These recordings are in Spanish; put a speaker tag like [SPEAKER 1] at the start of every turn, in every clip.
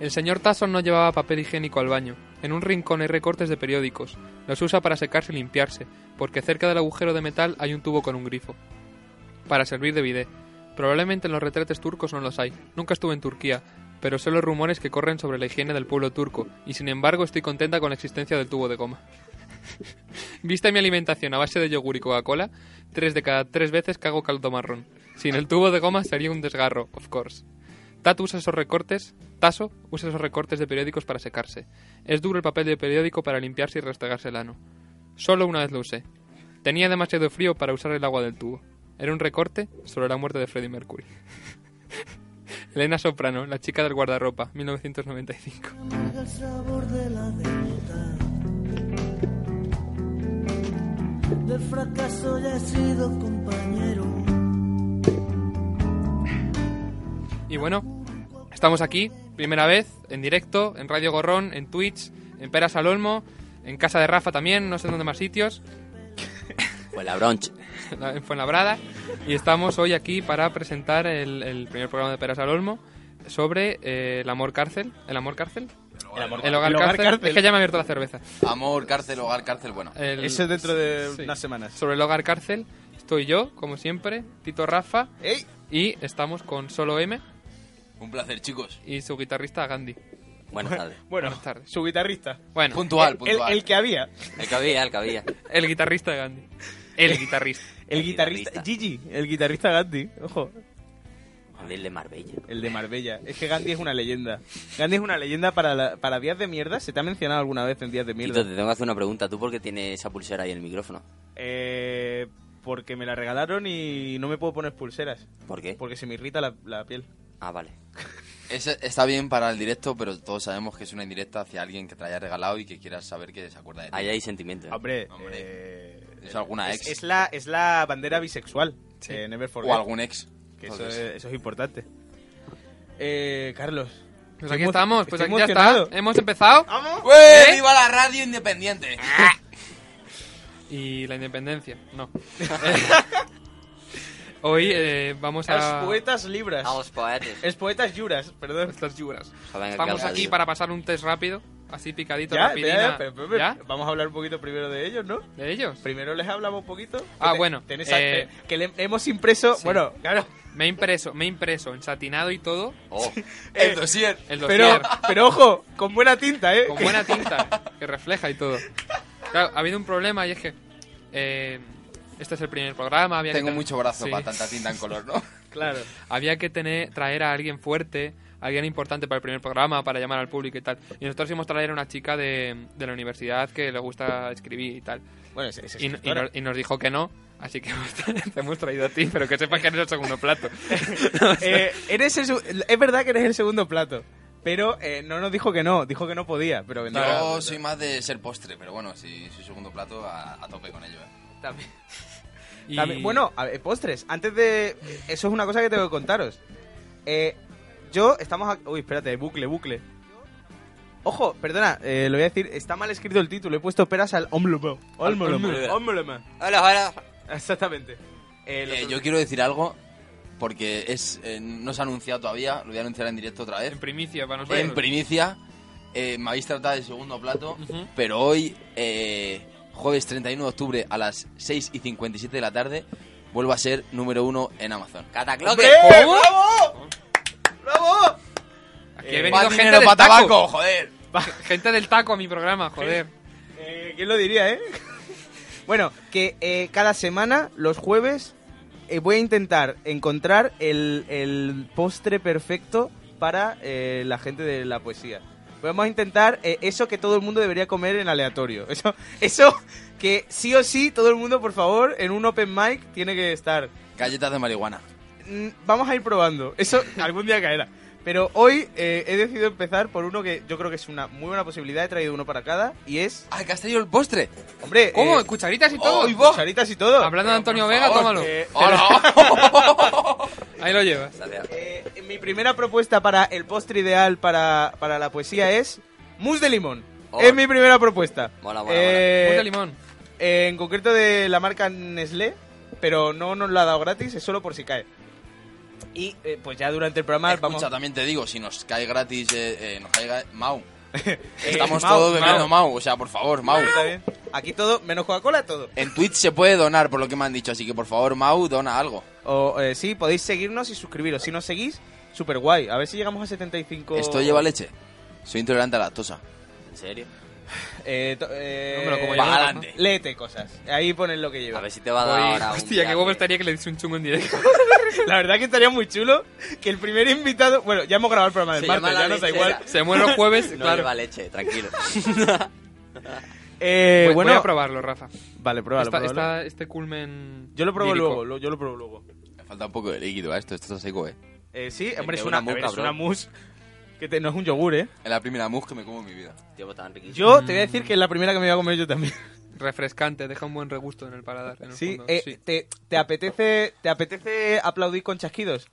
[SPEAKER 1] El señor Tasson no llevaba papel higiénico al baño. En un rincón hay recortes de periódicos. Los usa para secarse y limpiarse, porque cerca del agujero de metal hay un tubo con un grifo. Para servir de bidet. Probablemente en los retretes turcos no los hay. Nunca estuve en Turquía, pero sé los rumores que corren sobre la higiene del pueblo turco, y sin embargo estoy contenta con la existencia del tubo de goma. Vista mi alimentación a base de yogur y Coca-Cola, tres de cada tres veces cago caldo marrón. Sin el tubo de goma sería un desgarro, of course. Tato usa esos recortes, Taso usa esos recortes de periódicos para secarse. Es duro el papel de periódico para limpiarse y restregarse el ano. Solo una vez lo usé. Tenía demasiado frío para usar el agua del tubo. Era un recorte sobre la muerte de Freddie Mercury. Elena Soprano, la chica del guardarropa, 1995.
[SPEAKER 2] El sabor de la derrota. Del fracaso ya he sido compañero.
[SPEAKER 1] Y bueno, estamos aquí, primera vez, en directo, en Radio Gorrón, en Twitch, en Peras al Olmo, en casa de Rafa también, no sé dónde más sitios,
[SPEAKER 3] Pues la bronch.
[SPEAKER 1] en Fuenlabrada. Y estamos hoy aquí para presentar el, el primer programa de Peras al Olmo sobre eh, el amor cárcel. ¿El amor cárcel?
[SPEAKER 3] El amor.
[SPEAKER 1] El hogar,
[SPEAKER 4] El hogar
[SPEAKER 1] cárcel.
[SPEAKER 4] cárcel.
[SPEAKER 1] Es que ya me ha abierto la cerveza.
[SPEAKER 3] Amor, cárcel, hogar, cárcel, bueno.
[SPEAKER 1] El-
[SPEAKER 4] Eso es dentro de
[SPEAKER 1] sí.
[SPEAKER 4] unas semanas.
[SPEAKER 1] Sobre el hogar cárcel estoy yo, como siempre, Tito Rafa,
[SPEAKER 4] ¡Ey!
[SPEAKER 1] y estamos con Solo M
[SPEAKER 3] Un placer, chicos.
[SPEAKER 1] y su guitarrista Gandhi.
[SPEAKER 3] Buenas tardes.
[SPEAKER 4] Bueno,
[SPEAKER 1] Buenas tardes.
[SPEAKER 4] su guitarrista.
[SPEAKER 1] Bueno,
[SPEAKER 3] Puntual,
[SPEAKER 4] El,
[SPEAKER 3] puntual.
[SPEAKER 4] el que había.
[SPEAKER 3] El que había, el que había.
[SPEAKER 1] el guitarrista de Gandhi. El guitarrista.
[SPEAKER 4] El guitarrista.
[SPEAKER 3] guitarrista.
[SPEAKER 4] Gigi, el guitarrista Gandhi. Ojo.
[SPEAKER 3] Abrirle Marbella.
[SPEAKER 4] El de Marbella. Es que Gandhi es una leyenda. Gandhi es una leyenda para, la- para vías de mierda. ¿Se te ha mencionado alguna vez en vías de
[SPEAKER 3] Tito,
[SPEAKER 4] mierda?
[SPEAKER 3] te tengo que hacer una pregunta. ¿Tú por qué tienes esa pulsera ahí en el micrófono?
[SPEAKER 4] Eh, porque me la regalaron y no me puedo poner pulseras.
[SPEAKER 3] ¿Por qué?
[SPEAKER 4] Porque se me irrita la, la piel.
[SPEAKER 3] Ah, vale.
[SPEAKER 5] Ese está bien para el directo, pero todos sabemos que es una indirecta hacia alguien que te la haya regalado y que quieras saber que se acuerda de ti.
[SPEAKER 3] Ahí hay sentimiento. ¿eh?
[SPEAKER 4] Hombre,
[SPEAKER 5] Hombre,
[SPEAKER 4] eh,
[SPEAKER 5] es alguna
[SPEAKER 4] es-
[SPEAKER 5] ex.
[SPEAKER 4] Es la, es la bandera bisexual. eh, Never forget.
[SPEAKER 5] o algún ex.
[SPEAKER 4] Que eso, es,
[SPEAKER 5] Entonces,
[SPEAKER 4] eso es importante. Eh, Carlos.
[SPEAKER 1] Pues
[SPEAKER 4] estoy
[SPEAKER 1] aquí
[SPEAKER 4] emo-
[SPEAKER 1] estamos, pues aquí
[SPEAKER 4] estoy
[SPEAKER 1] ya está.
[SPEAKER 4] emocionado. Ah.
[SPEAKER 1] Hemos empezado.
[SPEAKER 4] ¡Vamos!
[SPEAKER 5] ¡Eh, ¡Viva la radio independiente!
[SPEAKER 1] Y la independencia, no. Eh, Hoy eh, vamos a...
[SPEAKER 4] Los poetas libras.
[SPEAKER 3] A los poetes.
[SPEAKER 4] Es poetas juras, perdón.
[SPEAKER 1] Estas yuras.
[SPEAKER 3] Joder,
[SPEAKER 5] Ah,
[SPEAKER 1] Estamos
[SPEAKER 3] qué
[SPEAKER 1] aquí
[SPEAKER 3] radio.
[SPEAKER 1] para pasar un test rápido, así picadito,
[SPEAKER 4] Ya,
[SPEAKER 1] rapidina.
[SPEAKER 4] ya, pero- pero- pero-
[SPEAKER 1] ¿Ya?
[SPEAKER 4] Vamos a hablar un poquito primero de ellos, ¿no?
[SPEAKER 1] ¿De ellos?
[SPEAKER 4] Primero les hablamos un poquito.
[SPEAKER 1] Ah,
[SPEAKER 4] Que te-
[SPEAKER 1] bueno,
[SPEAKER 4] tenés a-
[SPEAKER 1] eh,
[SPEAKER 4] que- que le hemos impreso.
[SPEAKER 1] sí.
[SPEAKER 4] Bueno, claro.
[SPEAKER 1] Me he impreso, me he impreso, ensatinado y todo,
[SPEAKER 3] Oh,
[SPEAKER 5] El dossier.
[SPEAKER 1] el
[SPEAKER 4] Pero,
[SPEAKER 1] dossier,
[SPEAKER 4] pero ojo, con buena tinta, ¿eh?
[SPEAKER 1] con
[SPEAKER 4] Que-
[SPEAKER 1] buena tinta, que refleja y todo. Claro, ha habido un problema y es que eh, este es el primer programa, había
[SPEAKER 5] Tengo
[SPEAKER 1] que...
[SPEAKER 5] mucho brazo
[SPEAKER 1] Sí.
[SPEAKER 5] para tanta tinta en color, ¿no?
[SPEAKER 4] Claro.
[SPEAKER 1] había que tener, traer a alguien fuerte, alguien importante para el primer programa, para llamar al público y tal. Y nosotros hicimos traer a una chica de, de la universidad que le gusta escribir y tal.
[SPEAKER 4] Bueno, es, es
[SPEAKER 1] Y, y
[SPEAKER 4] escritora.
[SPEAKER 1] no- y nos dijo que no, así que te hemos traído a ti, pero que sepas que eres el segundo plato.
[SPEAKER 4] Eh, eres el su- es verdad que eres el segundo plato. Pero eh, no nos dijo que no, dijo que no podía, pero vendrá.
[SPEAKER 5] Yo soy más de ser postre, pero bueno, si soy segundo plato, a, a tope con ello. ¿eh?
[SPEAKER 1] Y-
[SPEAKER 4] También- bueno, a ver, postres. Antes de. Eso es una cosa que tengo que contaros. Eh, yo estamos. a- uy, espérate, bucle, bucle. Ojo, perdona, eh, lo voy a decir. Está mal escrito el título. He puesto peras al omlobo.
[SPEAKER 3] omlobo.
[SPEAKER 4] Omlobo.
[SPEAKER 3] Hola, hola.
[SPEAKER 4] Exactamente. Eh, lo-
[SPEAKER 5] Eh, yo quiero decir algo, porque es eh, no se ha anunciado todavía, lo voy a anunciar en directo otra vez.
[SPEAKER 1] En primicia para nosotros.
[SPEAKER 5] En primicia, eh, me habéis tratado de segundo plato,
[SPEAKER 1] Ujú.
[SPEAKER 5] pero hoy, eh, jueves 31 de octubre a las 6 y 57 de la tarde, vuelvo a ser número uno en Amazon.
[SPEAKER 3] Catacloque.
[SPEAKER 4] ¡Hombre, ¡Bravo! ¡Bravo!
[SPEAKER 1] Aquí
[SPEAKER 4] Eh,
[SPEAKER 1] ha venido
[SPEAKER 5] ¡Más
[SPEAKER 1] gente
[SPEAKER 5] dinero
[SPEAKER 1] del
[SPEAKER 5] para
[SPEAKER 1] taco.
[SPEAKER 5] tabaco, joder!
[SPEAKER 1] Gente del taco a mi programa, joder.
[SPEAKER 4] Eh, ¿Quién lo diría, eh? bueno, que eh, cada semana, los jueves, eh, voy a intentar encontrar el, el postre perfecto para eh, la gente de la poesía. Vamos a intentar eh, eso que todo el mundo debería comer en aleatorio. Eso, eso que sí o sí todo el mundo, por favor, en un open mic tiene que estar.
[SPEAKER 5] Galletas de marihuana.
[SPEAKER 4] Mm, Vamos a ir probando. Eso algún día caerá. Pero hoy eh, he decidido empezar por uno que yo creo que es una muy buena posibilidad. He traído uno para cada. Y es.
[SPEAKER 5] ¡Ah, que has traído el postre!
[SPEAKER 4] Hombre.
[SPEAKER 1] ¿Cómo?
[SPEAKER 4] eh,
[SPEAKER 1] ¿Cucharitas y todo?
[SPEAKER 5] ¡Ay, va!
[SPEAKER 4] cucharitas y todo.
[SPEAKER 1] Hablando de Antonio Vega,
[SPEAKER 5] favor,
[SPEAKER 1] tómalo.
[SPEAKER 4] eh,
[SPEAKER 5] ¡Hola!
[SPEAKER 1] Ahí lo llevas.
[SPEAKER 4] Eh, mi primera propuesta para el postre ideal para, para la poesía es mousse de limón.
[SPEAKER 3] Oh.
[SPEAKER 4] Es mi primera propuesta.
[SPEAKER 3] Mola, mola,
[SPEAKER 4] Eh,
[SPEAKER 1] Mousse de limón.
[SPEAKER 4] eh, en concreto de la marca Nestlé, pero no nos lo ha dado gratis, es solo por si cae. Y eh, pues ya durante el programa
[SPEAKER 5] Escucha,
[SPEAKER 4] vamos...
[SPEAKER 5] también te digo, si nos cae gratis, eh, eh, nos caiga Mau.
[SPEAKER 4] eh,
[SPEAKER 5] Estamos
[SPEAKER 4] Mau,
[SPEAKER 5] todos bebiendo
[SPEAKER 4] Mau.
[SPEAKER 5] Mau, o sea, por favor, Mau.
[SPEAKER 4] Está bien. Aquí todo, menos Coca-Cola, todo.
[SPEAKER 5] En Twitch se puede donar, por lo que me han dicho, así que por favor, Mau, dona algo.
[SPEAKER 4] O eh, sí, podéis seguirnos y suscribiros. Si nos seguís, super guay. A ver si llegamos a 75...
[SPEAKER 5] ¿Esto lleva leche? Soy intolerante a la lactosa.
[SPEAKER 3] ¿En serio?
[SPEAKER 4] Eh, to- eh,
[SPEAKER 1] Hombre, como
[SPEAKER 5] yo no,
[SPEAKER 4] adelante. Léete cosas. Ahí ponen lo que lleva.
[SPEAKER 3] A ver si te va a dar
[SPEAKER 1] Uy,
[SPEAKER 3] ahora un
[SPEAKER 1] hostia, qué
[SPEAKER 3] viaje.
[SPEAKER 1] guapo estaría que le diese un chungo en directo.
[SPEAKER 4] La verdad que estaría muy chulo que el primer invitado. Bueno, ya hemos grabado el programa del
[SPEAKER 3] Se
[SPEAKER 4] martes,
[SPEAKER 3] llama La
[SPEAKER 4] ya nos da
[SPEAKER 3] Lechera.
[SPEAKER 4] igual.
[SPEAKER 1] Se muere los jueves,
[SPEAKER 3] No
[SPEAKER 1] claro.
[SPEAKER 3] lleva leche, tranquilo.
[SPEAKER 4] Eh,
[SPEAKER 1] Voy-
[SPEAKER 4] bueno,
[SPEAKER 1] Voy a probarlo, Rafa.
[SPEAKER 4] Vale, pruébalo,
[SPEAKER 1] Está-
[SPEAKER 4] pruébalo.
[SPEAKER 1] está este culmen.
[SPEAKER 4] Yo lo pruebo
[SPEAKER 1] lírico.
[SPEAKER 4] luego, lo- yo lo pruebo luego.
[SPEAKER 5] Me falta un poco de líquido a esto, esto está seco, eh.
[SPEAKER 4] Eh, sí, hombre, es
[SPEAKER 3] queda una
[SPEAKER 4] una, a ver,
[SPEAKER 3] mousse,
[SPEAKER 4] es una mousse que te- no es un yogur, ¿eh? Mm.
[SPEAKER 5] Es la primera mousse que me como en mi vida.
[SPEAKER 3] Tío, pues tan riquísimo.
[SPEAKER 4] Yo te voy a decir que es la primera que me voy a comer yo también.
[SPEAKER 1] Refrescante, deja un buen regusto en el paladar. en el
[SPEAKER 4] Sí,
[SPEAKER 1] fondo,
[SPEAKER 4] eh,
[SPEAKER 1] sí.
[SPEAKER 4] Te, te apetece, ¿te apetece aplaudir con chasquidos?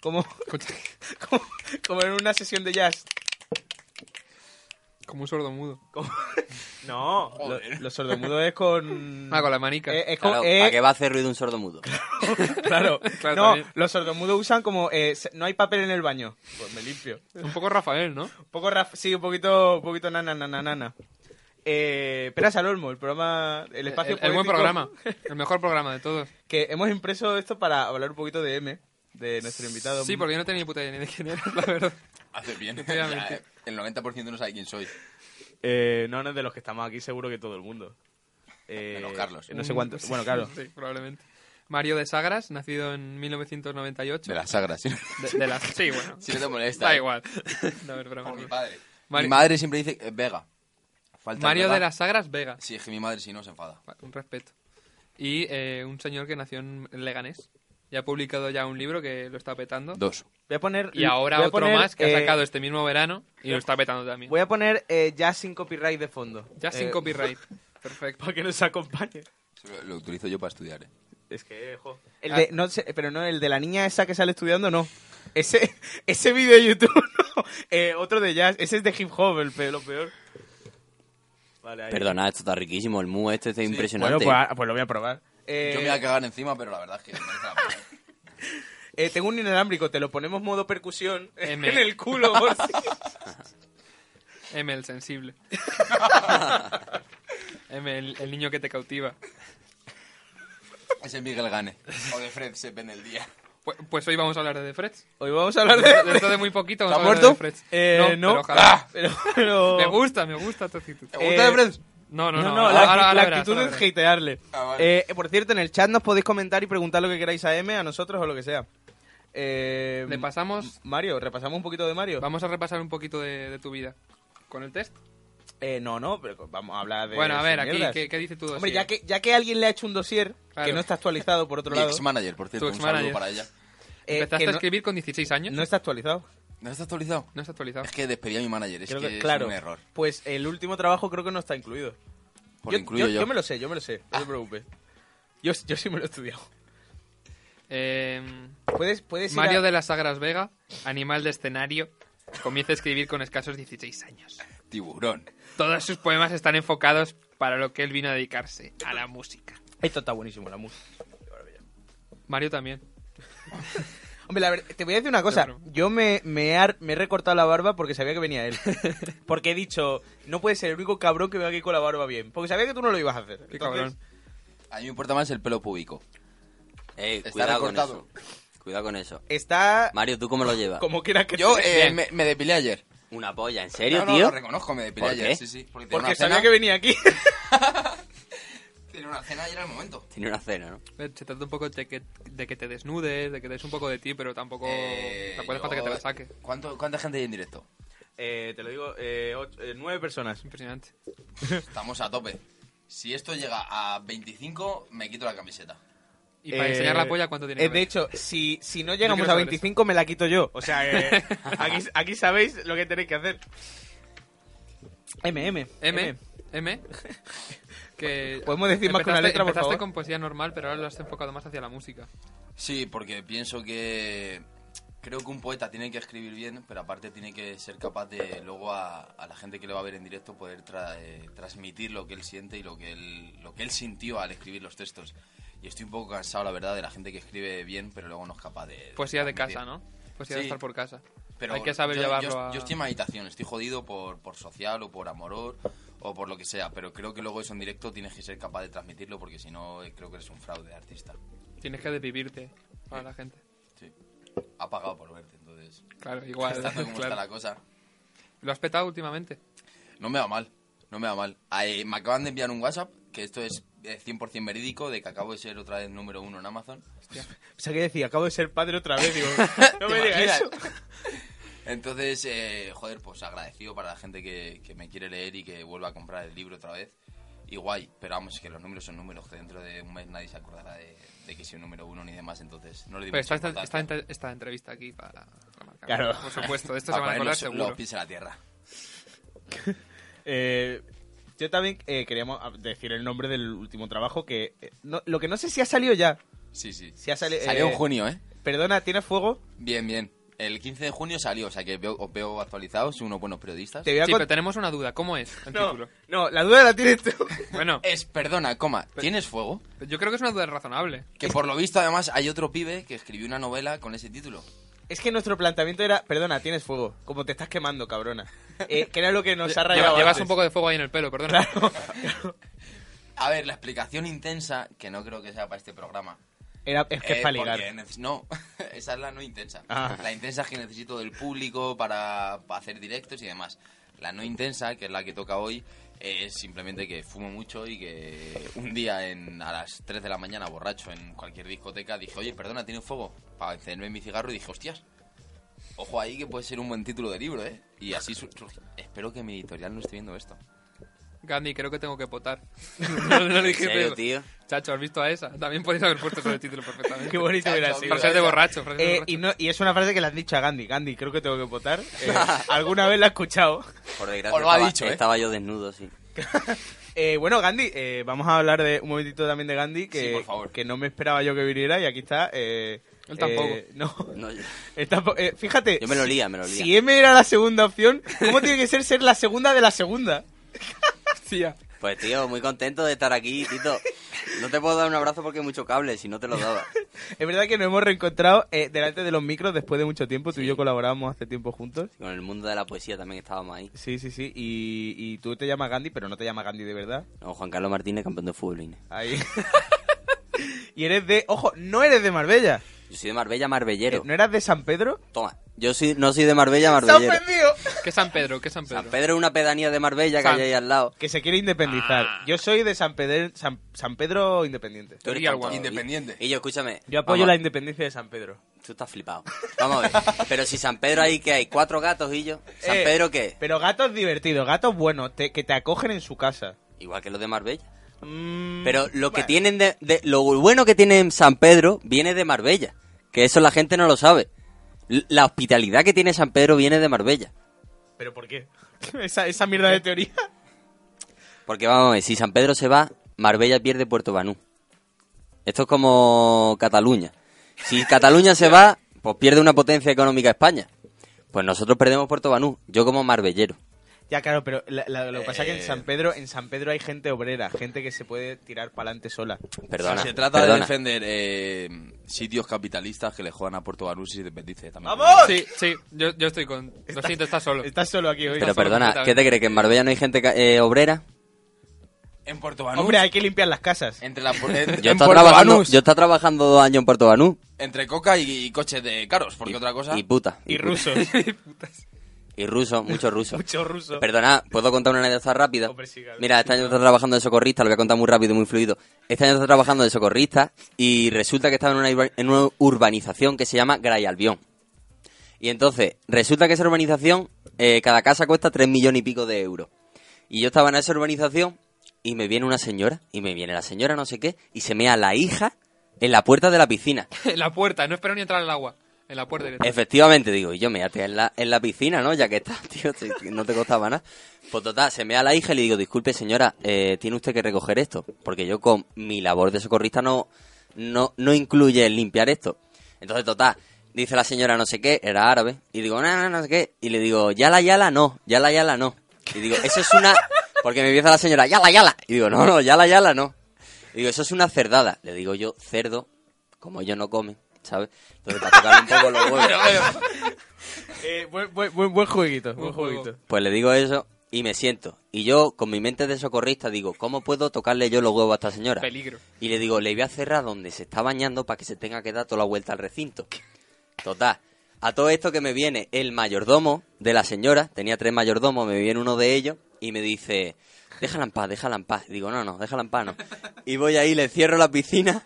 [SPEAKER 4] Como,
[SPEAKER 1] Escucha,
[SPEAKER 4] como, como en una sesión de jazz.
[SPEAKER 1] Como un sordo mudo.
[SPEAKER 4] Como- No, lo,
[SPEAKER 5] Joder.
[SPEAKER 4] lo sordomudo es con...
[SPEAKER 1] Ah, con la manica.
[SPEAKER 4] Eh, es con-
[SPEAKER 3] Claro,
[SPEAKER 4] eh,
[SPEAKER 3] ¿Para qué va a hacer ruido un sordo mudo?
[SPEAKER 4] Claro,
[SPEAKER 1] Claro,
[SPEAKER 4] no,
[SPEAKER 1] también.
[SPEAKER 4] los sordomudos usan como eh, se- no hay papel en el baño. Pues me limpio.
[SPEAKER 1] Un poco Rafael, ¿no?
[SPEAKER 4] Un poco raf- sí, un poquito, un poquito nana, nana, nana. Eh, Peras al Olmo, el programa, el espacio
[SPEAKER 1] Eh, el, el buen
[SPEAKER 4] poético
[SPEAKER 1] programa. El mejor programa de todos.
[SPEAKER 4] Que hemos impreso esto para hablar un poquito de M, de nuestro invitado.
[SPEAKER 1] Sí, porque yo no tenía ni puta idea ni de quién era, la verdad.
[SPEAKER 5] Hace bien.
[SPEAKER 1] Efectivamente.
[SPEAKER 5] Ya, eh, el 90% no sabe quién soy.
[SPEAKER 4] Eh, no, no es de los que estamos aquí, seguro que todo el mundo. Eh,
[SPEAKER 5] Menos Carlos.
[SPEAKER 4] No sé cuánto.
[SPEAKER 1] Sí,
[SPEAKER 4] Bueno, claro.
[SPEAKER 1] Sí, probablemente. Mario de Sagras, nacido en 1998.
[SPEAKER 5] De las sagras, ¿sí?
[SPEAKER 1] De, de las- Sí, bueno.
[SPEAKER 5] Si no te molesta.
[SPEAKER 1] Da
[SPEAKER 5] eh.
[SPEAKER 1] igual. No, es broma,
[SPEAKER 5] Mi
[SPEAKER 1] broma.
[SPEAKER 5] padre.
[SPEAKER 1] Mari-
[SPEAKER 5] Mi madre siempre dice eh, Vega. Falta
[SPEAKER 1] Mario
[SPEAKER 5] Vega.
[SPEAKER 1] de las Sagras Vega.
[SPEAKER 5] Sí, es que mi madre si no se enfada.
[SPEAKER 1] Vale, Un respeto. Y eh, un señor que nació en Leganés. Y ha publicado ya un libro que lo está petando.
[SPEAKER 5] Dos.
[SPEAKER 4] Voy a poner.
[SPEAKER 1] Y ahora
[SPEAKER 4] voy a
[SPEAKER 1] otro
[SPEAKER 4] poner,
[SPEAKER 1] más que ha
[SPEAKER 4] eh,
[SPEAKER 1] sacado este mismo verano y lo está petando también.
[SPEAKER 4] Voy a poner eh, ya sin copyright de fondo.
[SPEAKER 1] Ya sin
[SPEAKER 4] Eh,
[SPEAKER 1] copyright. Perfecto.
[SPEAKER 4] Para que nos acompañe.
[SPEAKER 5] Eso Lo, lo utilizo yo para estudiar, eh.
[SPEAKER 4] Es que, jo. El de, no sé, pero no, el de la niña esa que sale estudiando, no. Ese, ese vídeo de YouTube, no. Eh, otro de jazz. Ese es de hip hop, el pe- lo peor. Vale, ahí.
[SPEAKER 3] Perdona, esto está riquísimo. El mu este está
[SPEAKER 4] Bueno,
[SPEAKER 3] impresionante.
[SPEAKER 4] pues, ah, pues lo voy a probar. Eh,
[SPEAKER 5] Yo me voy a cagar encima, pero la verdad es que merece la pena.
[SPEAKER 4] eh, tengo un inalámbrico, te lo ponemos modo percusión
[SPEAKER 1] M.
[SPEAKER 4] en el culo. por si-
[SPEAKER 1] M, el sensible. M, el, el niño que te cautiva.
[SPEAKER 5] Ese es Miguel Gane. O de Fred, se ven el día.
[SPEAKER 1] Pues, pues hoy vamos a hablar de The Freds.
[SPEAKER 4] Hoy vamos a hablar de...
[SPEAKER 1] Dentro de muy poquito vamos
[SPEAKER 4] ¿Está
[SPEAKER 1] a hablar
[SPEAKER 4] muerto?
[SPEAKER 1] de The Freds.
[SPEAKER 4] Eh,
[SPEAKER 1] no, pero ojalá.
[SPEAKER 4] Ah, pero, pero- eh,
[SPEAKER 1] Me gusta, me gusta tu actitud.
[SPEAKER 5] ¿Te gusta de Fred?
[SPEAKER 1] No, no,
[SPEAKER 4] No,
[SPEAKER 1] no.
[SPEAKER 4] no,
[SPEAKER 1] ahora-
[SPEAKER 4] la, acti-
[SPEAKER 1] ahora- ahora
[SPEAKER 4] la
[SPEAKER 1] verás,
[SPEAKER 4] actitud
[SPEAKER 1] ahora
[SPEAKER 4] es
[SPEAKER 1] verás.
[SPEAKER 4] hatearle.
[SPEAKER 5] Ah, vale.
[SPEAKER 4] Eh, por cierto, en el chat nos podéis comentar y preguntar lo que queráis a M, a nosotros o lo que sea. Eh,
[SPEAKER 1] Le pasamos-
[SPEAKER 4] Mario, repasamos un poquito de Mario.
[SPEAKER 1] Vamos a repasar un poquito de, de tu vida. ¿Con el test?
[SPEAKER 4] Eh, no, no, pero vamos a hablar de.
[SPEAKER 1] bueno, a ver,
[SPEAKER 4] sus
[SPEAKER 1] aquí,
[SPEAKER 4] mierdas.
[SPEAKER 1] ¿qué, qué dice tu dossier?
[SPEAKER 4] Hombre, ya que, eh, ya que alguien le ha hecho un dossier
[SPEAKER 1] Claro.
[SPEAKER 4] que no está actualizado, por otro
[SPEAKER 5] Mi
[SPEAKER 4] lado.
[SPEAKER 5] ex-manager, por cierto.
[SPEAKER 1] Tu
[SPEAKER 5] Un saludo
[SPEAKER 1] ex-manager.
[SPEAKER 5] para ella.
[SPEAKER 4] eh,
[SPEAKER 1] Empezaste
[SPEAKER 4] que
[SPEAKER 1] a
[SPEAKER 4] no,
[SPEAKER 1] escribir con 16 años.
[SPEAKER 4] no está actualizado.
[SPEAKER 5] ¿No está actualizado?
[SPEAKER 1] No está actualizado.
[SPEAKER 5] Es que despedí a mi manager. Es
[SPEAKER 4] Creo
[SPEAKER 5] que,
[SPEAKER 4] que-
[SPEAKER 5] es
[SPEAKER 4] claro.
[SPEAKER 5] un error.
[SPEAKER 4] Pues el último trabajo creo que no está incluido.
[SPEAKER 5] Por incluyo yo. Ah.
[SPEAKER 4] me lo sé, yo me lo sé, no te preocupes. Yo, yo sí me lo he estudiado.
[SPEAKER 1] Eh,
[SPEAKER 4] Puedes, puedes ir
[SPEAKER 1] Mario
[SPEAKER 4] a-
[SPEAKER 1] de las Sagras Vega, animal de escenario, comienza a escribir con escasos 16 años.
[SPEAKER 5] Tiburón.
[SPEAKER 1] Todos sus poemas están enfocados para lo que él vino a dedicarse, a la música.
[SPEAKER 4] Esto está buenísimo, la música.
[SPEAKER 1] Mario también.
[SPEAKER 4] Hombre, la verdad, te voy a decir una cosa.
[SPEAKER 1] Claro.
[SPEAKER 4] Yo me, me, he ar- me he recortado la barba porque sabía que venía él. Porque he dicho, no puede ser el único cabrón que me va aquí con la barba bien. Porque sabía que tú no lo ibas a hacer.
[SPEAKER 1] Qué
[SPEAKER 4] Entonces,
[SPEAKER 1] cabrón.
[SPEAKER 5] A mí me importa más el pelo púbico.
[SPEAKER 3] Eh,
[SPEAKER 5] Está
[SPEAKER 3] cuidado con
[SPEAKER 5] recortado.
[SPEAKER 3] eso. Cuidado con eso.
[SPEAKER 4] Está
[SPEAKER 3] Mario, ¿tú cómo lo llevas?
[SPEAKER 4] como quiera que
[SPEAKER 5] Yo
[SPEAKER 4] sea.
[SPEAKER 5] eh,
[SPEAKER 1] Bien.
[SPEAKER 5] me, me depilé ayer.
[SPEAKER 3] Una polla, ¿en serio,
[SPEAKER 5] No, no,
[SPEAKER 3] tío?
[SPEAKER 5] Lo reconozco, me depilé
[SPEAKER 3] ¿Por
[SPEAKER 5] ayer.
[SPEAKER 3] qué?
[SPEAKER 5] Sí, sí. Porque, tenía
[SPEAKER 4] Porque
[SPEAKER 5] una cena,
[SPEAKER 4] sabía que venía aquí.
[SPEAKER 5] tenía una cena ayer al momento.
[SPEAKER 3] Tiene una cena, ¿no?
[SPEAKER 1] Eh, Se trata un poco de que, de que te desnudes, de que des un poco de ti, pero tampoco...
[SPEAKER 5] Eh,
[SPEAKER 1] tampoco hace falta que
[SPEAKER 5] yo-
[SPEAKER 1] te la saque.
[SPEAKER 5] ¿Cuánto, ¿Cuánta gente hay en directo?
[SPEAKER 4] Eh, te lo digo, eh, ocho- eh, nueve personas.
[SPEAKER 1] Impresionante.
[SPEAKER 5] Estamos a tope. Si esto llega a 25, me quito la camiseta.
[SPEAKER 1] Y para
[SPEAKER 4] Eh,
[SPEAKER 1] enseñar la polla, ¿cuánto tiene que
[SPEAKER 4] eh, de
[SPEAKER 1] haber?
[SPEAKER 4] hecho, si, si no
[SPEAKER 1] Yo
[SPEAKER 4] llegamos
[SPEAKER 1] quiero
[SPEAKER 4] a
[SPEAKER 1] saber
[SPEAKER 4] 25, me la quito yo. O sea, eh, aquí, aquí sabéis lo que tenéis que hacer. M, M.
[SPEAKER 1] M, M, que...
[SPEAKER 4] ¿Podemos decir más que una
[SPEAKER 1] empezaste-
[SPEAKER 4] letra, por
[SPEAKER 1] empezaste
[SPEAKER 4] favor?
[SPEAKER 1] con poesía normal, pero ahora lo has enfocado más hacia la música.
[SPEAKER 5] Sí, porque pienso que creo que un poeta tiene que escribir bien, pero aparte tiene que ser capaz de luego a, a la gente que le va a ver en directo poder tra- eh, transmitir lo que él siente y lo que él, lo que él sintió al escribir los textos. Y estoy un poco cansado, la verdad, de la gente que escribe bien, pero luego no es capaz de...
[SPEAKER 1] Poesía Pues de
[SPEAKER 5] transmitir.
[SPEAKER 1] casa, ¿no? Poesía de
[SPEAKER 5] Sí.
[SPEAKER 1] estar por casa.
[SPEAKER 5] Pero
[SPEAKER 1] Hay que saber
[SPEAKER 5] yo,
[SPEAKER 1] llevarlo
[SPEAKER 5] yo-
[SPEAKER 1] a...
[SPEAKER 5] yo estoy en meditación, estoy jodido por, por social o por amor o por lo que sea, pero creo que luego eso en directo tienes que ser capaz de transmitirlo porque si no eh, creo que eres un fraude artista.
[SPEAKER 1] Tienes que desvivirte a la gente.
[SPEAKER 5] Sí. Ha pagado por verte, entonces...
[SPEAKER 1] Claro, igual.
[SPEAKER 5] Estando como está
[SPEAKER 1] claro.
[SPEAKER 5] la cosa.
[SPEAKER 1] Lo has petado últimamente.
[SPEAKER 5] No me va mal, no me va mal. Ay, me acaban de enviar un WhatsApp, que esto es eh, 100% verídico, de que acabo de ser otra vez número uno en Amazon.
[SPEAKER 4] O sea, que decía, acabo de ser padre otra vez. Digo, no
[SPEAKER 5] ¿Te
[SPEAKER 4] me digas
[SPEAKER 5] imaginas?
[SPEAKER 4] eso.
[SPEAKER 5] Entonces, eh, joder, pues agradecido para la gente que, que me quiere leer y que vuelva a comprar el libro otra vez. Y guay, pero vamos, que los números son números, que dentro de un mes nadie se acordará de, de que soy número uno ni demás, entonces no le digo
[SPEAKER 1] Pero está esta, esta ent- esta entrevista aquí para... para marcar.
[SPEAKER 4] Claro. Ah,
[SPEAKER 1] Por supuesto, de esto se van a acordar
[SPEAKER 5] los,
[SPEAKER 1] seguro.
[SPEAKER 5] los pies en la tierra.
[SPEAKER 4] Eh, yo también eh, queríamos ah, decir el nombre del último trabajo que... eh, no- lo que no sé si ha salido ya.
[SPEAKER 5] Sí, sí.
[SPEAKER 4] Si ha salido...
[SPEAKER 5] Salió
[SPEAKER 4] eh,
[SPEAKER 5] en junio, ¿eh?
[SPEAKER 4] Perdona, ¿tienes fuego?
[SPEAKER 5] Bien, bien. El 15 de junio salió, o sea que veo, os veo actualizados, unos buenos periodistas.
[SPEAKER 4] Te voy a
[SPEAKER 1] Sí,
[SPEAKER 4] cont-
[SPEAKER 1] pero tenemos una duda. ¿Cómo es el
[SPEAKER 4] no,
[SPEAKER 1] título?
[SPEAKER 4] no, la duda la tienes tú.
[SPEAKER 1] Bueno,
[SPEAKER 5] Es, perdona, coma, ¿tienes fuego?
[SPEAKER 1] yo creo que es una duda razonable.
[SPEAKER 5] Que por lo visto además hay otro pibe que escribió una novela con ese título.
[SPEAKER 4] es que nuestro planteamiento era... Perdona, tienes fuego. Como te estás quemando, cabrona. Eh, que era lo que nos ha
[SPEAKER 1] Lleva-
[SPEAKER 4] rayado
[SPEAKER 1] Llevas
[SPEAKER 4] antes.
[SPEAKER 1] un poco de fuego ahí en el pelo, perdona.
[SPEAKER 5] A ver, la explicación intensa, que no creo que sea para este programa.
[SPEAKER 4] Era, es que es
[SPEAKER 5] eh,
[SPEAKER 4] para ligar.
[SPEAKER 5] porque neces- No, esa es la no intensa.
[SPEAKER 4] Ah.
[SPEAKER 5] La intensa es que necesito del público para, para hacer directos y demás. La no intensa, que es la que toca hoy, es simplemente que fumo mucho y que un día en, a las 3 de la mañana, borracho, en cualquier discoteca, dije, oye, perdona, ¿tiene fuego? Para encenderme mi cigarro y dije, hostias, ojo ahí que puede ser un buen título de libro, ¿eh? Y así su- surgió. Espero que mi editorial no esté viendo esto.
[SPEAKER 1] Gandhi, creo que tengo que potar. no, no lo
[SPEAKER 3] ¿En
[SPEAKER 1] dije,
[SPEAKER 3] serio,
[SPEAKER 1] pero-
[SPEAKER 3] tío?
[SPEAKER 1] Chacho, ¿has visto a esa? También podéis haber puesto sobre el título perfectamente.
[SPEAKER 4] Qué bonito hubiera
[SPEAKER 5] Chacho,
[SPEAKER 4] sido.
[SPEAKER 1] Frases de
[SPEAKER 5] esa.
[SPEAKER 1] borracho, frases de
[SPEAKER 4] Eh,
[SPEAKER 1] borracho.
[SPEAKER 4] y, no- y es una frase que le has dicho a Gandhi. Gandhi, creo que tengo que votar. Eh, ¿Alguna vez la he escuchado?
[SPEAKER 3] Por desgracia,
[SPEAKER 5] Os lo ha
[SPEAKER 3] estaba,
[SPEAKER 5] dicho, ¿eh?
[SPEAKER 3] estaba yo desnudo, sí.
[SPEAKER 4] Eh, bueno, Gandhi, eh, vamos a hablar de un momentito también de Gandhi, que,
[SPEAKER 5] Sí, por favor.
[SPEAKER 4] que no me esperaba yo que viniera y aquí está. eh,
[SPEAKER 1] Él tampoco.
[SPEAKER 4] eh, no.
[SPEAKER 3] No, yo-
[SPEAKER 4] Él tampoco- eh, fíjate.
[SPEAKER 3] Yo me lo lía, me lo lía.
[SPEAKER 4] Si M era la segunda opción, ¿cómo tiene que ser ser la segunda de la segunda?
[SPEAKER 1] Hostia.
[SPEAKER 3] Pues tío, muy contento de estar aquí, Tito. No te puedo dar un abrazo porque hay mucho cable, si no te lo daba.
[SPEAKER 4] Es verdad que nos hemos reencontrado eh, delante de los micros después de mucho tiempo. Tú y yo colaborábamos hace tiempo juntos.
[SPEAKER 3] Con el mundo de la poesía también estábamos ahí.
[SPEAKER 4] Sí, sí, sí. Y, y tú te llamas Gandhi, pero no te llamas Gandhi de verdad.
[SPEAKER 3] No, Juan Carlos Martínez, campeón de fútbol. Ine.
[SPEAKER 4] Ahí. y eres de. Ojo, no eres de Marbella.
[SPEAKER 3] Yo soy de Marbella,
[SPEAKER 4] Eh,
[SPEAKER 3] Marbellero.
[SPEAKER 4] ¿No eras de San Pedro?
[SPEAKER 3] Toma, yo soy, no soy de Marbella,
[SPEAKER 4] ¡Se ha
[SPEAKER 3] Marbellero.
[SPEAKER 4] ofendido!
[SPEAKER 1] ¿Qué es San Pedro? ¿Qué es San Pedro?
[SPEAKER 3] San Pedro es una pedanía de Marbella que
[SPEAKER 1] San-
[SPEAKER 3] hay ahí al lado.
[SPEAKER 4] Que se quiere independizar.
[SPEAKER 3] Ah.
[SPEAKER 4] Yo soy de San Pedro, San, San Pedro Independiente.
[SPEAKER 3] Tú eres
[SPEAKER 1] Real
[SPEAKER 3] tonto,
[SPEAKER 1] one.
[SPEAKER 3] y-
[SPEAKER 5] Independiente.
[SPEAKER 3] Y yo, escúchame.
[SPEAKER 4] Yo apoyo la
[SPEAKER 3] vamos,
[SPEAKER 4] independencia de San Pedro.
[SPEAKER 3] Tú estás flipado. Vamos a ver. Pero si San Pedro ahí que hay cuatro gatos y yo. ¿San
[SPEAKER 4] Eh,
[SPEAKER 3] Pedro qué?
[SPEAKER 4] Pero gatos divertidos, gatos buenos, te- que te acogen en su casa.
[SPEAKER 3] Igual que los de Marbella.
[SPEAKER 4] Mm,
[SPEAKER 3] Pero lo que
[SPEAKER 4] bueno.
[SPEAKER 3] tienen de, de- lo bueno que tienen San Pedro viene de Marbella, que eso la gente no lo sabe. L- La hospitalidad que tiene San Pedro viene de Marbella.
[SPEAKER 4] ¿Pero por qué? esa, esa mierda
[SPEAKER 3] Eh.
[SPEAKER 4] de teoría.
[SPEAKER 3] Porque vamos a ver, si San Pedro se va, Marbella pierde Puerto Banú. Esto es como Cataluña. Si Cataluña se va, pues pierde una potencia económica España. Pues nosotros perdemos Puerto Banú, yo como marbellero.
[SPEAKER 4] Ya, claro, pero la- la- lo que pasa es que en
[SPEAKER 5] Eh.
[SPEAKER 4] San Pedro, en San Pedro hay gente obrera, gente que se puede tirar para adelante sola.
[SPEAKER 3] Perdona.
[SPEAKER 5] se trata de
[SPEAKER 3] perdona.
[SPEAKER 5] defender eh, sitios capitalistas que le juegan a Puerto Banús y se independice también.
[SPEAKER 4] ¡Vamos!
[SPEAKER 1] Sí, sí, yo, yo estoy con... Lo siento, estás solo.
[SPEAKER 4] Estás solo aquí hoy.
[SPEAKER 1] solo
[SPEAKER 3] Pero perdona, ¿qué
[SPEAKER 1] completamente.
[SPEAKER 3] te crees? ¿Que en Marbella no hay gente ca- eh, obrera?
[SPEAKER 5] En Puerto Banús.
[SPEAKER 4] Hombre, hay que limpiar las casas.
[SPEAKER 5] Entre la pu- en-
[SPEAKER 3] Yo
[SPEAKER 5] en
[SPEAKER 3] está,
[SPEAKER 5] Puerto
[SPEAKER 3] trabajando,
[SPEAKER 5] Banús,
[SPEAKER 3] yo está trabajando dos años en Puerto Banú.
[SPEAKER 5] entre coca y, y coches de caros, porque otra cosa.
[SPEAKER 3] Y puta.
[SPEAKER 4] Y
[SPEAKER 3] puta.
[SPEAKER 4] rusos.
[SPEAKER 3] Y ruso, mucho ruso.
[SPEAKER 4] Mucho ruso.
[SPEAKER 3] Perdona, ¿puedo contar una anécdota rápida?
[SPEAKER 4] Hombre, sí, claro.
[SPEAKER 3] Mira, este año está trabajando de socorrista, lo voy a contar muy rápido, muy fluido. Este año está trabajando de socorrista y resulta que estaba en una, urba- en una urbanización que se llama Grayalbión. Y entonces, resulta que esa urbanización, eh, cada casa cuesta 3 millones y pico de euros. Y yo estaba en esa urbanización y me viene una señora, y me viene la señora no sé qué, y se mea la hija en la puerta de la piscina.
[SPEAKER 1] en la puerta, no espero ni entrar al agua. En la puerta directa.
[SPEAKER 3] Efectivamente, digo, y yo me até en la, en la piscina, ¿no? Ya que está, tío, si- si no te costaba nada. Pues total, se me da la hija y le digo, disculpe señora, eh, tiene usted que recoger esto, porque yo con mi labor de socorrista no, no, no incluye el limpiar esto. Entonces, total, dice la señora no sé qué, era árabe, y digo, no, no, no sé qué, y le digo, yala, yala, no, yala, yala, no. Y digo, eso es una... Porque me empieza la señora, yala, yala. Y digo, no, no, yala, yala, no. Y digo, eso es una cerdada. Le digo yo, cerdo, como ellos no comen, ¿sabes? Entonces, para tocarle un poco los huevos.
[SPEAKER 4] Eh, buen, buen, buen, buen jueguito, buen,
[SPEAKER 1] Buen
[SPEAKER 4] jueguito.
[SPEAKER 1] juego.
[SPEAKER 3] Pues le digo eso y me siento. Y yo, con mi mente de socorrista, digo, ¿cómo puedo tocarle yo los huevos a esta señora?
[SPEAKER 1] Peligro.
[SPEAKER 3] Y le digo, le voy a cerrar donde se está bañando para que se tenga que dar toda la vuelta al recinto. Total. A todo esto que me viene el mayordomo de la señora, tenía tres mayordomos, me viene uno de ellos y me dice, déjala en paz, déjala en paz. Y digo, no, no, déjala en paz, no. Y voy ahí, le cierro la piscina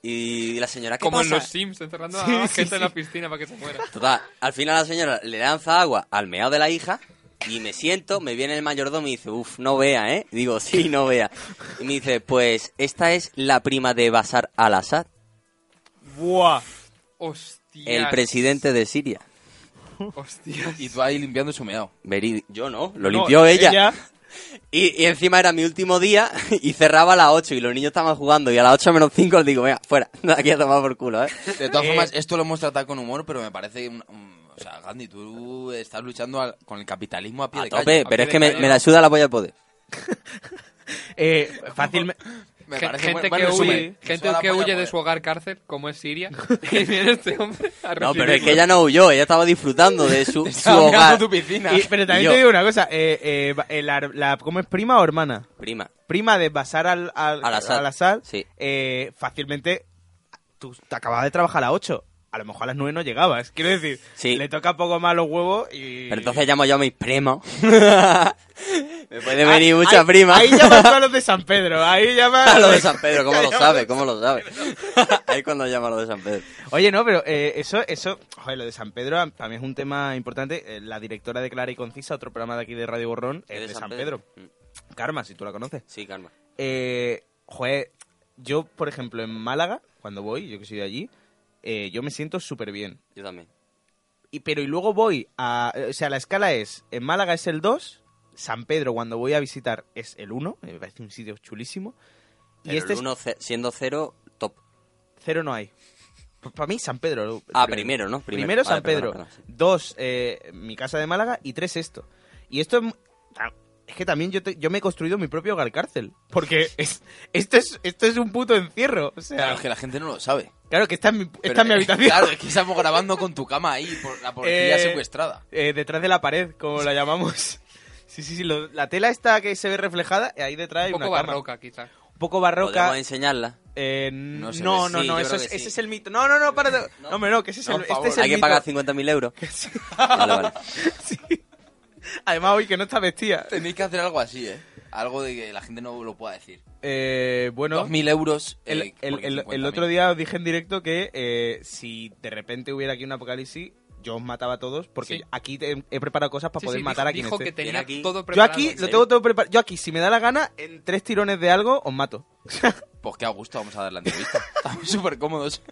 [SPEAKER 3] y la señora, ¿qué
[SPEAKER 1] Como en
[SPEAKER 3] pasa?
[SPEAKER 1] los Sims, encerrando a gente en la piscina para que se muera.
[SPEAKER 3] Total, al final la señora le lanza agua al meado de la hija y me siento, me viene el mayordomo y dice, uff, no vea, ¿eh? Digo, sí, no vea. Y me dice, pues esta es la prima de Basar al-Assad,
[SPEAKER 4] Buah.
[SPEAKER 1] Hostia.
[SPEAKER 3] el presidente de Siria.
[SPEAKER 1] Hostia.
[SPEAKER 5] Y tú ahí limpiando su meado.
[SPEAKER 3] Verid- Yo no, lo
[SPEAKER 4] No, eh,
[SPEAKER 3] limpió ella. Y, y encima era mi último día y cerraba a las 8 y los niños estaban jugando y a las 8 menos 5 digo, venga, fuera, aquí a tomar por culo, ¿eh?
[SPEAKER 5] De todas formas, esto lo hemos tratado con humor, pero me parece... un- un- o sea, Gandhi, tú estás luchando al- con el capitalismo a pie
[SPEAKER 3] A
[SPEAKER 5] de
[SPEAKER 3] tope,
[SPEAKER 5] calle.
[SPEAKER 3] pero es
[SPEAKER 1] pie de
[SPEAKER 3] que me,
[SPEAKER 1] calle,
[SPEAKER 3] me
[SPEAKER 1] ¿no?
[SPEAKER 3] la suda la polla al poder.
[SPEAKER 4] Eh, fácilme-
[SPEAKER 5] Me
[SPEAKER 1] Gen-
[SPEAKER 5] parece
[SPEAKER 1] gente
[SPEAKER 5] buen-
[SPEAKER 1] que
[SPEAKER 5] buen resumen.
[SPEAKER 1] huye,
[SPEAKER 5] Me
[SPEAKER 1] gente
[SPEAKER 5] suda la
[SPEAKER 1] que
[SPEAKER 5] polla
[SPEAKER 1] huye de
[SPEAKER 5] poder.
[SPEAKER 1] su hogar cárcel, como es Siria, y viene este hombre a
[SPEAKER 3] No, pero es que
[SPEAKER 1] recibirlo.
[SPEAKER 3] ella no huyó, ella estaba disfrutando de su, su
[SPEAKER 5] Estaba mirando
[SPEAKER 3] hogar.
[SPEAKER 5] tu piscina.
[SPEAKER 4] Y- pero también
[SPEAKER 3] Yo.
[SPEAKER 4] te digo una cosa, eh, eh, va- eh, la, la- ¿cómo es prima o hermana?
[SPEAKER 3] Prima.
[SPEAKER 4] Prima de Basar al, al,
[SPEAKER 3] Al Assad.
[SPEAKER 4] Assad,
[SPEAKER 3] Sí.
[SPEAKER 4] eh, fácilmente tú te acababas de trabajar a las 8. A lo mejor a las 9 no llegabas. Quiero decir,
[SPEAKER 3] Sí.
[SPEAKER 4] le toca poco más los huevos y.
[SPEAKER 3] Pero entonces llamo yo a mis primos. Me pueden venir
[SPEAKER 4] Ah, Ahí-
[SPEAKER 3] muchas
[SPEAKER 4] ahí-
[SPEAKER 3] primas.
[SPEAKER 4] Ahí llamas tú a los de San Pedro. Ahí llamas
[SPEAKER 3] A lo de San Pedro, ¿cómo lo sabe? ¿Cómo lo sabe? Ahí cuando llama a lo de San Pedro.
[SPEAKER 4] Oye, no, pero eh, eso, eso, joder, lo de San Pedro a- para mí es un tema importante. Eh, la directora de Clara y Concisa, otro programa de aquí de Radio Borrón, es de, San Pedro. Karma, si tú la conoces.
[SPEAKER 3] Mm, Sí, calma.
[SPEAKER 4] Eh, joder, yo, por ejemplo, en Málaga, cuando voy, yo que soy de allí, eh, yo me siento súper bien.
[SPEAKER 3] Yo también.
[SPEAKER 4] Y, pero y luego voy a... O sea, la escala es, en Málaga es el 2, San Pedro cuando voy a visitar es el 1, me parece un sitio chulísimo.
[SPEAKER 3] Pero
[SPEAKER 4] y este
[SPEAKER 3] el uno ce- siendo cero, top.
[SPEAKER 4] es cero no hay. Para mí San Pedro. el
[SPEAKER 3] Ah, primero, ¿no? Primero.
[SPEAKER 4] Primero,
[SPEAKER 3] Vale,
[SPEAKER 4] San Pedro.
[SPEAKER 3] perdona, perdona, sí.
[SPEAKER 4] Dos, eh, mi casa de Málaga. Y tres, esto. Y esto es... mu- ah, Es que también yo, te- yo me he construido mi propio hogar cárcel. Porque es, esto, es, esto es un puto encierro. O sea,
[SPEAKER 5] Claro,
[SPEAKER 4] claro,
[SPEAKER 5] es que la gente no lo sabe.
[SPEAKER 4] que esta es mi,
[SPEAKER 5] Pero-
[SPEAKER 3] eh,
[SPEAKER 4] esta es mi habitación.
[SPEAKER 5] Claro, es que estamos grabando con tu cama ahí, por la policía
[SPEAKER 4] Eh,
[SPEAKER 5] secuestrada.
[SPEAKER 4] eh, detrás de la pared, como la llamamos. Sí, sí, sí. lo- la tela esta que se ve reflejada, eh, ahí detrás hay
[SPEAKER 1] un poco
[SPEAKER 4] una cama.
[SPEAKER 1] barroca, quizás.
[SPEAKER 4] Un poco
[SPEAKER 3] Podemos
[SPEAKER 4] barroca.
[SPEAKER 3] enseñarla.
[SPEAKER 4] Eh,
[SPEAKER 5] No
[SPEAKER 4] no,
[SPEAKER 5] se
[SPEAKER 4] no,
[SPEAKER 5] ve.
[SPEAKER 4] no,
[SPEAKER 3] Sí, yo
[SPEAKER 4] eso
[SPEAKER 3] creo
[SPEAKER 4] es-
[SPEAKER 3] que
[SPEAKER 4] ese
[SPEAKER 3] sí.
[SPEAKER 4] es el mito. No, no, no, para. No, hombre, no, que ese es
[SPEAKER 5] No,
[SPEAKER 4] el,
[SPEAKER 5] por
[SPEAKER 4] este
[SPEAKER 5] favor.
[SPEAKER 4] es el
[SPEAKER 3] Hay que
[SPEAKER 4] mito.
[SPEAKER 3] pagar 50.000 euros. Vale, vale.
[SPEAKER 4] Sí. Además, hoy que no está vestida.
[SPEAKER 5] Tenéis que hacer algo así, ¿eh? Algo de que la gente no lo pueda decir.
[SPEAKER 4] Eh, bueno,
[SPEAKER 5] Dos mil euros. eh,
[SPEAKER 4] el, el-
[SPEAKER 5] porque
[SPEAKER 4] el-
[SPEAKER 5] 50.000.
[SPEAKER 4] el otro día os dije en directo que eh, si de repente hubiera aquí un apocalipsis, yo os mataba a todos, porque
[SPEAKER 1] Sí.
[SPEAKER 4] aquí te- he preparado cosas para
[SPEAKER 1] Sí,
[SPEAKER 4] poder
[SPEAKER 1] sí,
[SPEAKER 4] matar
[SPEAKER 1] dijo,
[SPEAKER 4] a
[SPEAKER 1] dijo
[SPEAKER 4] quien
[SPEAKER 1] que
[SPEAKER 4] esté.
[SPEAKER 1] tenía
[SPEAKER 3] aquí.
[SPEAKER 1] todo
[SPEAKER 4] Yo
[SPEAKER 1] preparado.
[SPEAKER 4] aquí
[SPEAKER 3] ¿en
[SPEAKER 4] lo
[SPEAKER 3] serio?
[SPEAKER 4] tengo todo preparado. Yo aquí, si me da la gana, en tres tirones de algo os mato.
[SPEAKER 5] Pues qué a gusto vamos a dar la entrevista. Estamos súper cómodos.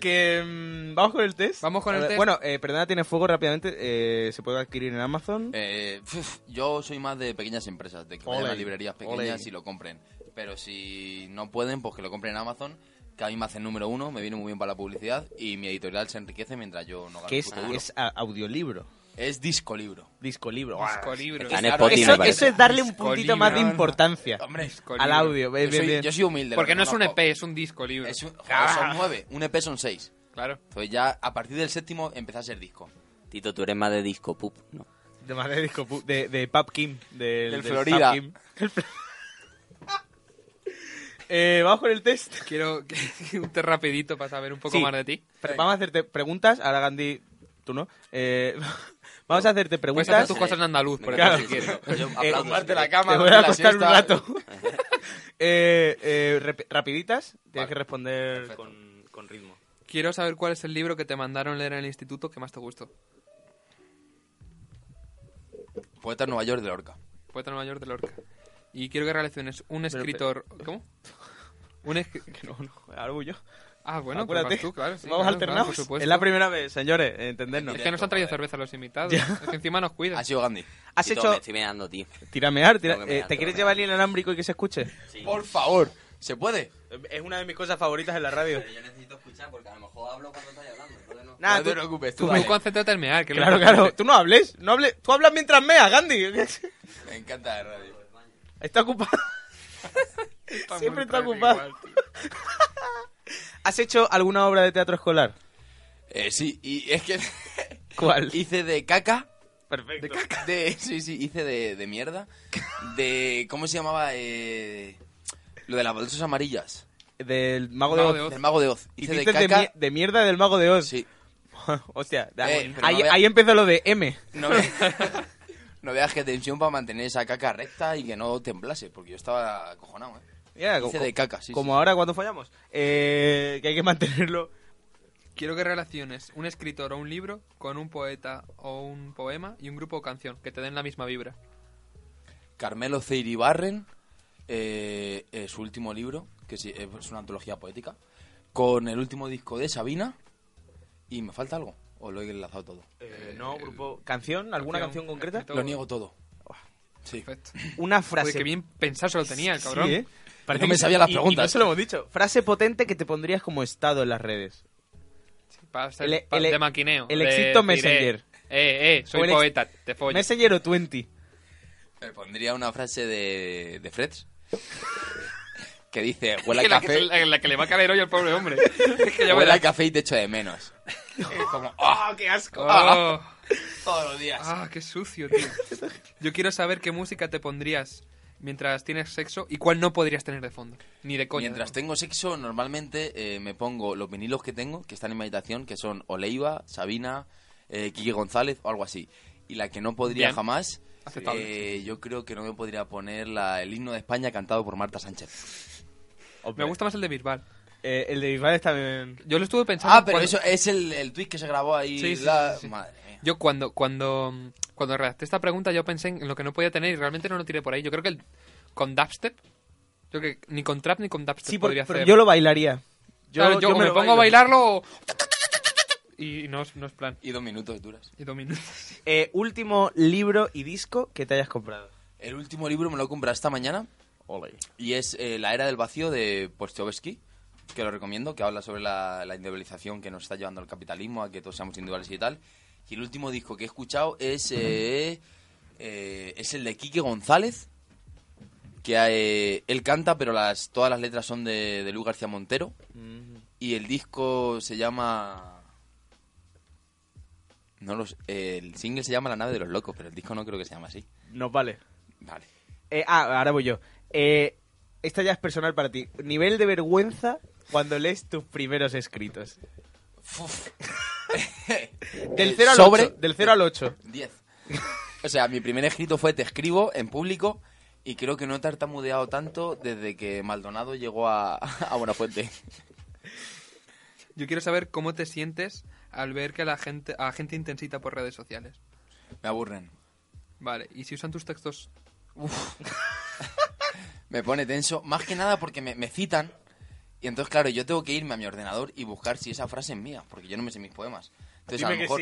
[SPEAKER 4] Que mm, vamos con el test.
[SPEAKER 1] Vamos con
[SPEAKER 4] A
[SPEAKER 1] el
[SPEAKER 4] ver,
[SPEAKER 1] test.
[SPEAKER 4] Bueno, eh, perdona, tiene fuego rápidamente. eh, se puede adquirir en Amazon.
[SPEAKER 5] Eh, pf, yo soy más de pequeñas empresas, de que vayan
[SPEAKER 4] Ole.
[SPEAKER 5] a librerías pequeñas
[SPEAKER 4] Ole.
[SPEAKER 5] y lo compren. Pero si no pueden, pues que lo compren en Amazon, que a mí me hacen número uno, me viene muy bien para la publicidad y mi editorial se enriquece mientras yo no gano
[SPEAKER 4] que
[SPEAKER 5] un
[SPEAKER 4] es,
[SPEAKER 5] puto duro.
[SPEAKER 4] es a- audiolibro,
[SPEAKER 5] Es disco libro.
[SPEAKER 4] discolibro.
[SPEAKER 1] Discolibro.
[SPEAKER 3] Está en
[SPEAKER 5] Claro,
[SPEAKER 3] Spotify,
[SPEAKER 4] Eso,
[SPEAKER 3] me parece.
[SPEAKER 4] eso es darle un puntito
[SPEAKER 1] Discolibro.
[SPEAKER 4] más de importancia
[SPEAKER 5] Hombre,
[SPEAKER 4] al audio. Bien,
[SPEAKER 5] yo
[SPEAKER 4] bien,
[SPEAKER 5] soy,
[SPEAKER 4] bien.
[SPEAKER 5] yo soy humilde. lo
[SPEAKER 1] Porque no es un E Ah. EP,
[SPEAKER 5] reconozco.
[SPEAKER 1] es un disco libre.
[SPEAKER 5] Es un- joder, son nueve, un EP son seis.
[SPEAKER 1] Claro.
[SPEAKER 5] Entonces ya a partir del séptimo empieza a ser disco.
[SPEAKER 3] Tito, tú eres más de disco, pup. No.
[SPEAKER 4] De más de disco pu- de, de Pap Kim, del, del
[SPEAKER 5] Del Florida.
[SPEAKER 4] Pap Kim. El Fl- eh, vamos con el test.
[SPEAKER 1] Quiero que- un test rapidito para saber un poco
[SPEAKER 4] Sí.
[SPEAKER 1] más de ti.
[SPEAKER 4] Pre- Vamos a hacerte preguntas. Ahora Gandhi, tú no. Eh, vamos a hacerte
[SPEAKER 1] Puedes
[SPEAKER 4] preguntas.
[SPEAKER 1] hacer tus cosas en andaluz, por ejemplo,
[SPEAKER 4] Claro.
[SPEAKER 1] si quieres.
[SPEAKER 3] Yo
[SPEAKER 4] Eh,
[SPEAKER 3] aplaudo.
[SPEAKER 5] Parte la cama,
[SPEAKER 4] Te voy a
[SPEAKER 5] la
[SPEAKER 4] acostar un
[SPEAKER 5] siesta.
[SPEAKER 4] rato. Eh, eh, rep- rapiditas, tienes que responder
[SPEAKER 5] perfecto.
[SPEAKER 4] con, con ritmo.
[SPEAKER 1] Quiero saber cuál es el libro que te mandaron leer en el instituto que más te gustó.
[SPEAKER 5] Poeta en Nueva York de Lorca.
[SPEAKER 1] Poeta Nueva York de Lorca. Y quiero que relaciones un escritor... ¿Cómo? Un escri- que no, no.
[SPEAKER 4] Ahora voy yo.
[SPEAKER 1] Ah, bueno, pues
[SPEAKER 4] Acuérdate,
[SPEAKER 1] vas tú, claro. sí, claro,
[SPEAKER 4] vamos
[SPEAKER 1] claro,
[SPEAKER 4] alternados.
[SPEAKER 1] por supuesto.
[SPEAKER 4] es la primera vez, señores, entendernos.
[SPEAKER 1] Es que nos han traído cerveza los invitados. Es que encima nos
[SPEAKER 5] Ha
[SPEAKER 1] cuidan.
[SPEAKER 5] sido Gandhi.
[SPEAKER 4] Has
[SPEAKER 3] Y todo,
[SPEAKER 4] hecho-
[SPEAKER 3] Me estoy meando, tío.
[SPEAKER 4] Tírame ar, tira-
[SPEAKER 3] Tengo que mear,
[SPEAKER 4] eh, ¿Te
[SPEAKER 3] tengo
[SPEAKER 4] quieres
[SPEAKER 3] que
[SPEAKER 4] llevar el inalámbrico y que se escuche?
[SPEAKER 5] Por favor, ¿se puede?
[SPEAKER 4] Es una de mis cosas favoritas en la radio.
[SPEAKER 3] yo necesito escuchar porque a lo mejor hablo cuando estás hablando.
[SPEAKER 4] Nada,
[SPEAKER 5] no
[SPEAKER 4] tú-
[SPEAKER 5] te preocupes, tú,
[SPEAKER 1] Tú
[SPEAKER 5] dale.
[SPEAKER 1] concéntrate en mear, que es lo
[SPEAKER 4] Claro,
[SPEAKER 1] importante.
[SPEAKER 4] claro. Tú no hables. No hables. Tú hablas mientras meas, Gandhi.
[SPEAKER 5] Me encanta la radio.
[SPEAKER 4] Está ocupado. Siempre está ocupado. ¿Has hecho alguna obra de teatro escolar?
[SPEAKER 5] Eh, sí, y es que
[SPEAKER 4] ¿Cuál?
[SPEAKER 5] hice de caca,
[SPEAKER 4] Perfecto.
[SPEAKER 5] de caca, de, sí, sí, hice de, de mierda, de, ¿cómo se llamaba? Eh, lo de las baldosas amarillas,
[SPEAKER 4] Del mago,
[SPEAKER 1] Mago
[SPEAKER 4] de
[SPEAKER 1] de
[SPEAKER 4] Oz.
[SPEAKER 1] Oz.
[SPEAKER 5] del mago de Oz. Hice de
[SPEAKER 4] Hiciste de,
[SPEAKER 5] caca,
[SPEAKER 4] mi- de mierda del mago de Oz.
[SPEAKER 5] sí,
[SPEAKER 4] Hostia, da-
[SPEAKER 5] Eh, pero
[SPEAKER 4] ahí,
[SPEAKER 5] no vea-
[SPEAKER 4] ahí empezó lo de M.
[SPEAKER 5] no, ve- no veas que tensión para mantener esa caca recta y que no temblase, porque yo estaba acojonado, ¿eh?
[SPEAKER 4] Ya,
[SPEAKER 5] Hice
[SPEAKER 4] co-
[SPEAKER 5] de caca, sí,
[SPEAKER 4] Ah, Como
[SPEAKER 5] sí.
[SPEAKER 4] ahora cuando fallamos. Eh, que hay que mantenerlo.
[SPEAKER 1] Quiero que relaciones un escritor o un libro con un poeta o un poema y un grupo o canción que te den la misma vibra.
[SPEAKER 5] Carmelo Ceiribarren, eh, eh, su último libro, que sí, eh, es una antología poética, con el último disco de Sabina, y me falta algo, o lo he enlazado todo.
[SPEAKER 4] Eh, no, grupo. ¿Canción? ¿Alguna canción,
[SPEAKER 1] canción
[SPEAKER 4] concreta?
[SPEAKER 1] escritor.
[SPEAKER 5] Lo niego todo. Sí.
[SPEAKER 1] Perfecto.
[SPEAKER 4] Una
[SPEAKER 1] Joder,
[SPEAKER 4] frase.
[SPEAKER 1] que bien pensado se lo tenía el
[SPEAKER 4] Sí,
[SPEAKER 1] cabrón.
[SPEAKER 4] ¿eh? Parece
[SPEAKER 5] No me
[SPEAKER 4] que-
[SPEAKER 5] sabía las
[SPEAKER 4] y- y
[SPEAKER 5] preguntas.
[SPEAKER 4] no se lo hemos dicho. Frase potente que te pondrías como estado en las redes.
[SPEAKER 1] Para ser-
[SPEAKER 4] El-
[SPEAKER 1] para-
[SPEAKER 4] el-
[SPEAKER 1] de maquineo.
[SPEAKER 4] el
[SPEAKER 1] de- diré,
[SPEAKER 4] éxito Messenger.
[SPEAKER 1] Eh, eh,
[SPEAKER 4] O
[SPEAKER 1] soy
[SPEAKER 4] el ex-
[SPEAKER 1] poeta, te follo.
[SPEAKER 4] Messenger o Twenty.
[SPEAKER 5] Me pondría una frase de, de Freds que dice, huele
[SPEAKER 1] Que
[SPEAKER 5] a
[SPEAKER 1] la, que,
[SPEAKER 5] café,
[SPEAKER 1] la- la que le va a caer hoy al pobre hombre. Es que ya
[SPEAKER 5] huele
[SPEAKER 1] verás.
[SPEAKER 5] a café y te echo de menos. Es como, ¡ah, qué asco! Ah,
[SPEAKER 1] Oh,
[SPEAKER 5] todos los días.
[SPEAKER 1] ah, qué sucio, tío. Yo quiero saber qué música te pondrías mientras tienes sexo y cuál no podrías tener de fondo. Ni de coña.
[SPEAKER 5] Mientras
[SPEAKER 1] de
[SPEAKER 5] tengo sexo, normalmente eh, me pongo los vinilos que tengo, que están en mi habitación, que son Oleiva, Sabina, eh, Quique González o algo así. Y la que no podría
[SPEAKER 1] Bien.
[SPEAKER 5] jamás,
[SPEAKER 1] Aceptable.
[SPEAKER 5] eh, yo creo que no me podría poner la, el himno de España cantado por Marta Sánchez.
[SPEAKER 1] Me gusta más el de Bisbal.
[SPEAKER 4] Eh, el de Bisbal está bien.
[SPEAKER 1] Yo lo estuve pensando.
[SPEAKER 5] Ah, pero
[SPEAKER 1] cuando-
[SPEAKER 5] eso es el, el tweet que se grabó ahí.
[SPEAKER 1] Sí, sí,
[SPEAKER 5] la-
[SPEAKER 1] sí, sí.
[SPEAKER 5] Madre mía.
[SPEAKER 1] Yo cuando, cuando, cuando redacté esta pregunta yo pensé en lo que no podía tener y realmente no lo tiré por ahí. Yo creo que el- con dubstep, yo creo que ni con trap ni con dubstep
[SPEAKER 4] Sí, por-
[SPEAKER 1] podría
[SPEAKER 4] pero
[SPEAKER 1] hacer.
[SPEAKER 4] yo lo bailaría.
[SPEAKER 1] Claro, yo, o me,
[SPEAKER 4] lo
[SPEAKER 1] pongo a
[SPEAKER 4] bailo.
[SPEAKER 1] bailarlo o- y no, es- no es plan.
[SPEAKER 5] Y dos minutos duras.
[SPEAKER 1] Y dos minutos.
[SPEAKER 4] Eh, último libro y disco que te hayas comprado.
[SPEAKER 5] El último libro me lo he comprado esta mañana y es eh, La Era del Vacío de Postobesky, que lo recomiendo, que habla sobre la, la individualización que nos está llevando el capitalismo, a que todos seamos individuales y tal. Y el último disco que he escuchado es, eh, eh, es el de Quique González, que eh, él canta, pero las, todas las letras son de, de Luis García Montero. Y el disco se llama... No lo sé, eh, el single se llama La nave de los locos, pero el disco no creo que se llama así.
[SPEAKER 4] Nos vale.
[SPEAKER 5] Vale.
[SPEAKER 4] Eh, ah, ahora voy yo. Eh, esta ya es personal para ti. Nivel de vergüenza cuando lees tus primeros escritos. del 0 al
[SPEAKER 5] Eh, Sobre-
[SPEAKER 4] 8. Del 0 al 8.
[SPEAKER 5] 10. O sea, mi primer escrito fue Te escribo en público y creo que no he tartamudeado tanto desde que Maldonado llegó a, a Buenafuente.
[SPEAKER 1] Yo quiero saber cómo te sientes al ver que la gente, a gente intensita por redes sociales.
[SPEAKER 5] Me aburren.
[SPEAKER 1] Vale, y si usan tus textos,
[SPEAKER 5] Me pone tenso, más que nada porque me, me citan. Y entonces, claro, yo tengo que irme a mi ordenador y buscar si esa frase es mía, porque yo no me sé mis poemas. Entonces, Pues a lo mejor,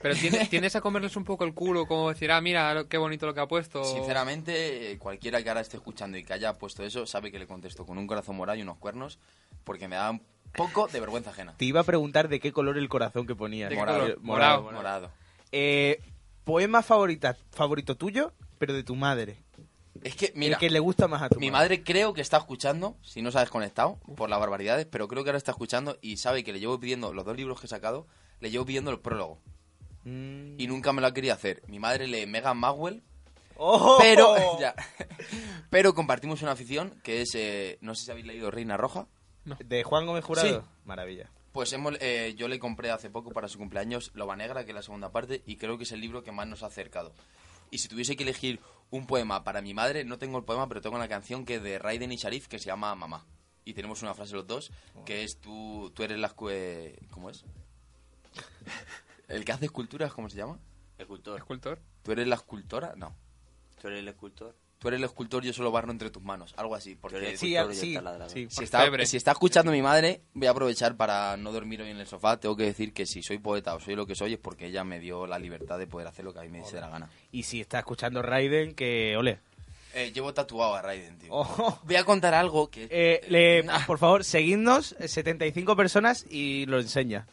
[SPEAKER 1] pero tiendes, tiendes a comerles un poco el culo, como decir, ah, mira lo- qué bonito lo que ha puesto.
[SPEAKER 5] sinceramente, eh, cualquiera que ahora esté escuchando y que haya puesto eso, sabe que le contesto con un corazón morado y unos cuernos, porque me da un poco de vergüenza ajena.
[SPEAKER 4] Te iba a preguntar de qué color el corazón que ponía.
[SPEAKER 1] ¿De qué
[SPEAKER 4] Morado.
[SPEAKER 1] color?
[SPEAKER 4] Morado.
[SPEAKER 1] Morado.
[SPEAKER 5] Morado.
[SPEAKER 4] Eh, poema favorita, favorito tuyo, pero de tu madre.
[SPEAKER 5] Es que, mira.
[SPEAKER 4] El que le gusta más a tu
[SPEAKER 5] Mi madre creo que está escuchando, si no se ha desconectado por las barbaridades, pero creo que ahora está escuchando y sabe que le llevo pidiendo los dos libros que he sacado, le llevo pidiendo el prólogo.
[SPEAKER 4] Mm.
[SPEAKER 5] Y nunca me lo ha querido hacer. Mi madre lee Megan Maxwell,
[SPEAKER 4] ¡Ojo!
[SPEAKER 5] pero, ya. pero compartimos una afición que es, eh, no sé si habéis leído Reina Roja.
[SPEAKER 4] De Juan Gómez Jurado.
[SPEAKER 5] Sí.
[SPEAKER 4] Maravilla.
[SPEAKER 5] Pues hemos, eh, yo le compré hace poco para su cumpleaños Loba Negra, que es la segunda parte, y creo que es el libro que más nos ha acercado. Y si tuviese que elegir un poema para mi madre, no tengo el poema, pero tengo una canción que es de Raiden y Sharif que se llama Mamá. Y tenemos una frase los dos, que es tú, tú eres la... escu- eh, ¿Cómo es? El que hace esculturas, ¿cómo se llama?
[SPEAKER 3] Escultor.
[SPEAKER 1] Escultor.
[SPEAKER 5] ¿Tú eres la escultora? No.
[SPEAKER 3] ¿Tú eres el escultor?
[SPEAKER 5] tú eres el escultor, yo solo barro entre tus manos. Algo así, porque
[SPEAKER 4] Sí,
[SPEAKER 3] Escultor
[SPEAKER 4] ah,
[SPEAKER 3] y
[SPEAKER 4] sí,
[SPEAKER 3] el taladrador.
[SPEAKER 4] sí.
[SPEAKER 5] si, está,
[SPEAKER 1] orfebre.
[SPEAKER 5] si está escuchando mi madre, voy a aprovechar para no dormir hoy en el sofá. Tengo que decir que si soy poeta o soy lo que soy es porque ella me dio la libertad de poder hacer lo que a mí me dice la gana.
[SPEAKER 4] Y si está escuchando Raiden, que ole.
[SPEAKER 5] Eh, llevo tatuado a Raiden, tío.
[SPEAKER 4] Ojo.
[SPEAKER 5] Voy a contar algo que...
[SPEAKER 4] Oh.
[SPEAKER 5] Ah,
[SPEAKER 4] Eh, le-
[SPEAKER 5] Nah.
[SPEAKER 4] por favor, seguidnos, eh, 75 personas y lo enseña.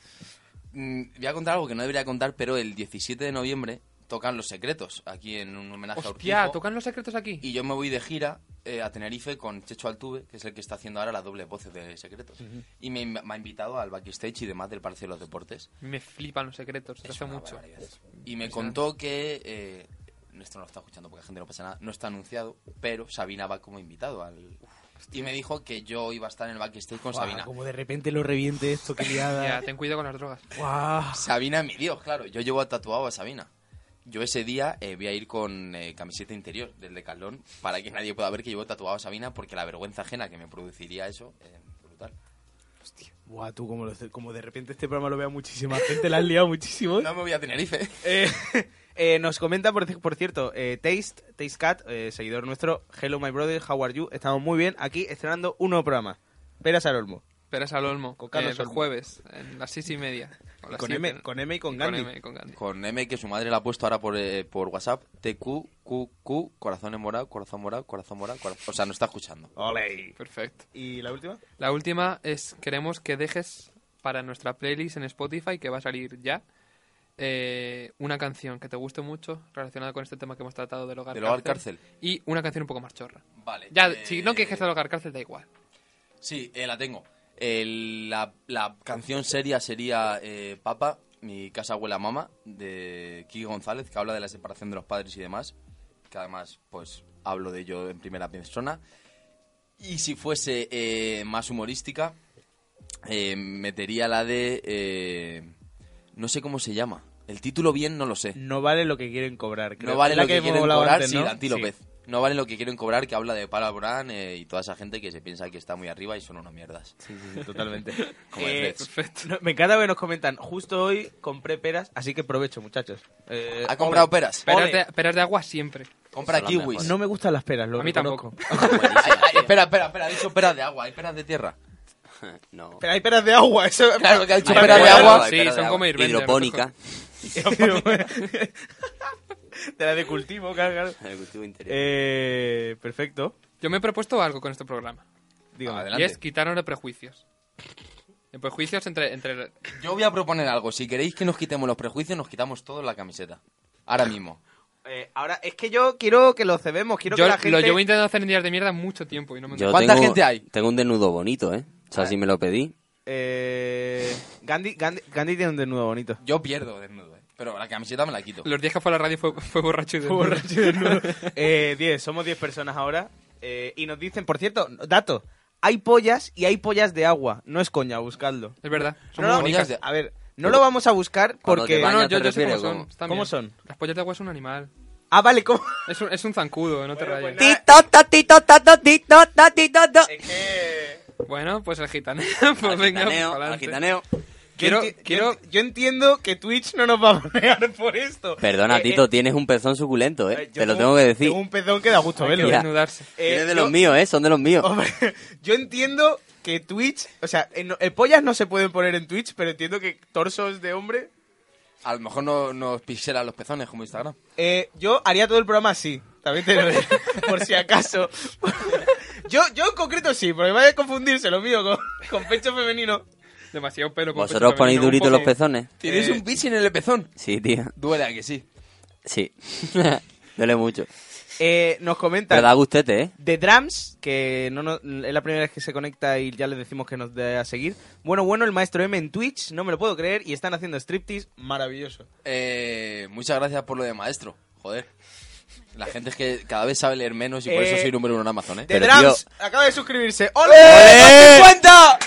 [SPEAKER 5] Mm, voy a contar algo que no debería contar, pero el 17 de noviembre tocan Los Secretos, aquí en un homenaje a
[SPEAKER 1] Hostia,
[SPEAKER 5] Urquijo.
[SPEAKER 1] ¿tocan los secretos aquí?
[SPEAKER 5] Y yo me voy de gira eh, a Tenerife con Checho Altuve, que es el que está haciendo ahora las dobles voces de Secretos. Y me, inv- me ha invitado al backstage y demás del Parque de los Deportes.
[SPEAKER 1] Me flipan los secretos, te
[SPEAKER 5] Es
[SPEAKER 1] hace
[SPEAKER 5] una
[SPEAKER 1] mucho.
[SPEAKER 5] barbaridad. Y me contó que... eh, esto no lo está escuchando porque la gente no pasa nada. No está anunciado, pero Sabina va como invitado al... Y me dijo que yo iba a estar en el backstage con Sabina.
[SPEAKER 4] como de repente lo reviente esto, que
[SPEAKER 1] Ya,
[SPEAKER 4] liada.
[SPEAKER 1] ten cuidado con las drogas.
[SPEAKER 4] Guau.
[SPEAKER 5] Sabina, mi Dios, claro. Yo llevo tatuado a Sabina. Yo ese día eh, voy a ir con eh, camiseta interior del Decathlon para que nadie pueda ver que llevo tatuado a Sabina porque la vergüenza ajena que me produciría eso eh, brutal.
[SPEAKER 4] Guau, tú, como, lo- como de repente este programa lo vea muchísima gente, la has liado muchísimo.
[SPEAKER 5] No me voy a Tenerife.
[SPEAKER 4] Eh, eh, nos comenta, por, por cierto, eh, Taste, Taste Cat, eh, seguidor nuestro, Hello My Brother, How Are You? Estamos muy bien aquí estrenando un nuevo programa. Peras al Olmo.
[SPEAKER 1] Pero es al Olmo,
[SPEAKER 4] Con Carlos
[SPEAKER 1] eh, los
[SPEAKER 4] Olmo.
[SPEAKER 1] jueves, en las seis y media. o
[SPEAKER 4] Y
[SPEAKER 1] las
[SPEAKER 4] con
[SPEAKER 1] siete,
[SPEAKER 4] M,
[SPEAKER 1] ¿no?
[SPEAKER 4] con M y con
[SPEAKER 1] Y
[SPEAKER 4] Gandhi.
[SPEAKER 1] Con M y con Gandhi.
[SPEAKER 5] Con M que su madre la ha puesto ahora por, eh, por WhatsApp. TQQQ, corazón en morado, corazón morado, corazón morado, corazón... O sea, no está escuchando.
[SPEAKER 4] Ole.
[SPEAKER 1] Perfecto.
[SPEAKER 4] ¿Y la última?
[SPEAKER 1] La última es, queremos que dejes para nuestra playlist en Spotify, que va a salir ya, eh, una canción que te guste mucho relacionada con este tema que hemos tratado del hogar,
[SPEAKER 5] Del hogar cárcel.
[SPEAKER 1] Y una canción un poco más chorra.
[SPEAKER 5] Vale.
[SPEAKER 1] Ya,
[SPEAKER 5] eh,
[SPEAKER 1] si no quieres que sea del hogar cárcel, da igual.
[SPEAKER 5] Sí, eh, la tengo. El- la, la canción seria sería eh, Papa, mi casa abuela mama, de Kiki González, que habla de la separación de los padres y demás. Que además, pues, hablo de ello en primera persona. Y si fuese eh, más humorística, eh, metería la de... eh, no sé cómo se llama. El título bien no lo sé.
[SPEAKER 4] No vale lo que quieren cobrar. creo.
[SPEAKER 5] No vale
[SPEAKER 4] Mm, Es la
[SPEAKER 5] lo que,
[SPEAKER 4] hemos
[SPEAKER 5] quieren
[SPEAKER 4] hablado
[SPEAKER 5] cobrar,
[SPEAKER 4] antes,
[SPEAKER 5] sí,
[SPEAKER 4] ¿no?
[SPEAKER 5] de Antí López. No vale lo que quieren cobrar, que habla de Pablo Alborán eh, y toda esa gente que se piensa que está muy arriba y son unas mierdas.
[SPEAKER 4] Sí, sí, sí, totalmente. Eh,
[SPEAKER 5] Como en Reds.
[SPEAKER 1] Perfecto.
[SPEAKER 4] no, me encanta que nos comentan, justo hoy compré peras, así que provecho, muchachos. Eh,
[SPEAKER 5] ¿Ha comprado
[SPEAKER 4] ole.
[SPEAKER 5] peras?
[SPEAKER 4] Pe-
[SPEAKER 1] Peras de,
[SPEAKER 4] Ole.
[SPEAKER 1] peras de agua siempre.
[SPEAKER 5] Compra
[SPEAKER 3] Son las
[SPEAKER 5] kiwis.
[SPEAKER 3] mejores.
[SPEAKER 4] No me gustan las peras, lo
[SPEAKER 1] A mí
[SPEAKER 4] reconozco.
[SPEAKER 1] tampo.
[SPEAKER 5] Ay, ay, espera, espera, espera. Ha dicho peras de agua, hay peras de tierra.
[SPEAKER 3] No.
[SPEAKER 4] Pero hay peras de agua, eso
[SPEAKER 5] Claro, que ha dicho
[SPEAKER 3] Hay
[SPEAKER 5] peras
[SPEAKER 3] peras
[SPEAKER 5] de
[SPEAKER 3] de
[SPEAKER 5] agua.
[SPEAKER 3] agua, hay
[SPEAKER 1] Sí,
[SPEAKER 3] peras de
[SPEAKER 1] son
[SPEAKER 3] agua.
[SPEAKER 1] como Irvende,
[SPEAKER 3] Hidropónica.
[SPEAKER 4] De la de cultivo, claro, claro.
[SPEAKER 3] El cultivo interior.
[SPEAKER 4] Eh, perfecto.
[SPEAKER 1] Yo me he propuesto algo con este programa.
[SPEAKER 4] Dígame.
[SPEAKER 5] Adelante.
[SPEAKER 1] Y es quitarnos de prejuicios. De prejuicios entre... entre
[SPEAKER 5] Yo voy a proponer algo. Si queréis que nos quitemos los prejuicios, nos quitamos todos la camiseta. Ahora mismo.
[SPEAKER 4] Eh, ahora, es que yo quiero que lo cebemos, quiero
[SPEAKER 1] yo
[SPEAKER 4] que la gente...
[SPEAKER 1] lo llevo intentando hacer en días de mierda mucho tiempo y no me...
[SPEAKER 3] Yo
[SPEAKER 5] ¿Cuánta
[SPEAKER 3] tengo-
[SPEAKER 5] gente hay?
[SPEAKER 3] Tengo un desnudo bonito, ¿eh? O sea, si me lo pedí.
[SPEAKER 4] Eh, Gandhi, Gandhi, Gandhi tiene un desnudo bonito.
[SPEAKER 5] Yo pierdo desnudo, eh. Pero la camiseta me la quito.
[SPEAKER 1] Los días que fue a la radio fue, fue borracho y desnudo.
[SPEAKER 4] Eh, 10, somos 10 personas ahora. eh, y nos dicen, por cierto, dato, hay pollas y hay pollas de agua. No es coña, buscadlo.
[SPEAKER 1] Es verdad. Son
[SPEAKER 4] No,
[SPEAKER 1] muy
[SPEAKER 4] no,
[SPEAKER 1] bonitas.
[SPEAKER 5] de-
[SPEAKER 4] a ver, no lo vamos a buscar
[SPEAKER 3] Cuando
[SPEAKER 4] porque...
[SPEAKER 3] te bañas-
[SPEAKER 1] No, Eh,
[SPEAKER 3] ¿A
[SPEAKER 1] no,
[SPEAKER 3] qué
[SPEAKER 1] yo,
[SPEAKER 3] te
[SPEAKER 1] yo sé cómo
[SPEAKER 3] refieres?
[SPEAKER 1] son.
[SPEAKER 3] ¿Cómo?
[SPEAKER 1] están
[SPEAKER 4] ¿Cómo
[SPEAKER 1] bien.
[SPEAKER 4] son?
[SPEAKER 1] Las pollas de agua es un animal.
[SPEAKER 4] Ah, vale, ¿cómo?
[SPEAKER 1] Es un, es un zancudo, no te
[SPEAKER 4] Bueno,
[SPEAKER 1] rayes.
[SPEAKER 4] pues nada. Es que...
[SPEAKER 1] Bueno, pues el gitaneo. Pues venga,
[SPEAKER 3] Gitaneo,
[SPEAKER 1] pa'lante.
[SPEAKER 3] al gitaneo.
[SPEAKER 1] Quiero,
[SPEAKER 4] yo, enti-
[SPEAKER 1] quiero...
[SPEAKER 4] yo enti- yo entiendo que Twitch no nos va a banear por esto.
[SPEAKER 3] Perdona,
[SPEAKER 4] Eh,
[SPEAKER 3] Tito,
[SPEAKER 4] eh,
[SPEAKER 3] tienes un pezón suculento, ¿eh?
[SPEAKER 4] yo
[SPEAKER 3] Te lo tengo que decir.
[SPEAKER 4] Tengo un pezón que da gusto
[SPEAKER 1] Hay que
[SPEAKER 4] verlo.
[SPEAKER 3] Ya.
[SPEAKER 1] desnudarse.
[SPEAKER 4] Eh,
[SPEAKER 3] Eres de
[SPEAKER 4] yo-
[SPEAKER 3] los míos, ¿eh? Son de los míos.
[SPEAKER 4] Hombre, yo entiendo que Twitch, o sea, en- eh, pollas no se pueden poner en Twitch, pero entiendo que torsos de hombre.
[SPEAKER 5] A lo mejor no, nos pixelan los pezones como Instagram.
[SPEAKER 4] Eh, yo haría todo el programa así, también te lo digo, por si acaso. yo, yo en concreto sí, porque vaya a confundirse lo mío con, con pecho femenino.
[SPEAKER 1] Demasiado pelo. con
[SPEAKER 3] ¿Vosotros
[SPEAKER 1] pecho
[SPEAKER 3] ponéis
[SPEAKER 1] femenino, un
[SPEAKER 3] duritos los
[SPEAKER 1] poco.
[SPEAKER 3] pezones?
[SPEAKER 5] ¿Tienes un piercing en el pezón?
[SPEAKER 3] Sí, tío.
[SPEAKER 5] Eh, Duele a que sí.
[SPEAKER 3] Sí. Duele mucho.
[SPEAKER 4] Eh, nos comenta
[SPEAKER 3] Pero da gustete, ¿eh?
[SPEAKER 4] The Drums, que no nos- es la primera vez que se conecta y ya les decimos que nos dé a seguir. Bueno, bueno, el maestro M en Twitch, no me lo puedo creer, y están haciendo striptease maravilloso.
[SPEAKER 5] Eh, muchas gracias por lo de maestro. Joder. La gente es que cada vez sabe leer menos y por
[SPEAKER 4] Eh,
[SPEAKER 5] eso soy número uno en Amazon, ¿eh?
[SPEAKER 4] The
[SPEAKER 3] Pero,
[SPEAKER 4] Drams acaba de suscribirse. ¡Ole!
[SPEAKER 3] ¡Ole!
[SPEAKER 4] ¡Cuenta!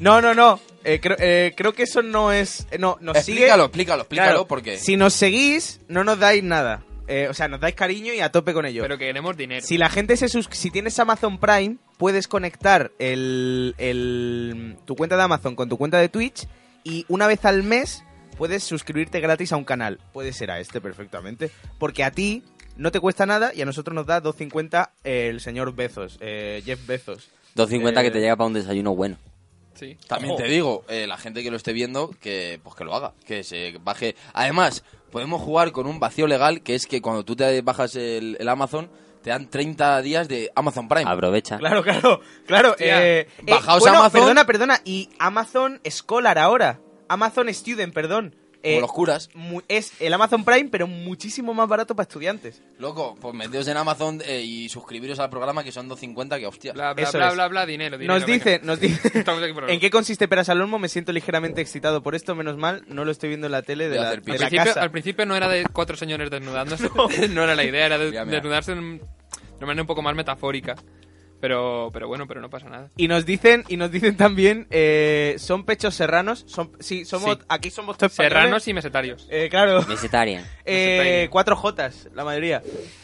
[SPEAKER 4] No, no, no. Eh, creo, eh, creo que eso no es. eh, No, nos sigue.
[SPEAKER 5] Explícalo, explícalo, explícalo
[SPEAKER 4] Claro,
[SPEAKER 5] porque...
[SPEAKER 4] Si nos seguís, no nos dais nada. Eh, o sea, nos dais cariño y a tope con ello.
[SPEAKER 1] Pero que queremos dinero.
[SPEAKER 4] si la gente se sus- si tienes Amazon Prime, puedes conectar el, el- tu cuenta de Amazon con tu cuenta de Twitch y una vez al mes puedes suscribirte gratis a un canal. Puede ser a este perfectamente, porque a ti No te cuesta nada y a nosotros nos da 2.50 el señor Bezos, eh, Jeff Bezos.
[SPEAKER 3] 250 que
[SPEAKER 4] Eh,
[SPEAKER 3] te llega para un desayuno bueno.
[SPEAKER 1] Sí.
[SPEAKER 5] También te digo, eh, la gente que lo esté viendo, que pues que lo haga, que se baje. Además, podemos jugar con un vacío legal, que es que cuando tú te bajas el, el Amazon, te dan 30 días de Amazon Prime.
[SPEAKER 3] Aprovecha.
[SPEAKER 4] Claro, claro, claro.
[SPEAKER 1] Hostia.
[SPEAKER 4] eh, eh,
[SPEAKER 5] Bajaos
[SPEAKER 4] bueno,
[SPEAKER 5] Amazon.
[SPEAKER 4] Perdona, perdona. Y Amazon Scholar ahora. Amazon Student, perdón. Eh,
[SPEAKER 5] Como los curas.
[SPEAKER 4] mu- es el Amazon Prime, pero muchísimo más barato para estudiantes.
[SPEAKER 5] Loco, pues meteos en Amazon eh, y suscribiros al programa, que son 2.50, que hostia.
[SPEAKER 1] Bla, bla,
[SPEAKER 4] Eso
[SPEAKER 1] bla,
[SPEAKER 4] es.
[SPEAKER 1] bla, bla, dinero, dinero.
[SPEAKER 4] nos
[SPEAKER 1] venga.
[SPEAKER 4] dice, nos dice.
[SPEAKER 1] Estamos aquí por algo.
[SPEAKER 4] ¿En qué consiste Peras al Olmo? Me siento ligeramente excitado por esto, menos mal, no lo estoy viendo en la tele de
[SPEAKER 5] Voy a
[SPEAKER 4] la,
[SPEAKER 5] hacer pis.
[SPEAKER 4] de
[SPEAKER 1] Al
[SPEAKER 4] la
[SPEAKER 1] principio,
[SPEAKER 4] casa.
[SPEAKER 1] al principio no era de cuatro señores desnudándose. No, era la idea, era de-
[SPEAKER 5] Mira, mira.
[SPEAKER 1] desnudarse de un- de una manera un poco más metafórica. Pero, pero bueno, pero no pasa nada.
[SPEAKER 4] Y nos dicen, y nos dicen también, eh, son pechos serranos, son, sí, somos,
[SPEAKER 1] Sí.
[SPEAKER 4] aquí somos todos
[SPEAKER 1] Serranos y mesetarios.
[SPEAKER 4] españoles. Eh, claro,
[SPEAKER 3] Visitaria.
[SPEAKER 4] eh, cuatro Jotas, la mayoría.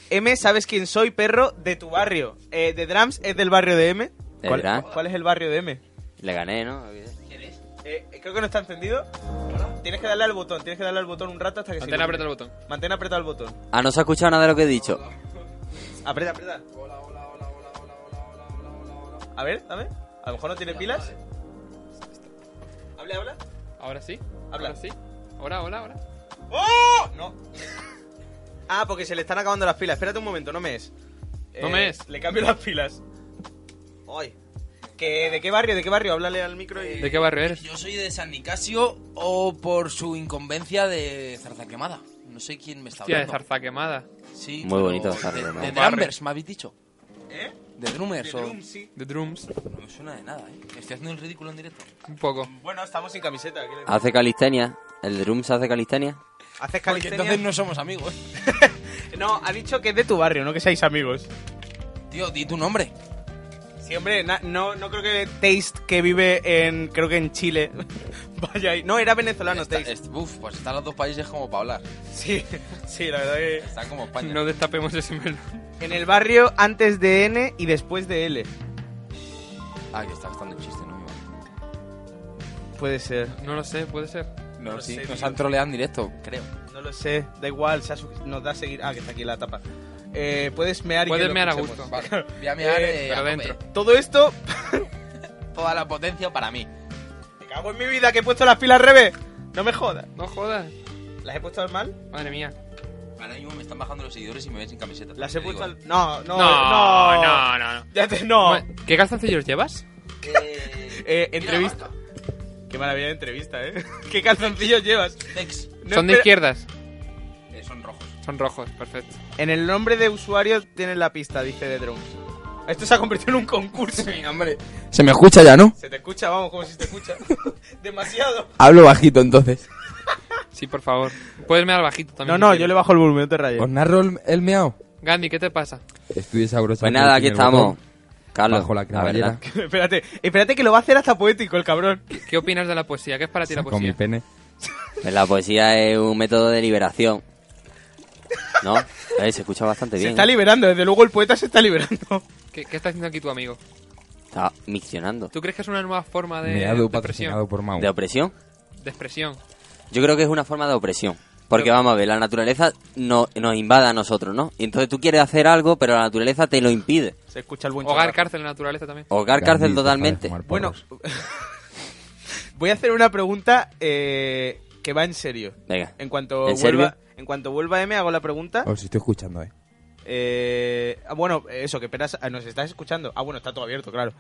[SPEAKER 4] M, sabes quién soy, perro, de tu barrio. Eh, de Drums es del barrio de M.
[SPEAKER 3] ¿De
[SPEAKER 4] ¿Cuál,
[SPEAKER 3] verdad?
[SPEAKER 4] cuál es el barrio de M?
[SPEAKER 3] Le gané, ¿no?
[SPEAKER 4] Eh, creo que no está encendido. Tienes que darle al botón, tienes que darle al botón un rato hasta que se
[SPEAKER 1] Antena,
[SPEAKER 4] ilumine.
[SPEAKER 1] aprieta el botón.
[SPEAKER 4] Mantén apretado el botón.
[SPEAKER 3] Ah, no se ha escuchado nada de lo que he dicho.
[SPEAKER 4] Aprieta, aprieta. A ver, dame. A lo mejor no tiene pilas. Habla, habla.
[SPEAKER 1] Ahora sí.
[SPEAKER 4] Habla.
[SPEAKER 1] Ahora sí. Ahora, ahora, ahora.
[SPEAKER 4] ¡Oh! No. Ah, porque se le están acabando las pilas. Espérate un momento, no me es. Eh,
[SPEAKER 1] No me es.
[SPEAKER 4] Le cambio las pilas. Ay. ¿Que, ¿De qué barrio? ¿De qué barrio? Háblale al micro
[SPEAKER 5] Eh,
[SPEAKER 4] y.
[SPEAKER 1] ¿De qué barrio eres?
[SPEAKER 5] Yo soy de San Nicasio o por su inconveniencia de Zarza Quemada. No sé quién me está
[SPEAKER 1] Hostia, de
[SPEAKER 5] hablando.
[SPEAKER 1] zarza quemada.
[SPEAKER 5] Sí,
[SPEAKER 3] Muy
[SPEAKER 5] pero
[SPEAKER 3] bonito Zarza
[SPEAKER 5] de,
[SPEAKER 3] Quemada.
[SPEAKER 5] de Drummers, me habéis dicho.
[SPEAKER 4] ¿Eh?
[SPEAKER 5] De Drummers.
[SPEAKER 4] De
[SPEAKER 5] o-
[SPEAKER 4] Drum, sí.
[SPEAKER 1] De drums.
[SPEAKER 5] No me suena de nada, ¿eh? Estoy haciendo el ridículo en directo.
[SPEAKER 1] Un poco.
[SPEAKER 4] Bueno, estamos sin camiseta. ¿qué le-
[SPEAKER 3] ¿Hace calistenia? ¿El Drum se hace calistenia? Pues
[SPEAKER 4] ¿Haces
[SPEAKER 5] Porque
[SPEAKER 4] calistenia?
[SPEAKER 5] entonces no somos amigos.
[SPEAKER 4] No, ha dicho que es de tu barrio, no que seáis amigos.
[SPEAKER 5] Tío, di tu nombre.
[SPEAKER 4] Sí, hombre, na- no, no creo que Taste, que vive en, creo que en Chile, vaya ahí. No, era venezolano
[SPEAKER 5] Está-
[SPEAKER 4] Taste.
[SPEAKER 5] es- uf, pues están los dos países como para hablar.
[SPEAKER 4] Sí, sí, la verdad que...
[SPEAKER 5] Están como España.
[SPEAKER 1] No destapemos ese melón.
[SPEAKER 4] En el barrio antes de N y después de L.
[SPEAKER 5] Ah, que está gastando el chiste, no me va.
[SPEAKER 4] Puede ser.
[SPEAKER 1] No lo sé, puede ser.
[SPEAKER 5] No,
[SPEAKER 4] lo
[SPEAKER 5] sí,
[SPEAKER 4] sé,
[SPEAKER 5] nos
[SPEAKER 4] tío.
[SPEAKER 5] han troleado en directo, creo.
[SPEAKER 4] No lo sé, da igual, se ha su- nos da a seguir... Ah, que está aquí la tapa. Eh, puedes mear y
[SPEAKER 1] Puedes
[SPEAKER 4] que lo
[SPEAKER 1] mear a
[SPEAKER 4] escuchemos.
[SPEAKER 1] gusto.
[SPEAKER 5] Vale, voy a mirar
[SPEAKER 4] Eh,
[SPEAKER 5] eh,
[SPEAKER 1] pero
[SPEAKER 5] a tope.
[SPEAKER 1] dentro.
[SPEAKER 4] Todo esto...
[SPEAKER 5] Toda la potencia para mí.
[SPEAKER 4] Me cago en mi vida, que he puesto las pilas al revés. No me jodas.
[SPEAKER 1] No jodas.
[SPEAKER 4] ¿Las he puesto al mal?
[SPEAKER 1] Madre mía.
[SPEAKER 5] Ahora mismo me están bajando los seguidores y me ven sin camiseta.
[SPEAKER 4] Las
[SPEAKER 5] Te
[SPEAKER 4] he puesto
[SPEAKER 5] digo, eh,
[SPEAKER 4] al... No, no,
[SPEAKER 1] no,
[SPEAKER 4] no.
[SPEAKER 1] no. no, no.
[SPEAKER 4] Ya te... No.
[SPEAKER 1] Ma- ¿Qué calzoncillos llevas?
[SPEAKER 5] eh,
[SPEAKER 4] Eh, entrevista. Qué maravilla de entrevista, ¿eh? ¿Qué calzoncillos llevas?
[SPEAKER 5] Tex.
[SPEAKER 4] No
[SPEAKER 1] Son de
[SPEAKER 4] espera-
[SPEAKER 1] izquierdas.
[SPEAKER 5] Eh, son rojos.
[SPEAKER 1] Son rojos, perfecto.
[SPEAKER 4] En el nombre de usuario tienen la pista, dice The Drums. Esto se ha convertido en un concurso.
[SPEAKER 5] hombre. Se me escucha ya, ¿no?
[SPEAKER 4] Se te escucha, vamos, como si te escucha. Demasiado.
[SPEAKER 5] Hablo bajito entonces.
[SPEAKER 1] Sí, por favor. Puedes mear bajito
[SPEAKER 4] No,
[SPEAKER 1] también.
[SPEAKER 4] no,
[SPEAKER 1] si
[SPEAKER 4] yo
[SPEAKER 1] quieres.
[SPEAKER 4] le bajo el volumen, no te rayes.
[SPEAKER 5] narro el, meao?
[SPEAKER 1] Gandhi, ¿qué te pasa?
[SPEAKER 5] Estoy
[SPEAKER 3] Pues
[SPEAKER 5] desabrochando.
[SPEAKER 3] nada, aquí estamos. Carlos,
[SPEAKER 6] Bajo la
[SPEAKER 3] la
[SPEAKER 6] cremallera.
[SPEAKER 3] verdad.
[SPEAKER 4] espérate, espérate que lo va a hacer hasta poético el cabrón.
[SPEAKER 1] ¿Qué opinas de la poesía? ¿Qué es para ti la
[SPEAKER 6] Con mi
[SPEAKER 1] poesía?
[SPEAKER 6] pene.
[SPEAKER 3] Pues la poesía es un método de liberación. ¿No? Eh, se escucha bastante
[SPEAKER 4] Se
[SPEAKER 3] bien.
[SPEAKER 4] está
[SPEAKER 3] ¿eh?
[SPEAKER 4] liberando, desde luego el poeta se está liberando.
[SPEAKER 1] ¿Qué, qué está haciendo aquí tu amigo?
[SPEAKER 3] Está miccionando.
[SPEAKER 1] ¿Tú crees que es una nueva forma de, de
[SPEAKER 6] Meado
[SPEAKER 1] expresión?
[SPEAKER 6] patrocinado por Mau.
[SPEAKER 3] ¿De opresión?
[SPEAKER 1] De expresión.
[SPEAKER 3] Yo creo que es una forma de opresión. Porque
[SPEAKER 1] Pero-
[SPEAKER 3] vamos a ver, la naturaleza no, nos invade a nosotros, ¿no? Y entonces tú quieres hacer algo, pero la naturaleza te lo impide.
[SPEAKER 4] Se escucha el buen
[SPEAKER 1] Hogar,
[SPEAKER 4] chaval.
[SPEAKER 1] cárcel, naturaleza también.
[SPEAKER 3] Hogar, cárcel
[SPEAKER 6] Gandhi, deja de
[SPEAKER 3] totalmente.
[SPEAKER 6] fumar
[SPEAKER 4] Bueno,
[SPEAKER 6] porros.
[SPEAKER 4] voy a hacer una pregunta eh, que va en serio.
[SPEAKER 3] Venga.
[SPEAKER 4] En cuanto,
[SPEAKER 3] ¿En
[SPEAKER 4] vuelva,
[SPEAKER 3] serio?
[SPEAKER 4] en cuanto vuelva M, hago la pregunta.
[SPEAKER 6] Os estoy escuchando, eh.
[SPEAKER 4] Eh, ah, bueno, eso, que Peras... ah, Nos estás escuchando. Ah, bueno, está todo abierto, claro.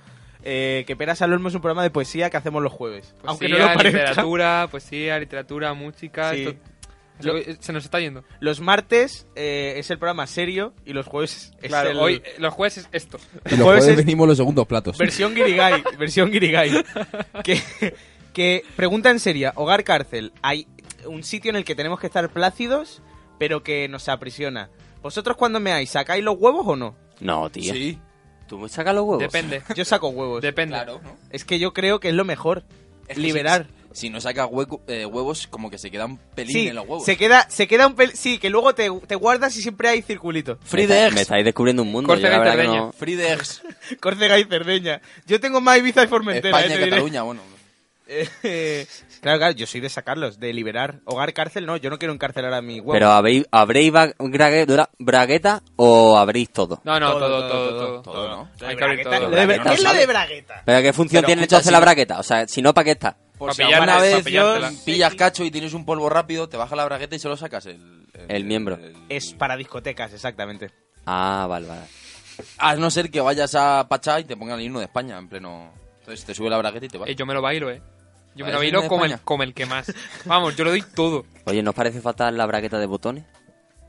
[SPEAKER 4] Eh, que Peras al Olmo es un programa de poesía que hacemos los jueves.
[SPEAKER 1] Pues
[SPEAKER 4] Aunque no lo
[SPEAKER 1] Poesía,
[SPEAKER 4] parezca.
[SPEAKER 1] literatura, poesía, literatura, música.
[SPEAKER 4] Sí.
[SPEAKER 1] esto- es lo que- se nos está yendo.
[SPEAKER 4] Los martes eh, es el programa serio y los jueves es
[SPEAKER 1] Claro,
[SPEAKER 4] el-
[SPEAKER 1] hoy eh, los jueces esto.
[SPEAKER 6] Y los
[SPEAKER 4] jueves
[SPEAKER 6] jueves
[SPEAKER 4] es-
[SPEAKER 6] venimos los segundos platos.
[SPEAKER 4] Versión Guirigay. versión Guirigay. Que, que pregunta en seria. Hogar cárcel. Hay un sitio en el que tenemos que estar plácidos, pero que nos aprisiona. ¿Vosotros cuando meáis, sacáis los huevos o no?
[SPEAKER 3] No, tío.
[SPEAKER 5] Sí,
[SPEAKER 3] ¿Tú me sacas los huevos?
[SPEAKER 1] Depende,
[SPEAKER 4] Yo saco huevos.
[SPEAKER 1] depende.
[SPEAKER 5] claro, ¿no?
[SPEAKER 4] Es que yo creo que es lo mejor.
[SPEAKER 5] Es que
[SPEAKER 4] liberar.
[SPEAKER 5] Si, si no saca hueco- eh, huevos, como que se quedan pelín
[SPEAKER 4] Sí,
[SPEAKER 5] en los huevos.
[SPEAKER 4] se queda, se queda un pel Sí, que luego te, te guardas y siempre hay circulito.
[SPEAKER 3] Me,
[SPEAKER 5] Free
[SPEAKER 3] está-
[SPEAKER 5] the
[SPEAKER 3] me
[SPEAKER 5] eggs.
[SPEAKER 3] estáis descubriendo un mundo.
[SPEAKER 1] Corte
[SPEAKER 3] yo la verdad que
[SPEAKER 1] mediterráneo.
[SPEAKER 3] no-
[SPEAKER 5] Free the eggs.
[SPEAKER 4] Córcega y Cerdeña. Yo tengo más Ibiza y Formentera,
[SPEAKER 5] España
[SPEAKER 4] eh,
[SPEAKER 5] y
[SPEAKER 4] te diré.
[SPEAKER 5] Cataluña, bueno.
[SPEAKER 4] Eh, claro, claro, yo soy de sacarlos, de liberar. Hogar, cárcel, no, yo no quiero encarcelar a mi huevo.
[SPEAKER 3] Pero ¿habéis, ¿habréis ba- grague- dra- bragueta o abrís todo?
[SPEAKER 1] No, no,
[SPEAKER 4] Todo,
[SPEAKER 1] todo,
[SPEAKER 4] todo,
[SPEAKER 1] todo, todo.
[SPEAKER 5] Todo, ¿no?
[SPEAKER 1] Hay que abrir
[SPEAKER 4] Bragueta-
[SPEAKER 1] todo.
[SPEAKER 4] lo de-
[SPEAKER 5] Bragueta
[SPEAKER 4] ¿Qué es lo
[SPEAKER 5] sale.
[SPEAKER 4] de bragueta?
[SPEAKER 3] ¿Pero qué función
[SPEAKER 5] Pero,
[SPEAKER 3] tiene
[SPEAKER 5] puta,
[SPEAKER 3] entonces
[SPEAKER 5] si
[SPEAKER 3] la
[SPEAKER 5] no-
[SPEAKER 3] bragueta? O sea, si no, ¿para qué está?
[SPEAKER 5] Por
[SPEAKER 1] Pa'
[SPEAKER 5] si
[SPEAKER 1] pillarla,
[SPEAKER 5] alguna
[SPEAKER 1] pa'
[SPEAKER 5] vez
[SPEAKER 1] pillártela.
[SPEAKER 5] Dios, pillas cacho y tienes un polvo rápido, te baja la bragueta y solo sacas el...
[SPEAKER 3] El miembro.
[SPEAKER 4] Es para discotecas, exactamente.
[SPEAKER 3] Ah, vale, vale.
[SPEAKER 5] A no ser que vayas a Pachá y te pongan el himno de España en pleno... Entonces te sube la bragueta y te va.
[SPEAKER 1] Eh, yo me lo bailo, eh. Yo me lo
[SPEAKER 5] Parece
[SPEAKER 1] bailo
[SPEAKER 5] de
[SPEAKER 1] como el,
[SPEAKER 5] España.
[SPEAKER 1] como el que más. Vamos, yo lo doy todo.
[SPEAKER 3] Oye, ¿nos parece fatal la bragueta de botones?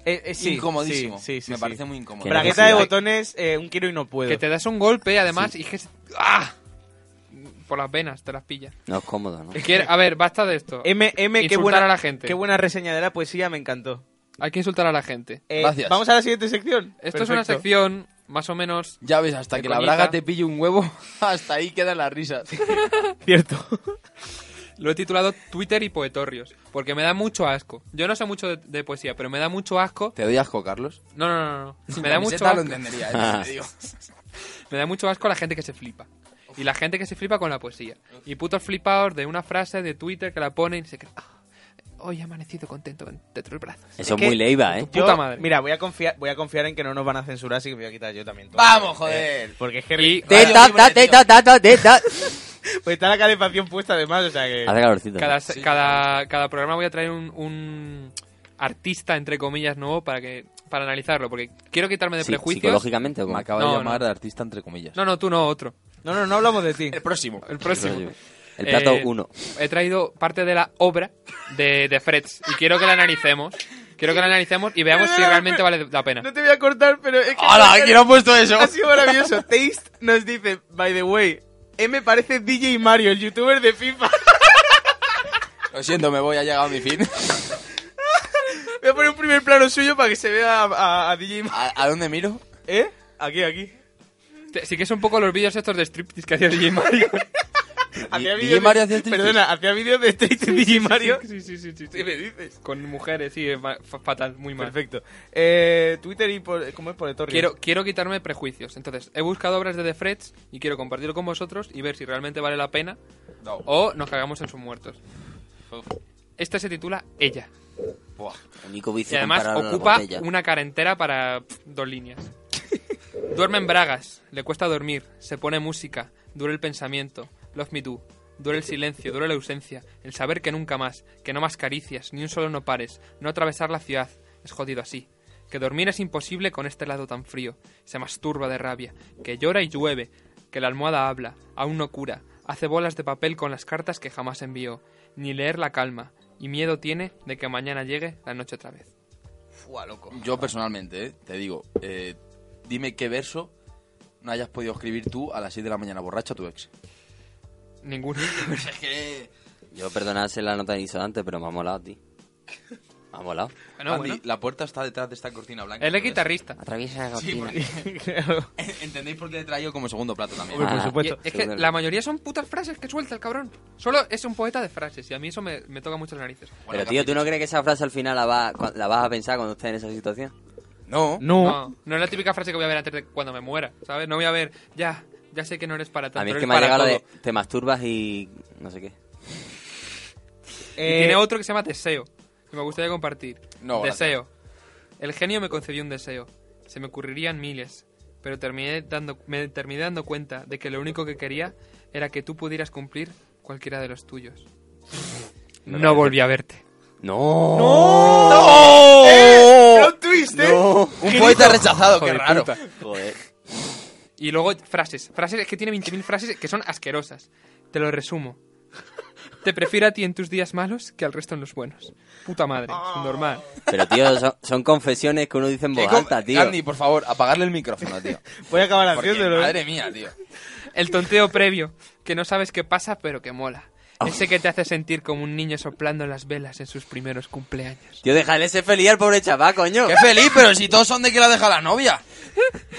[SPEAKER 4] Eh, eh, sí,
[SPEAKER 5] incomodísimo.
[SPEAKER 4] sí, sí, sí,
[SPEAKER 5] me
[SPEAKER 4] sí.
[SPEAKER 5] parece muy incómodo.
[SPEAKER 3] Qué
[SPEAKER 4] Bragueta de
[SPEAKER 3] necesidad.
[SPEAKER 4] botones, eh, un quiero y no puedo.
[SPEAKER 1] Que te das un golpe, además, y que... es- ¡Ah! Por las venas te las pilla.
[SPEAKER 3] No es cómodo, ¿no?
[SPEAKER 1] Quiere- A ver, basta de esto.
[SPEAKER 4] M, M, qué
[SPEAKER 1] Insultar
[SPEAKER 4] buena,
[SPEAKER 1] a la gente.
[SPEAKER 4] qué buena reseña de la poesía, me encantó.
[SPEAKER 1] Hay que insultar a la gente.
[SPEAKER 4] Eh,
[SPEAKER 5] Gracias.
[SPEAKER 4] Vamos a la siguiente sección.
[SPEAKER 1] Esto es una sección, más o menos...
[SPEAKER 5] Ya ves, hasta
[SPEAKER 1] Qué
[SPEAKER 5] que la
[SPEAKER 1] coñaza.
[SPEAKER 5] braga te pille un huevo, hasta ahí quedan las risas.
[SPEAKER 4] Cierto.
[SPEAKER 1] Lo he titulado Twitter y poetorrios, porque me da mucho asco. Yo no sé mucho de, de poesía, pero me da mucho asco.
[SPEAKER 5] ¿Te doy asco, Carlos?
[SPEAKER 1] No, no, no, no, no.
[SPEAKER 5] Sin
[SPEAKER 1] Me da mucho
[SPEAKER 5] camiseta lo
[SPEAKER 1] asco. Ah,
[SPEAKER 5] entendería, eh, también te digo.
[SPEAKER 1] Me da mucho asco la gente que se flipa. Y la gente que se flipa con la poesía. Y putos flipados de una frase de Twitter que la ponen y se creen. "Ah, hoy he amanecido contento dentro del brazo.
[SPEAKER 3] Eso es
[SPEAKER 4] que-
[SPEAKER 3] muy leiva, ¿eh?
[SPEAKER 1] puta madre.
[SPEAKER 4] Mira, voy a confiar, voy a confiar en que no nos van a censurar, así que me voy a quitar yo también. todo. Eh,
[SPEAKER 5] ¡Vamos, joder!
[SPEAKER 4] Porque es
[SPEAKER 1] Y
[SPEAKER 4] que
[SPEAKER 3] Teta,
[SPEAKER 5] libre,
[SPEAKER 3] ta, teta, ta, ta, teta.
[SPEAKER 1] Eh,
[SPEAKER 4] pues está la calefacción puesta además, o sea que
[SPEAKER 3] Hace calorcito.
[SPEAKER 1] cada,
[SPEAKER 5] Sí,
[SPEAKER 1] cada, cada programa voy a traer un, un artista, entre comillas, nuevo para, que, para analizarlo. Porque quiero quitarme de
[SPEAKER 3] Sí,
[SPEAKER 1] prejuicios.
[SPEAKER 3] psicológicamente, ¿o cómo?
[SPEAKER 5] Me acaba
[SPEAKER 1] No,
[SPEAKER 5] de llamar
[SPEAKER 1] no.
[SPEAKER 5] de artista entre comillas.
[SPEAKER 1] No, no, tú no, otro.
[SPEAKER 4] No, no, no hablamos de ti.
[SPEAKER 5] El próximo.
[SPEAKER 1] El próximo.
[SPEAKER 3] El plato
[SPEAKER 1] Eh,
[SPEAKER 3] uno.
[SPEAKER 1] He traído parte de la obra de, de Freds y quiero que la analicemos. Quiero que la analicemos y veamos si realmente vale la pena.
[SPEAKER 4] No te voy a cortar, pero es que
[SPEAKER 5] ¡Hala! ¿Quién ha puesto eso?
[SPEAKER 4] ha sido maravilloso. Taste nos dice, by the way, M parece DJ Mario, el youtuber de FIFA.
[SPEAKER 5] Lo siento, me voy, ha llegado mi fin.
[SPEAKER 4] Voy a poner un primer plano suyo para que se vea a, a- a DJ Mario.
[SPEAKER 5] ¿A, a dónde miro?
[SPEAKER 4] ¿Eh? Aquí, aquí.
[SPEAKER 1] Te- Sí que son un poco los vídeos estos de striptease que hacía DJ Mario.
[SPEAKER 4] Hacía
[SPEAKER 5] ¿Y-
[SPEAKER 4] vídeos
[SPEAKER 5] DJ Mario
[SPEAKER 4] de-
[SPEAKER 5] hacía striptease?
[SPEAKER 4] Perdona, hacía vídeos de Taste DJ Mario.
[SPEAKER 1] Sí, sí, sí, sí, sí.
[SPEAKER 4] ¿Qué me dices?
[SPEAKER 1] Con mujeres, sí, es ma- fa- fatal, muy mal.
[SPEAKER 4] Perfecto. Eh, Twitter y por, ¿cómo es por el torre?
[SPEAKER 1] Quiero, quiero quitarme prejuicios. Entonces, he buscado obras de The Freds y quiero compartirlo con vosotros y ver si realmente vale la pena
[SPEAKER 5] No.
[SPEAKER 1] o nos cagamos en sus muertos. Esta se titula Ella.
[SPEAKER 5] Buah.
[SPEAKER 3] Nico
[SPEAKER 1] Y
[SPEAKER 3] Vicio
[SPEAKER 1] además
[SPEAKER 3] comparado a la
[SPEAKER 1] ocupa
[SPEAKER 3] botella.
[SPEAKER 1] una cara entera para pff, dos líneas. Duerme en bragas, le cuesta dormir, se pone música, dura el pensamiento, love me do, dura el silencio, dura la ausencia, el saber que nunca más, que no más caricias, ni un solo no pares, no atravesar la ciudad, es jodido así. Que dormir es imposible con este lado tan frío, se masturba de rabia, que llora y llueve, que la almohada habla, aún no cura, hace bolas de papel con las cartas que jamás envió, ni leer la calma, y miedo tiene de que mañana llegue la noche otra vez.
[SPEAKER 5] Yo personalmente, eh, te digo, eh, dime qué verso no hayas podido escribir tú a las 6 de la mañana borracho a tu ex.
[SPEAKER 1] Ninguno.
[SPEAKER 5] Es que...
[SPEAKER 3] Yo perdonad si la nota de disonante, pero me ha molado, tío. Me ha molado.
[SPEAKER 1] Bueno,
[SPEAKER 5] Andy,
[SPEAKER 1] bueno.
[SPEAKER 5] la puerta está detrás de esta cortina blanca.
[SPEAKER 1] Él es
[SPEAKER 5] ¿entendés?
[SPEAKER 1] guitarrista.
[SPEAKER 3] Atraviesa la
[SPEAKER 5] Sí,
[SPEAKER 3] cortina.
[SPEAKER 5] porque- ¿Entendéis por qué he traído como segundo plato también? Ah,
[SPEAKER 3] Hombre, por
[SPEAKER 1] Y
[SPEAKER 3] supuesto.
[SPEAKER 1] es que la mayoría son putas frases que suelta el cabrón. Solo es un poeta de frases y a mí eso me, me toca mucho las narices.
[SPEAKER 3] Pero tío, ¿tú no crees que esa frase al final la, va- cua- la vas a pensar cuando estés en esa situación?
[SPEAKER 5] No.
[SPEAKER 4] No.
[SPEAKER 1] No, no es la típica frase que voy a ver antes de cuando me muera, ¿sabes? No voy a ver, ya, ya sé que no eres para tanto.
[SPEAKER 3] A mí es
[SPEAKER 1] eres
[SPEAKER 3] que me ha
[SPEAKER 1] para
[SPEAKER 3] llegado de
[SPEAKER 1] todo".
[SPEAKER 3] te masturbas y no sé qué.
[SPEAKER 1] Y
[SPEAKER 4] Eh,
[SPEAKER 1] tiene otro que se llama Deseo, que me gustaría compartir.
[SPEAKER 5] No, gracias.
[SPEAKER 1] deseo. El genio me concedió un deseo. Se me ocurrirían miles, pero terminé dando, me terminé dando cuenta de que lo único que quería era que tú pudieras cumplir cualquiera de los tuyos. No volví a verte.
[SPEAKER 3] ¡No!
[SPEAKER 4] ¡No! ¡Eh! ¡Plot twist, eh!
[SPEAKER 5] Un poeta rechazado, qué
[SPEAKER 1] Joder,
[SPEAKER 5] raro.
[SPEAKER 3] Joder.
[SPEAKER 1] Y luego frases. Frases, es que tiene 20.000 frases que son asquerosas. Te lo resumo. Te prefiero a ti en tus días malos que al resto en los buenos. Puta madre, normal.
[SPEAKER 3] Pero tío, son, son confesiones que uno dice en
[SPEAKER 5] Qué
[SPEAKER 3] voz
[SPEAKER 5] com-
[SPEAKER 3] alta, tío.
[SPEAKER 5] Andy, por favor, apagarle el micrófono, tío.
[SPEAKER 4] Voy a acabar
[SPEAKER 5] Porque,
[SPEAKER 4] haciéndolo. ¿eh?
[SPEAKER 5] madre mía, tío.
[SPEAKER 1] El tonteo previo, que no sabes qué pasa, pero que mola. Ese que te hace sentir como un niño soplando las velas en sus primeros cumpleaños.
[SPEAKER 3] Tío, déjale ese feliz al pobre chaval, coño.
[SPEAKER 5] Qué feliz, pero si todos son de que la deja la novia.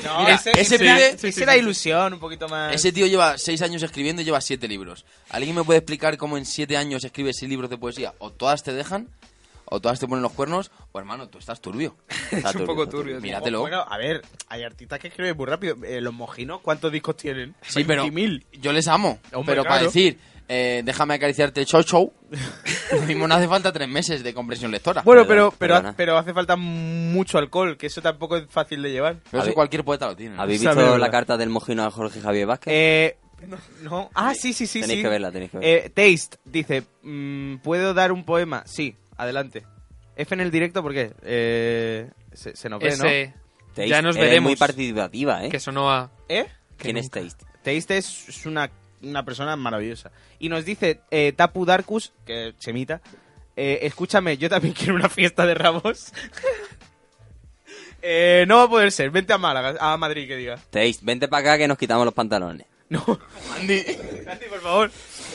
[SPEAKER 4] No,
[SPEAKER 5] Mira, ese
[SPEAKER 4] era-
[SPEAKER 5] pibe-
[SPEAKER 1] sí, sí,
[SPEAKER 4] ese era
[SPEAKER 1] sí.
[SPEAKER 4] ilusión, un poquito más.
[SPEAKER 5] Ese tío lleva seis años escribiendo y lleva siete libros. ¿Alguien me puede explicar cómo en siete años escribes seis libros de poesía? O todas te dejan, o todas te ponen los cuernos, o hermano, tú estás turbio.
[SPEAKER 3] Está
[SPEAKER 1] es un
[SPEAKER 3] turbio,
[SPEAKER 1] poco
[SPEAKER 3] está
[SPEAKER 1] turbio. tío.
[SPEAKER 5] Míratelo.
[SPEAKER 4] Bueno, a ver, hay artistas que escriben muy rápido. Eh, los mojinos, ¿cuántos discos tienen?
[SPEAKER 5] Sí, pero
[SPEAKER 4] 20.000.
[SPEAKER 5] yo les amo.
[SPEAKER 4] Hombre,
[SPEAKER 5] pero para
[SPEAKER 4] claro.
[SPEAKER 5] decir, eh, déjame acariciarte el show show. Lo mismo no hace falta tres meses de compresión lectora.
[SPEAKER 4] Bueno,
[SPEAKER 3] Perdona,
[SPEAKER 4] pero, pero,
[SPEAKER 3] perdona.
[SPEAKER 4] ha- pero hace falta mucho alcohol, que eso tampoco es fácil de llevar.
[SPEAKER 5] Pero
[SPEAKER 3] Habéis-
[SPEAKER 5] eso cualquier poeta lo tiene. ¿no?
[SPEAKER 3] ¿Habéis
[SPEAKER 4] Sabe
[SPEAKER 3] visto la
[SPEAKER 4] verdad.
[SPEAKER 3] carta del mojino a Jorge Javier Vázquez?
[SPEAKER 4] Eh, no. Ah, sí, sí, sí.
[SPEAKER 3] Tenéis
[SPEAKER 4] sí.
[SPEAKER 3] que verla, tenéis que verla.
[SPEAKER 4] Eh, Taste dice, mm, ¿puedo dar un poema? Sí, adelante. F en el directo, ¿por qué? Eh, se, se nos ve,
[SPEAKER 1] Ese,
[SPEAKER 3] Taste,
[SPEAKER 1] ya nos
[SPEAKER 3] eres
[SPEAKER 1] veremos.
[SPEAKER 3] muy participativa, ¿eh?
[SPEAKER 1] que sonó a...
[SPEAKER 4] ¿no? ¿Eh?
[SPEAKER 3] ¿Quién
[SPEAKER 1] que
[SPEAKER 3] es
[SPEAKER 1] nunca.
[SPEAKER 3] Taste?
[SPEAKER 4] Teiste es, es una, una persona maravillosa. Y nos dice eh, Tapu Darkus, que chemita, eh, escúchame, yo también quiero una fiesta de ramos. Eh, no va a poder ser, vente a Málaga, a Madrid que diga.
[SPEAKER 3] Taste, vente para acá que nos quitamos los pantalones.
[SPEAKER 4] No,
[SPEAKER 5] Andy,
[SPEAKER 4] Andy, por favor.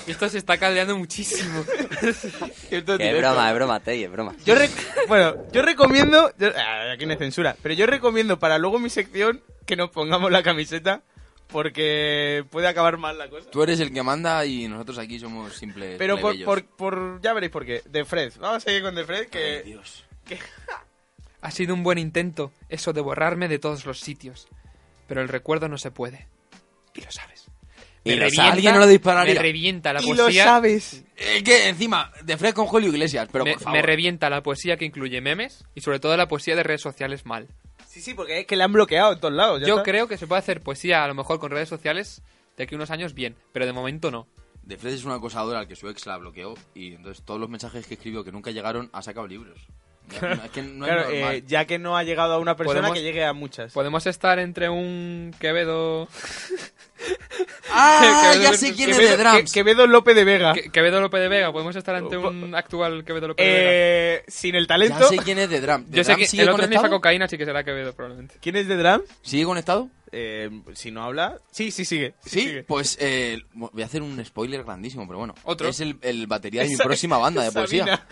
[SPEAKER 1] Esto se está caldeando muchísimo.
[SPEAKER 5] esto es
[SPEAKER 3] Que es
[SPEAKER 5] directo.
[SPEAKER 3] broma, es broma, Taste, es broma.
[SPEAKER 4] Yo rec- bueno, yo recomiendo, yo- ah, aquí no hay censura, pero yo recomiendo para luego mi sección que nos pongamos la camiseta porque puede acabar mal la cosa.
[SPEAKER 5] Tú eres el que manda y nosotros aquí somos simples.
[SPEAKER 4] Pero por,
[SPEAKER 5] plebeyos.
[SPEAKER 4] por, por- ya veréis por qué. De Fred, vamos a seguir con De Fred que...
[SPEAKER 5] Dios.
[SPEAKER 1] Ha sido un buen intento eso de borrarme de todos los sitios. Pero el recuerdo no se puede. Y lo sabes.
[SPEAKER 3] Y
[SPEAKER 1] Me
[SPEAKER 3] lo
[SPEAKER 1] revienta-
[SPEAKER 3] sabes.
[SPEAKER 5] Alguien no lo dispararía.
[SPEAKER 1] Me revienta la
[SPEAKER 4] y lo
[SPEAKER 1] poesía.
[SPEAKER 4] sabes.
[SPEAKER 5] Eh, que encima, de Fred con Julio Iglesias, pero
[SPEAKER 1] me,
[SPEAKER 5] por favor.
[SPEAKER 1] me revienta la poesía que incluye memes y sobre todo la poesía de redes sociales mal.
[SPEAKER 4] Sí, sí, porque es que le han bloqueado en todos lados. ya
[SPEAKER 1] Yo
[SPEAKER 4] está.
[SPEAKER 1] creo que se puede hacer poesía a lo mejor con redes sociales de aquí a unos años bien, pero de momento no.
[SPEAKER 5] De Fred es una acosadora al que su ex la bloqueó y entonces todos los mensajes que escribió que nunca llegaron ha sacado libros. Ya, no- es que no es
[SPEAKER 4] Claro,
[SPEAKER 5] normal.
[SPEAKER 4] eh, ya que no ha llegado a una persona
[SPEAKER 1] Podemos-
[SPEAKER 4] que llegue a muchas.
[SPEAKER 1] Podemos estar entre un Quevedo...
[SPEAKER 5] ¡Ah!
[SPEAKER 1] que-
[SPEAKER 5] ya
[SPEAKER 1] que-
[SPEAKER 5] sé quién es
[SPEAKER 4] Quevedo,
[SPEAKER 5] de Drums.
[SPEAKER 4] Que- Quevedo López de
[SPEAKER 5] Ah.
[SPEAKER 4] Vega.
[SPEAKER 1] Que- Quevedo López de Vega, podemos estar ante un actual Quevedo López de Vega.
[SPEAKER 4] Eh, sin el
[SPEAKER 5] Ya
[SPEAKER 4] talento.
[SPEAKER 5] sé quién es de Drums. ¿De
[SPEAKER 1] Yo sé
[SPEAKER 5] Drums
[SPEAKER 1] que
[SPEAKER 5] sigue
[SPEAKER 1] el otro tenía
[SPEAKER 5] conectado?
[SPEAKER 1] cocaína, así que será Quevedo probablemente.
[SPEAKER 4] ¿Quién es de Drums?
[SPEAKER 5] ¿Sigue conectado?
[SPEAKER 4] Eh, si no habla. Sí, sí, sigue.
[SPEAKER 5] Sí,
[SPEAKER 4] sigue.
[SPEAKER 5] pues eh, voy a hacer un spoiler grandísimo, pero bueno.
[SPEAKER 1] Otro.
[SPEAKER 5] Es el, el batería de mi
[SPEAKER 4] Esa-
[SPEAKER 5] próxima banda de
[SPEAKER 4] Sabina.
[SPEAKER 5] poesía.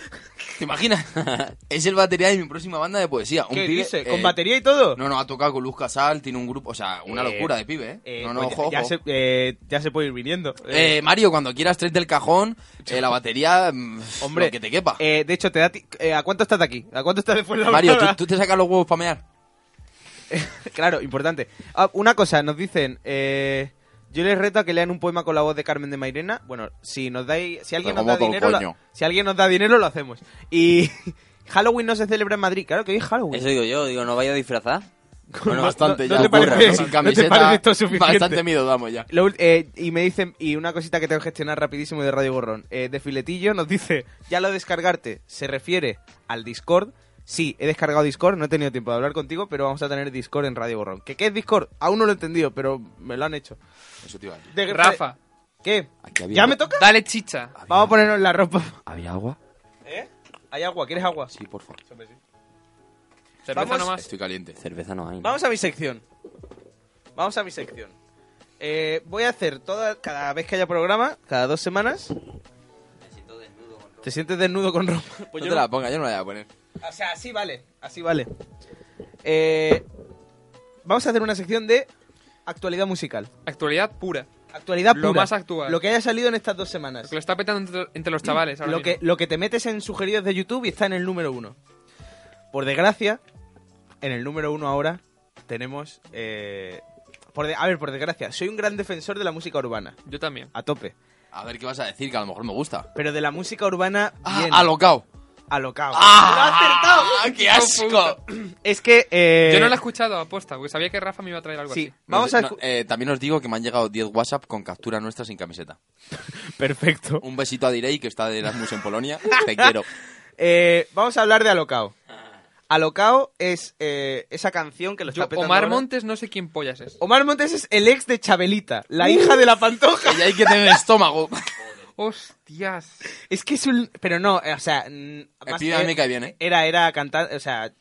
[SPEAKER 5] ¿Te imaginas? es el batería de mi próxima banda de poesía. Un
[SPEAKER 4] ¿Qué
[SPEAKER 5] pibe,
[SPEAKER 4] dice?
[SPEAKER 5] eh,
[SPEAKER 4] ¿Con batería y todo?
[SPEAKER 5] No, no, ha tocado con Luz Casal, tiene un grupo, o sea, una
[SPEAKER 4] Eh,
[SPEAKER 5] locura de pibe, ¿eh?
[SPEAKER 4] Eh,
[SPEAKER 5] no, no,
[SPEAKER 4] pues ya-
[SPEAKER 5] ojo,
[SPEAKER 4] ya,
[SPEAKER 5] ojo.
[SPEAKER 4] se, eh, ya se puede ir viniendo.
[SPEAKER 5] Eh, Mario, cuando quieras, tres del cajón, eh, la batería, mm,
[SPEAKER 4] hombre,
[SPEAKER 5] lo que te quepa.
[SPEAKER 4] eh, de hecho, te da ti- eh, ¿a cuánto estás de aquí? ¿A cuánto estás después de la
[SPEAKER 5] Mario, ¿tú,
[SPEAKER 4] bajada?
[SPEAKER 5] tú te sacas los huevos para mear.
[SPEAKER 4] Claro, importante. Ah, una cosa, nos dicen. eh, yo les reto a que lean un poema con la voz de Carmen de Mairena. Bueno, si nos dais, si alguien
[SPEAKER 5] Pero
[SPEAKER 4] nos da
[SPEAKER 5] como con
[SPEAKER 4] dinero, lo-
[SPEAKER 5] coño.
[SPEAKER 4] si alguien nos da dinero lo hacemos. Y Halloween no se celebra en Madrid, claro que hoy es Halloween.
[SPEAKER 3] Eso digo yo, digo, no vaya a disfrazar.
[SPEAKER 5] Bueno, bastante
[SPEAKER 4] no-
[SPEAKER 5] ya.
[SPEAKER 4] no te
[SPEAKER 5] ocurre,
[SPEAKER 4] parece-
[SPEAKER 5] Sin
[SPEAKER 4] no te
[SPEAKER 5] camiseta,
[SPEAKER 4] parece esto suficiente.
[SPEAKER 5] bastante miedo damos ya.
[SPEAKER 4] Lo ul- eh, y me dicen y una cosita que tengo que gestionar rapidísimo de Radio Gorrón. Eh, de filetillo nos dice ya lo descargarte. Se refiere al Discord. Sí, he descargado Discord, no he tenido tiempo de hablar contigo, pero vamos a tener Discord en Radio Gorrón. ¿Qué, qué es Discord? Aún no lo he entendido, pero me lo han hecho.
[SPEAKER 5] Eso te iba a decir.
[SPEAKER 4] De-
[SPEAKER 1] Rafa,
[SPEAKER 4] ¿Qué?
[SPEAKER 5] Aquí había-
[SPEAKER 4] ¿Ya me toca?
[SPEAKER 1] dale chicha.
[SPEAKER 4] Vamos a ponernos la ropa.
[SPEAKER 5] ¿Había agua?
[SPEAKER 4] ¿Eh? ¿Hay agua? ¿Quieres agua?
[SPEAKER 5] Sí, por favor.
[SPEAKER 1] Cerveza
[SPEAKER 4] Vamos-
[SPEAKER 1] nomás.
[SPEAKER 5] Estoy caliente.
[SPEAKER 3] Cerveza no hay. ¿no?
[SPEAKER 4] Vamos a mi sección. Vamos a mi sección. Eh, voy a hacer toda, cada vez que haya programa, cada dos semanas. ¿Te sientes desnudo con ropa?
[SPEAKER 5] Pues yo te la ponga, yo no la voy a poner.
[SPEAKER 4] O sea, así vale, así vale. Eh, vamos a hacer una sección de actualidad musical.
[SPEAKER 1] Actualidad pura.
[SPEAKER 4] Actualidad
[SPEAKER 1] Lo
[SPEAKER 4] pura.
[SPEAKER 1] más actual.
[SPEAKER 4] Lo que haya salido en estas dos
[SPEAKER 1] Lo
[SPEAKER 4] semanas.
[SPEAKER 1] que lo está petando entre, entre los chavales ahora
[SPEAKER 4] Mm, Lo que,
[SPEAKER 1] mismo.
[SPEAKER 4] lo que te metes en sugeridos de YouTube y está en el número uno. Por desgracia, en el número uno ahora tenemos... eh, por de- a ver, por desgracia, soy un gran defensor de la música urbana.
[SPEAKER 1] Yo también.
[SPEAKER 4] A tope.
[SPEAKER 5] A ver qué vas a decir, que a lo mejor me gusta.
[SPEAKER 4] Pero de la música urbana
[SPEAKER 5] Ah,
[SPEAKER 4] bien
[SPEAKER 5] alocao.
[SPEAKER 4] alocao.
[SPEAKER 5] ¡Ah! ¡Qué asco!
[SPEAKER 4] Es que... eh,
[SPEAKER 1] Yo no la he escuchado, aposta, porque sabía que Rafa me iba a traer algo
[SPEAKER 4] Sí,
[SPEAKER 1] así.
[SPEAKER 4] vamos
[SPEAKER 5] No
[SPEAKER 4] a...
[SPEAKER 5] sé, no,
[SPEAKER 4] escu-
[SPEAKER 5] eh, también os digo que me han llegado 10 WhatsApp con captura nuestra sin camiseta.
[SPEAKER 4] Perfecto.
[SPEAKER 5] Un besito a Direi, que está de Erasmus en Polonia. Te quiero.
[SPEAKER 4] Eh, vamos a hablar de Alocao. Alocao es eh, esa canción que lo está
[SPEAKER 1] Yo,
[SPEAKER 4] petando
[SPEAKER 1] Omar
[SPEAKER 4] ahora.
[SPEAKER 1] Montes no sé quién pollas es.
[SPEAKER 4] Omar Montes es el ex de Chabelita, la hija de la Pantoja.
[SPEAKER 5] Y hay que tener estómago.
[SPEAKER 1] Hostias.
[SPEAKER 4] Es que es un... Pero no, eh, o sea... mm, más-
[SPEAKER 5] pibe a mí me cae bien, ¿eh?
[SPEAKER 4] Era, era cantar... O sea,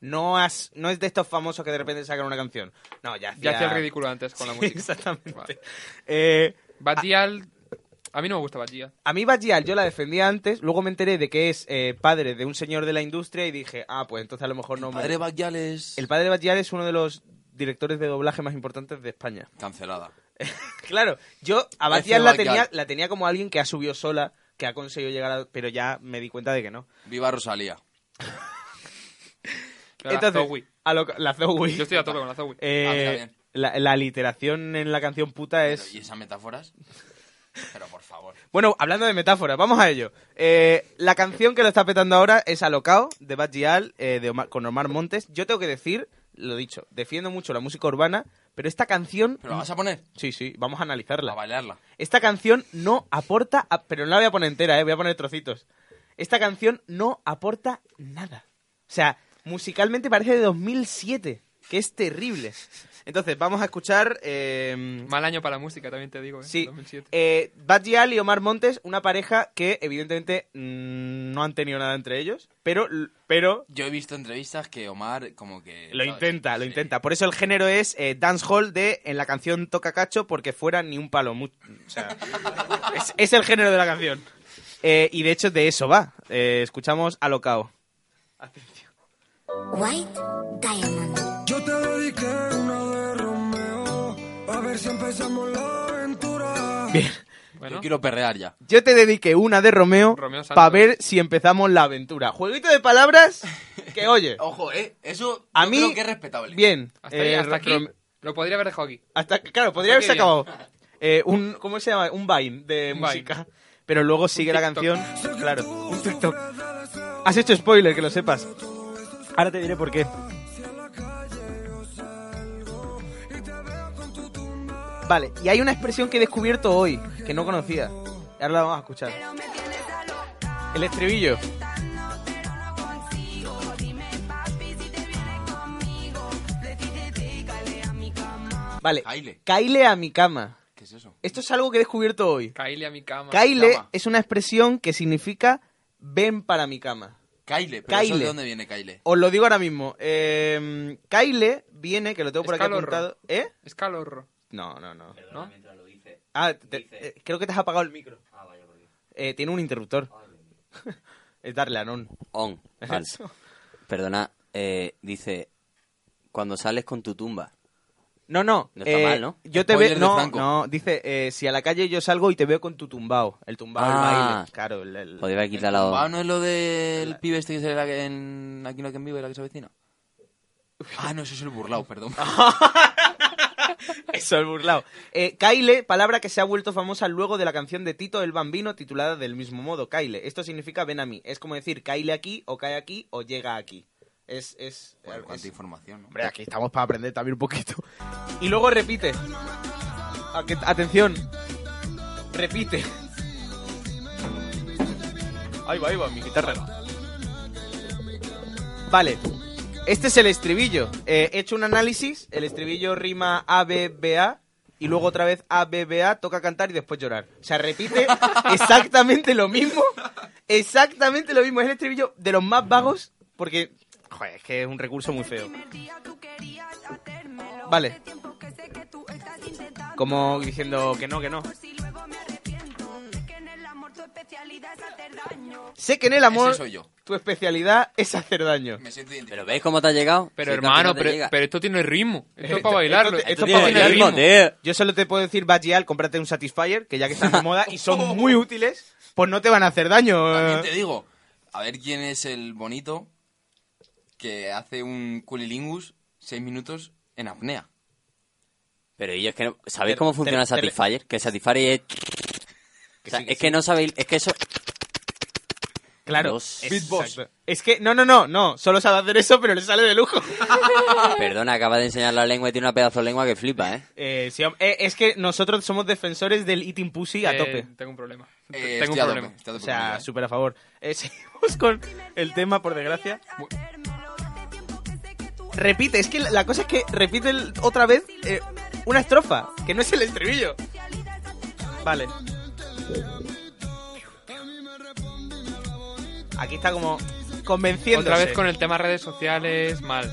[SPEAKER 4] no, has, no es de estos famosos que de repente sacan una canción. No, ya hacía...
[SPEAKER 1] Ya hacía el ridículo antes con la
[SPEAKER 4] Sí,
[SPEAKER 1] música.
[SPEAKER 4] Exactamente.
[SPEAKER 1] Vale.
[SPEAKER 4] Eh,
[SPEAKER 1] Batial. A mí no me gusta Batial.
[SPEAKER 4] a mí Bajal yo la defendía antes, luego me enteré de que es eh, padre de un señor de la industria y dije, ah, pues entonces a lo mejor no... me-
[SPEAKER 5] Madre Baquiales.
[SPEAKER 4] El padre de Bajal es uno de los directores de doblaje más importantes de España.
[SPEAKER 5] Cancelada.
[SPEAKER 4] Claro, yo a
[SPEAKER 5] Parece
[SPEAKER 4] Batial la
[SPEAKER 5] Batial.
[SPEAKER 4] tenía, la tenía como alguien que ha subido sola, que ha conseguido llegar a... Pero ya me di cuenta de que no.
[SPEAKER 5] Viva Rosalía.
[SPEAKER 1] La
[SPEAKER 4] Entonces,
[SPEAKER 1] Zoe.
[SPEAKER 4] a lo- la Zoe.
[SPEAKER 1] Yo estoy a tope con la Zoe.
[SPEAKER 4] Eh,
[SPEAKER 5] Ah, está bien.
[SPEAKER 4] la, la literación en la canción puta
[SPEAKER 5] Pero,
[SPEAKER 4] es...
[SPEAKER 5] ¿Y esas metáforas? Pero por favor.
[SPEAKER 4] Bueno, hablando de metáforas, vamos a ello. Eh, la canción que lo está petando ahora es Alocao, de Bad Gyal, eh, de Omar- con Omar Montes. Yo tengo que decir, lo dicho, defiendo mucho la música urbana, pero esta canción...
[SPEAKER 5] ¿Pero la vas a poner?
[SPEAKER 4] Sí, sí, vamos a
[SPEAKER 5] A
[SPEAKER 4] analizarla.
[SPEAKER 5] bailarla.
[SPEAKER 4] Esta canción no aporta... a- Pero no la voy a poner entera, eh, voy a poner trocitos. Esta canción no aporta nada. O sea, musicalmente parece de 2007, que es terrible. Entonces, vamos a escuchar... eh,
[SPEAKER 1] Mal año para la música, también te digo, ¿eh?
[SPEAKER 4] Sí.
[SPEAKER 1] 2007.
[SPEAKER 4] Eh, Bad Gyal y Omar Montes, una pareja que evidentemente mm, no han tenido nada entre ellos, pero, pero
[SPEAKER 5] Yo he visto entrevistas que Omar como que...
[SPEAKER 4] lo
[SPEAKER 5] ¿sabes?
[SPEAKER 4] intenta, lo
[SPEAKER 5] Sí.
[SPEAKER 4] intenta. Por eso el género es eh, dancehall de en la canción Toca Cacho porque fuera ni un palo. mu- o sea, es, es el género de la canción. Eh, y de hecho de eso va. Eh, escuchamos a Locao.
[SPEAKER 7] White Diamond.
[SPEAKER 8] Yo te dediqué una de Romeo, a ver si empezamos la aventura.
[SPEAKER 6] Eh,
[SPEAKER 1] Bueno,
[SPEAKER 5] Yo quiero perrear ya.
[SPEAKER 4] Yo te dediqué una de Romeo,
[SPEAKER 1] Romeo Santos.
[SPEAKER 4] para ver si empezamos la aventura. Jueguito de palabras que oye.
[SPEAKER 5] Ojo, ¿eh? Eso
[SPEAKER 4] A
[SPEAKER 5] yo
[SPEAKER 4] mí
[SPEAKER 5] creo que es respetable.
[SPEAKER 4] Bien.
[SPEAKER 1] hasta, ahí-
[SPEAKER 4] Eh,
[SPEAKER 1] hasta aquí
[SPEAKER 4] Rom-
[SPEAKER 1] lo podría haber dejado aquí.
[SPEAKER 4] Hasta que- claro, podría
[SPEAKER 1] Hasta
[SPEAKER 4] haberse
[SPEAKER 1] aquí bien.
[SPEAKER 4] acabado. Eh, un, ¿Cómo se llama? Un Vine de
[SPEAKER 1] Un
[SPEAKER 4] música. Pero luego sigue la
[SPEAKER 1] TikTok.
[SPEAKER 4] canción. Claro, un TikTok. Has hecho spoiler, que lo sepas. Ahora te diré por qué. Vale, y hay una expresión que he descubierto hoy, que no conocía. Ahora la vamos a escuchar. El estribillo. Vale.
[SPEAKER 5] Caile.
[SPEAKER 4] Caile a mi cama.
[SPEAKER 5] ¿Qué es eso?
[SPEAKER 4] Esto es algo que he descubierto hoy.
[SPEAKER 1] Caile a mi cama.
[SPEAKER 4] Caile
[SPEAKER 5] cama.
[SPEAKER 4] es una expresión que significa ven para mi cama.
[SPEAKER 5] Caile. ¿Pero eso
[SPEAKER 4] Caile.
[SPEAKER 5] de dónde viene Caile?
[SPEAKER 4] Os lo digo ahora mismo. Eh, Caile viene, que lo tengo por aquí
[SPEAKER 1] Escalorro.
[SPEAKER 4] apuntado. ¿Eh?
[SPEAKER 1] Es calorro,
[SPEAKER 4] No, no, no.
[SPEAKER 1] ¿no?
[SPEAKER 4] Ah, te- eh, creo que te has apagado el micro. Eh, tiene un interruptor. es darle a non.
[SPEAKER 3] On. Vale. Perdona, eh, dice, cuando sales con tu tumba.
[SPEAKER 4] No, no.
[SPEAKER 3] No está
[SPEAKER 4] eh,
[SPEAKER 3] mal, ¿no?
[SPEAKER 4] Yo te veo.
[SPEAKER 5] Spoiler de
[SPEAKER 4] No,
[SPEAKER 5] Franco.
[SPEAKER 4] no. Dice, eh, si a la calle yo salgo y te veo con tu tumbao. El tumbao, el
[SPEAKER 3] Ah.
[SPEAKER 4] baile. Claro, el- el-
[SPEAKER 3] Podría haber quitado la
[SPEAKER 5] Ah,
[SPEAKER 3] O.
[SPEAKER 5] ¿no es lo del pibe este que se la que en... Aquí no que en vivo y la que se avecina? Ah, no, eso es el burlao, perdón.
[SPEAKER 4] Ah, Eso, el burlao. Eh, Kyle, palabra que se ha vuelto famosa luego de la canción de Tito el Bambino titulada del mismo modo, Kyle. Esto significa ven a mí. Es como decir Kyle aquí, o cae aquí, o llega aquí. Es, es...
[SPEAKER 5] Joder,
[SPEAKER 4] es-
[SPEAKER 5] cuánta información, ¿no?
[SPEAKER 4] Hombre, aquí estamos para aprender también un poquito. Y luego repite. A que- Atención. Repite. Ahí va, ahí va, mi guitarra. Vale. Este es el estribillo. Eh, he hecho un análisis. El estribillo rima A, B, B, A. Y luego otra vez A, B, B, A. Toca cantar y después llorar. O sea, repite exactamente lo mismo. Exactamente lo mismo. Es el estribillo de los más vagos. Porque, joder, es que es un recurso muy feo. Vale. Como diciendo que no, que no. Sé que en el amor
[SPEAKER 5] Ese soy yo.
[SPEAKER 4] tu especialidad es hacer daño.
[SPEAKER 5] Me siento
[SPEAKER 3] Pero
[SPEAKER 5] identificado.
[SPEAKER 3] ¿ves cómo te ha llegado?
[SPEAKER 1] Pero
[SPEAKER 3] Si el
[SPEAKER 1] hermano,
[SPEAKER 3] campeón te
[SPEAKER 1] pero,
[SPEAKER 3] llega.
[SPEAKER 1] pero esto tiene ritmo. Esto es para bailarlo.
[SPEAKER 4] esto- esto
[SPEAKER 3] Tú tienes
[SPEAKER 4] para bailar,
[SPEAKER 3] ritmo, tío.
[SPEAKER 4] Yo solo te puedo decir, Bajial, cómprate un Satisfyer, que ya que están de moda y son muy útiles, pues no te van a hacer daño. eh.
[SPEAKER 5] También te digo, a ver quién es el bonito que hace un culilingus seis minutos en apnea.
[SPEAKER 3] Pero ellos que no... ¿Sabéis
[SPEAKER 4] Te-
[SPEAKER 3] cómo
[SPEAKER 4] te-
[SPEAKER 3] funciona
[SPEAKER 4] te-
[SPEAKER 3] Satisfyer? Que Satisfyer es... O sea,
[SPEAKER 4] sí, que
[SPEAKER 3] es que no sabéis... Es que eso...
[SPEAKER 4] Claro.
[SPEAKER 3] Dios.
[SPEAKER 4] Es- exacto. Es que, no, no, no, no, solo sabe hacer eso, pero le sale de lujo.
[SPEAKER 3] Ah, Perdona, acaba de enseñar la lengua y tiene una pedazo de lengua que flipa, ¿eh?
[SPEAKER 4] Eh, sí, hom- eh, es que nosotros somos defensores del eating pussy a
[SPEAKER 1] Eh,
[SPEAKER 4] tope.
[SPEAKER 1] tengo un problema.
[SPEAKER 5] Eh,
[SPEAKER 1] tengo
[SPEAKER 5] estoy
[SPEAKER 1] un
[SPEAKER 5] a tope,
[SPEAKER 1] problema.
[SPEAKER 5] estoy
[SPEAKER 4] O
[SPEAKER 5] a tope con
[SPEAKER 4] sea,
[SPEAKER 5] ella, ¿eh?
[SPEAKER 4] súper a favor. Eh, seguimos con el tema, por desgracia. Repite, es que la- la cosa es que repite el- otra vez eh, una estrofa, que no es el estribillo. Vale. Aquí está como convenciendo.
[SPEAKER 1] Otra vez con el tema redes sociales, mal.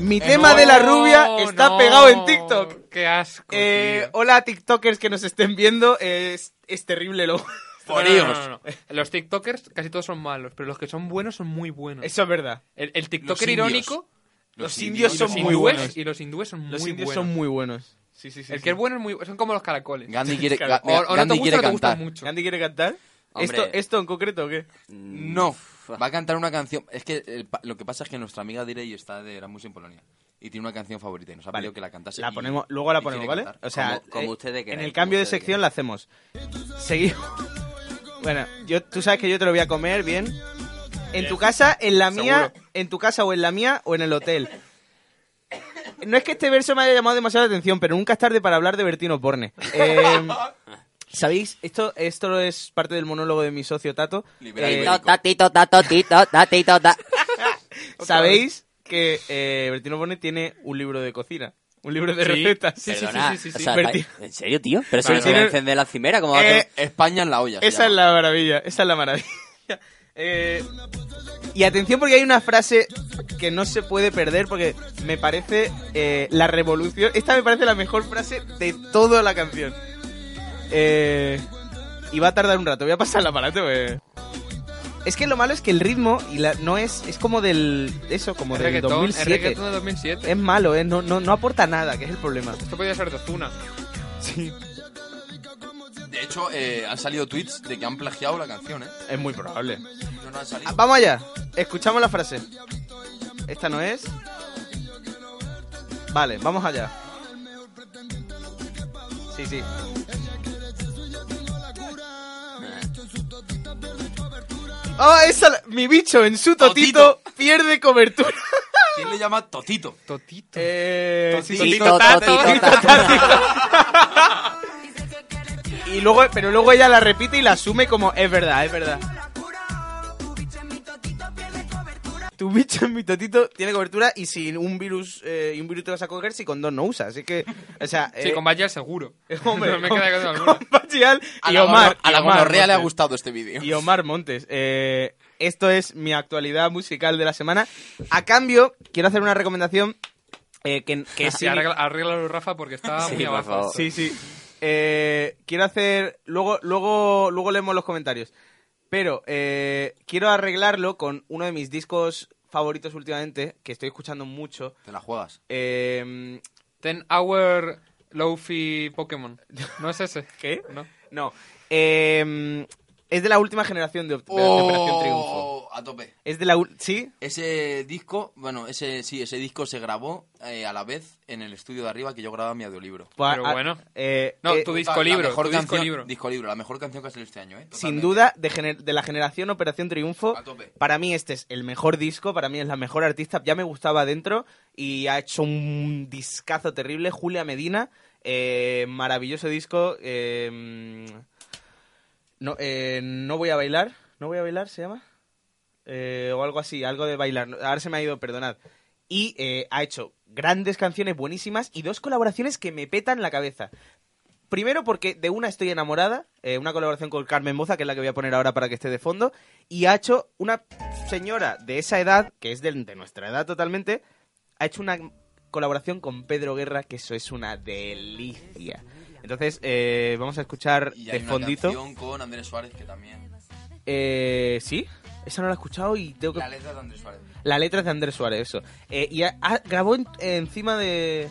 [SPEAKER 4] Mi
[SPEAKER 1] Eh,
[SPEAKER 4] tema
[SPEAKER 1] no,
[SPEAKER 4] de la rubia está
[SPEAKER 1] no,
[SPEAKER 4] pegado en TikTok.
[SPEAKER 1] Qué asco.
[SPEAKER 4] Eh,
[SPEAKER 1] tío.
[SPEAKER 4] hola TikTokers que nos estén viendo, es, es terrible lo...
[SPEAKER 1] No, no, no, no, no. Los TikTokers casi todos son malos, pero los que son buenos son muy buenos.
[SPEAKER 4] Eso es verdad.
[SPEAKER 1] El, el TikToker
[SPEAKER 5] Los indios.
[SPEAKER 1] irónico,
[SPEAKER 4] Los indios
[SPEAKER 1] y
[SPEAKER 4] son
[SPEAKER 1] los
[SPEAKER 4] muy
[SPEAKER 1] hindúes-
[SPEAKER 4] buenos.
[SPEAKER 1] Y los hindúes son
[SPEAKER 4] Los
[SPEAKER 1] muy
[SPEAKER 4] indios
[SPEAKER 1] buenos.
[SPEAKER 4] son muy buenos. Sí, sí, sí.
[SPEAKER 1] el
[SPEAKER 4] sí.
[SPEAKER 1] que es bueno es muy Son como los caracoles.
[SPEAKER 5] Gandhi quiere,
[SPEAKER 4] Claro.
[SPEAKER 5] Ga-
[SPEAKER 1] O- o no te
[SPEAKER 5] Gandhi
[SPEAKER 1] gusta
[SPEAKER 5] quiere
[SPEAKER 1] o te gusta
[SPEAKER 5] cantar.
[SPEAKER 1] mucho.
[SPEAKER 4] ¿Andy quiere cantar?
[SPEAKER 3] Hombre.
[SPEAKER 4] ¿Esto, ¿Esto en concreto o qué? Mm.
[SPEAKER 5] No, va a cantar una canción. Es que eh, pa- lo que pasa es que nuestra amiga Direy está de Erasmus en Polonia. y tiene una canción favorita y nos ha
[SPEAKER 4] Vale.
[SPEAKER 5] pedido que la cantase.
[SPEAKER 4] La
[SPEAKER 5] y-
[SPEAKER 4] ponemos, luego la
[SPEAKER 5] y
[SPEAKER 4] ponemos,
[SPEAKER 5] quiere
[SPEAKER 4] ¿vale?
[SPEAKER 5] cantar.
[SPEAKER 4] O sea,
[SPEAKER 3] Como- como
[SPEAKER 4] eh,
[SPEAKER 3] ustedes
[SPEAKER 4] en
[SPEAKER 3] queráis,
[SPEAKER 4] el cambio
[SPEAKER 3] como
[SPEAKER 4] de
[SPEAKER 3] ustedes
[SPEAKER 4] sección la hacemos. Seguimos. Bueno, yo, tú sabes que yo te lo voy a comer bien. En tu casa, en la mía,
[SPEAKER 1] Seguro.
[SPEAKER 4] en tu casa o en la mía o en el hotel. No es que este verso me haya llamado demasiado la atención, pero nunca es tarde para hablar de Bertino Borne. Eh, ¿Sabéis? Esto, esto es parte del monólogo de mi socio Tato.
[SPEAKER 5] Libera
[SPEAKER 4] Eh,
[SPEAKER 5] el
[SPEAKER 3] Tito, ta, tito, ta, to, tito, ta, tito, ta.
[SPEAKER 4] ¿Sabéis que eh, Bertino Borne tiene un libro de cocina? Un libro de
[SPEAKER 1] Sí,
[SPEAKER 4] recetas.
[SPEAKER 1] sí, sí,
[SPEAKER 3] Perdona,
[SPEAKER 1] sí, sí,
[SPEAKER 3] o
[SPEAKER 1] sí.
[SPEAKER 3] sea,
[SPEAKER 4] Bertino-
[SPEAKER 3] ¿en serio, tío? Pero eso
[SPEAKER 1] Vale,
[SPEAKER 3] no se va a
[SPEAKER 4] vale.
[SPEAKER 3] encender la cimera, ¿cómo va a hacer?
[SPEAKER 4] Eh,
[SPEAKER 5] España en la olla. se
[SPEAKER 4] Esa es
[SPEAKER 5] llama.
[SPEAKER 4] la maravilla, esa es la maravilla. Eh, y atención porque hay una frase que no se puede perder porque me parece eh, la revolución. Esta me parece la mejor frase de toda la canción. Eh, y va a tardar un rato, voy a pasarla para adelante. porque- Es que lo malo es que el ritmo y la, no es es como del eso como
[SPEAKER 1] El
[SPEAKER 4] del
[SPEAKER 1] reggaetón,
[SPEAKER 4] 2007.
[SPEAKER 1] el reggaetón de 2007.
[SPEAKER 4] Es malo, eh, no, no, no aporta nada, que es el problema.
[SPEAKER 1] Esto podía ser de Zuna.
[SPEAKER 5] De hecho, eh, han salido tweets de que han plagiado la canción, ¿eh?
[SPEAKER 4] Es muy probable.
[SPEAKER 5] No, no han salido.
[SPEAKER 4] Ah, Vamos allá. Escuchamos la frase. Esta no es. Vale, vamos allá. Sí, sí. Ah, esa la- mi bicho en su totito, pierde cobertura.
[SPEAKER 5] ¿Quién le llama Totito?
[SPEAKER 1] Totito.
[SPEAKER 4] Eh, sí,
[SPEAKER 1] Totito,
[SPEAKER 4] sí,
[SPEAKER 3] Tito,
[SPEAKER 1] tato.
[SPEAKER 3] totito, ta.
[SPEAKER 4] y luego, pero luego ella la repite y la asume como es verdad, es verdad. Tu bicho en mi totito tiene cobertura y si un virus eh, y un virus te vas a coger si con dos no usas, así que, o sea,
[SPEAKER 1] Sí,
[SPEAKER 4] eh,
[SPEAKER 1] con Bayal seguro.
[SPEAKER 4] hombre,
[SPEAKER 1] no me
[SPEAKER 4] con-
[SPEAKER 1] queda que alguna.
[SPEAKER 4] con Pachial
[SPEAKER 5] A
[SPEAKER 4] y
[SPEAKER 5] la
[SPEAKER 4] Omar,
[SPEAKER 5] gono- a
[SPEAKER 4] y
[SPEAKER 5] la
[SPEAKER 4] Omar
[SPEAKER 5] gonorrea le ha
[SPEAKER 4] Montes.
[SPEAKER 5] gustado este vídeo.
[SPEAKER 4] Y Omar Montes. Eh, esto es mi actualidad musical de la semana. A cambio, quiero hacer una recomendación eh, que, que
[SPEAKER 1] Sí,
[SPEAKER 4] sí.
[SPEAKER 1] arregla, arréglalo, Rafa, porque está
[SPEAKER 3] Sí,
[SPEAKER 1] muy
[SPEAKER 3] por
[SPEAKER 1] abajo.
[SPEAKER 3] favor.
[SPEAKER 4] Sí, sí. Eh, quiero hacer. Luego, luego, luego leemos los comentarios. Pero eh, quiero arreglarlo con uno de mis discos favoritos últimamente, que estoy escuchando mucho.
[SPEAKER 5] Te la juegas.
[SPEAKER 4] Eh,
[SPEAKER 1] Ten Hour Lofi Pokémon. ¿No es ese?
[SPEAKER 4] ¿Qué?
[SPEAKER 1] No.
[SPEAKER 4] No. Eh, es de la última generación de, Op- de Operación Triunfo.
[SPEAKER 5] Oh, A tope.
[SPEAKER 4] Es de la. ul- ¿Sí?
[SPEAKER 5] Ese disco, bueno, ese sí, ese disco se grabó eh, a la vez en el estudio de arriba que yo grababa mi audiolibro.
[SPEAKER 4] Pues,
[SPEAKER 1] Pero
[SPEAKER 4] ah,
[SPEAKER 1] bueno.
[SPEAKER 4] eh,
[SPEAKER 1] No,
[SPEAKER 4] eh,
[SPEAKER 1] tu
[SPEAKER 5] La- la
[SPEAKER 1] disco libro.
[SPEAKER 5] mejor
[SPEAKER 1] tu disco
[SPEAKER 5] canción-
[SPEAKER 1] libro.
[SPEAKER 5] discolibro, la mejor canción que ha salido este año, ¿eh?
[SPEAKER 4] Sin
[SPEAKER 5] Totalmente.
[SPEAKER 4] duda, de, gener- de la generación Operación Triunfo,
[SPEAKER 5] A tope.
[SPEAKER 4] para mí este es el mejor disco, para mí es la mejor artista, ya me gustaba adentro y ha hecho un discazo terrible, Julia Medina, eh, maravilloso disco, eh, no, eh, no voy a bailar, no voy a bailar se llama, Eh, o algo así, algo de bailar, no- ahora se me ha ido, perdonad, y eh, ha hecho grandes canciones buenísimas y dos colaboraciones que me petan la cabeza. Primero porque de una estoy enamorada, eh, una colaboración con Carmen Moza, que es la que voy a poner ahora para que esté de fondo, y ha hecho una señora de esa edad, que es del- de nuestra edad totalmente, ha hecho una colaboración con Pedro Guerra, que eso es una delicia. Entonces, eh, vamos a escuchar
[SPEAKER 5] Y
[SPEAKER 4] de
[SPEAKER 5] hay una
[SPEAKER 4] fondito.
[SPEAKER 5] canción con Andrés Suárez que también.
[SPEAKER 4] Eh, ¿Sí? Esa no la he escuchado y tengo que...
[SPEAKER 5] La letra de Andrés Suárez.
[SPEAKER 4] La letra es de Andrés Suárez, eso. Eh, y ha- ha- grabó en- encima de...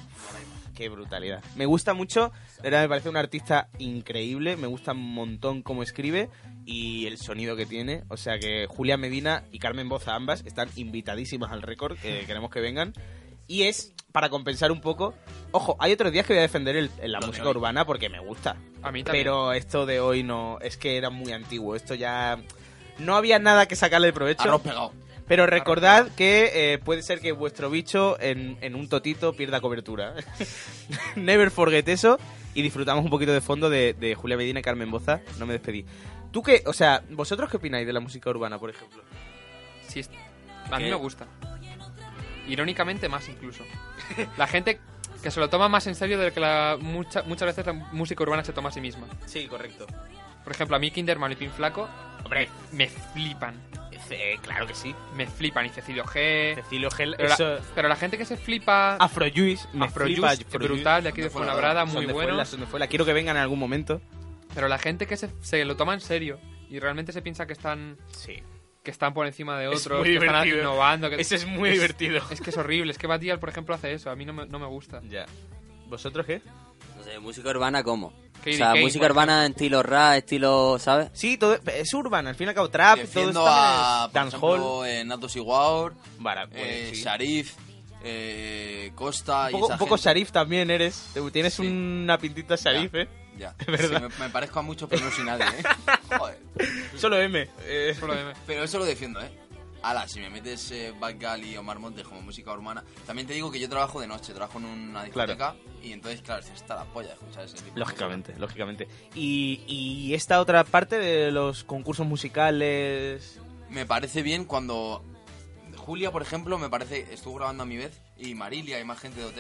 [SPEAKER 4] Qué brutalidad. Me gusta mucho, de verdad me parece un artista increíble, me gusta un montón cómo escribe y el sonido que tiene. O sea que Julia Medina y Carmen Boza ambas están invitadísimas al récord, que queremos que vengan. Y es para compensar un poco... Ojo, hay otros días que voy a defender el- la
[SPEAKER 5] Lo de
[SPEAKER 4] música
[SPEAKER 5] hoy.
[SPEAKER 4] urbana porque me gusta.
[SPEAKER 1] A mí también.
[SPEAKER 4] Pero esto de hoy no, es que era muy antiguo, esto ya... No había nada que sacarle de provecho.
[SPEAKER 5] Arroz pegado.
[SPEAKER 4] Pero recordad que eh, puede ser que vuestro bicho en, en un totito pierda cobertura. Never forget eso. Y disfrutamos un poquito de fondo de, de Julia Medina y Carmen Boza. No me despedí. ¿Tú qué? O sea, ¿vosotros qué opináis de la música urbana, por ejemplo?
[SPEAKER 1] Sí, es- a mí me gusta. Irónicamente más incluso. La gente que se lo toma más en serio de lo que la, mucha- muchas veces la música urbana se toma a sí misma.
[SPEAKER 4] Sí, correcto.
[SPEAKER 1] Por ejemplo, a mí Kinderman y Pin Flaco
[SPEAKER 4] Hombre,
[SPEAKER 1] me flipan.
[SPEAKER 4] eh, claro que sí.
[SPEAKER 1] Me flipan. Y Cecilio G.
[SPEAKER 4] Cecilio Gel,
[SPEAKER 1] Pero,
[SPEAKER 4] eso...
[SPEAKER 1] la, pero la gente que se flipa...
[SPEAKER 4] Afrojuice, me
[SPEAKER 1] Afrojuice,
[SPEAKER 4] flipa
[SPEAKER 1] que
[SPEAKER 4] Afrojuice.
[SPEAKER 1] brutal, de aquí de
[SPEAKER 5] Son de
[SPEAKER 1] Fuenlabrada,
[SPEAKER 4] Son
[SPEAKER 1] muy
[SPEAKER 4] de
[SPEAKER 1] bueno.
[SPEAKER 4] Fuenla, son de Fuenla. Quiero que vengan en algún momento.
[SPEAKER 1] Pero la gente que se, se lo toma en serio y realmente se piensa que están
[SPEAKER 4] Sí.
[SPEAKER 1] que están por encima de otros,
[SPEAKER 4] muy
[SPEAKER 1] que están
[SPEAKER 4] divertido.
[SPEAKER 1] innovando. Que...
[SPEAKER 4] Ese es muy divertido.
[SPEAKER 1] Es que es horrible. Es que Batial, por ejemplo, hace eso. A mí no me, no me gusta.
[SPEAKER 4] Ya. ¿Vosotros qué?
[SPEAKER 3] No sé, música urbana, ¿cómo?
[SPEAKER 1] Katy
[SPEAKER 3] o sea,
[SPEAKER 1] Kane,
[SPEAKER 3] música
[SPEAKER 1] por
[SPEAKER 3] urbana estilo rap, estilo, ¿sabes?
[SPEAKER 4] Sí, todo es urbana, al fin y al cabo trap, todo
[SPEAKER 5] Defiendo
[SPEAKER 4] esto
[SPEAKER 5] a,
[SPEAKER 4] es
[SPEAKER 5] por
[SPEAKER 4] dancehall.
[SPEAKER 5] ejemplo, eh, Nato Siguaur,
[SPEAKER 4] Vara-
[SPEAKER 5] eh,
[SPEAKER 4] bueno, sí.
[SPEAKER 5] Sharif, eh, Costa
[SPEAKER 4] Un
[SPEAKER 5] y
[SPEAKER 4] poco,
[SPEAKER 5] esa
[SPEAKER 4] un poco
[SPEAKER 5] gente.
[SPEAKER 4] Sharif también eres. Tú Tienes
[SPEAKER 5] Sí.
[SPEAKER 4] una pintita Sharif, ¿eh?
[SPEAKER 5] Ya,
[SPEAKER 4] Es verdad.
[SPEAKER 5] Sí, me, me parezco a muchos, pero no soy nadie, ¿eh? Joder.
[SPEAKER 4] Solo M. eh.
[SPEAKER 1] Solo M.
[SPEAKER 5] Pero eso lo defiendo, ¿eh? Ala, si me metes eh, Bad Gal y Omar Montes como música urbana... También te digo que yo trabajo de noche, trabajo en una discoteca y entonces, claro, se está la polla de escuchar ese tipo de
[SPEAKER 4] Lógicamente, lógicamente. Y, y esta otra parte de los concursos musicales.
[SPEAKER 5] música. Me parece bien cuando... Julia, por ejemplo, me parece... Estuvo grabando a mi vez y Marilia y más gente de OT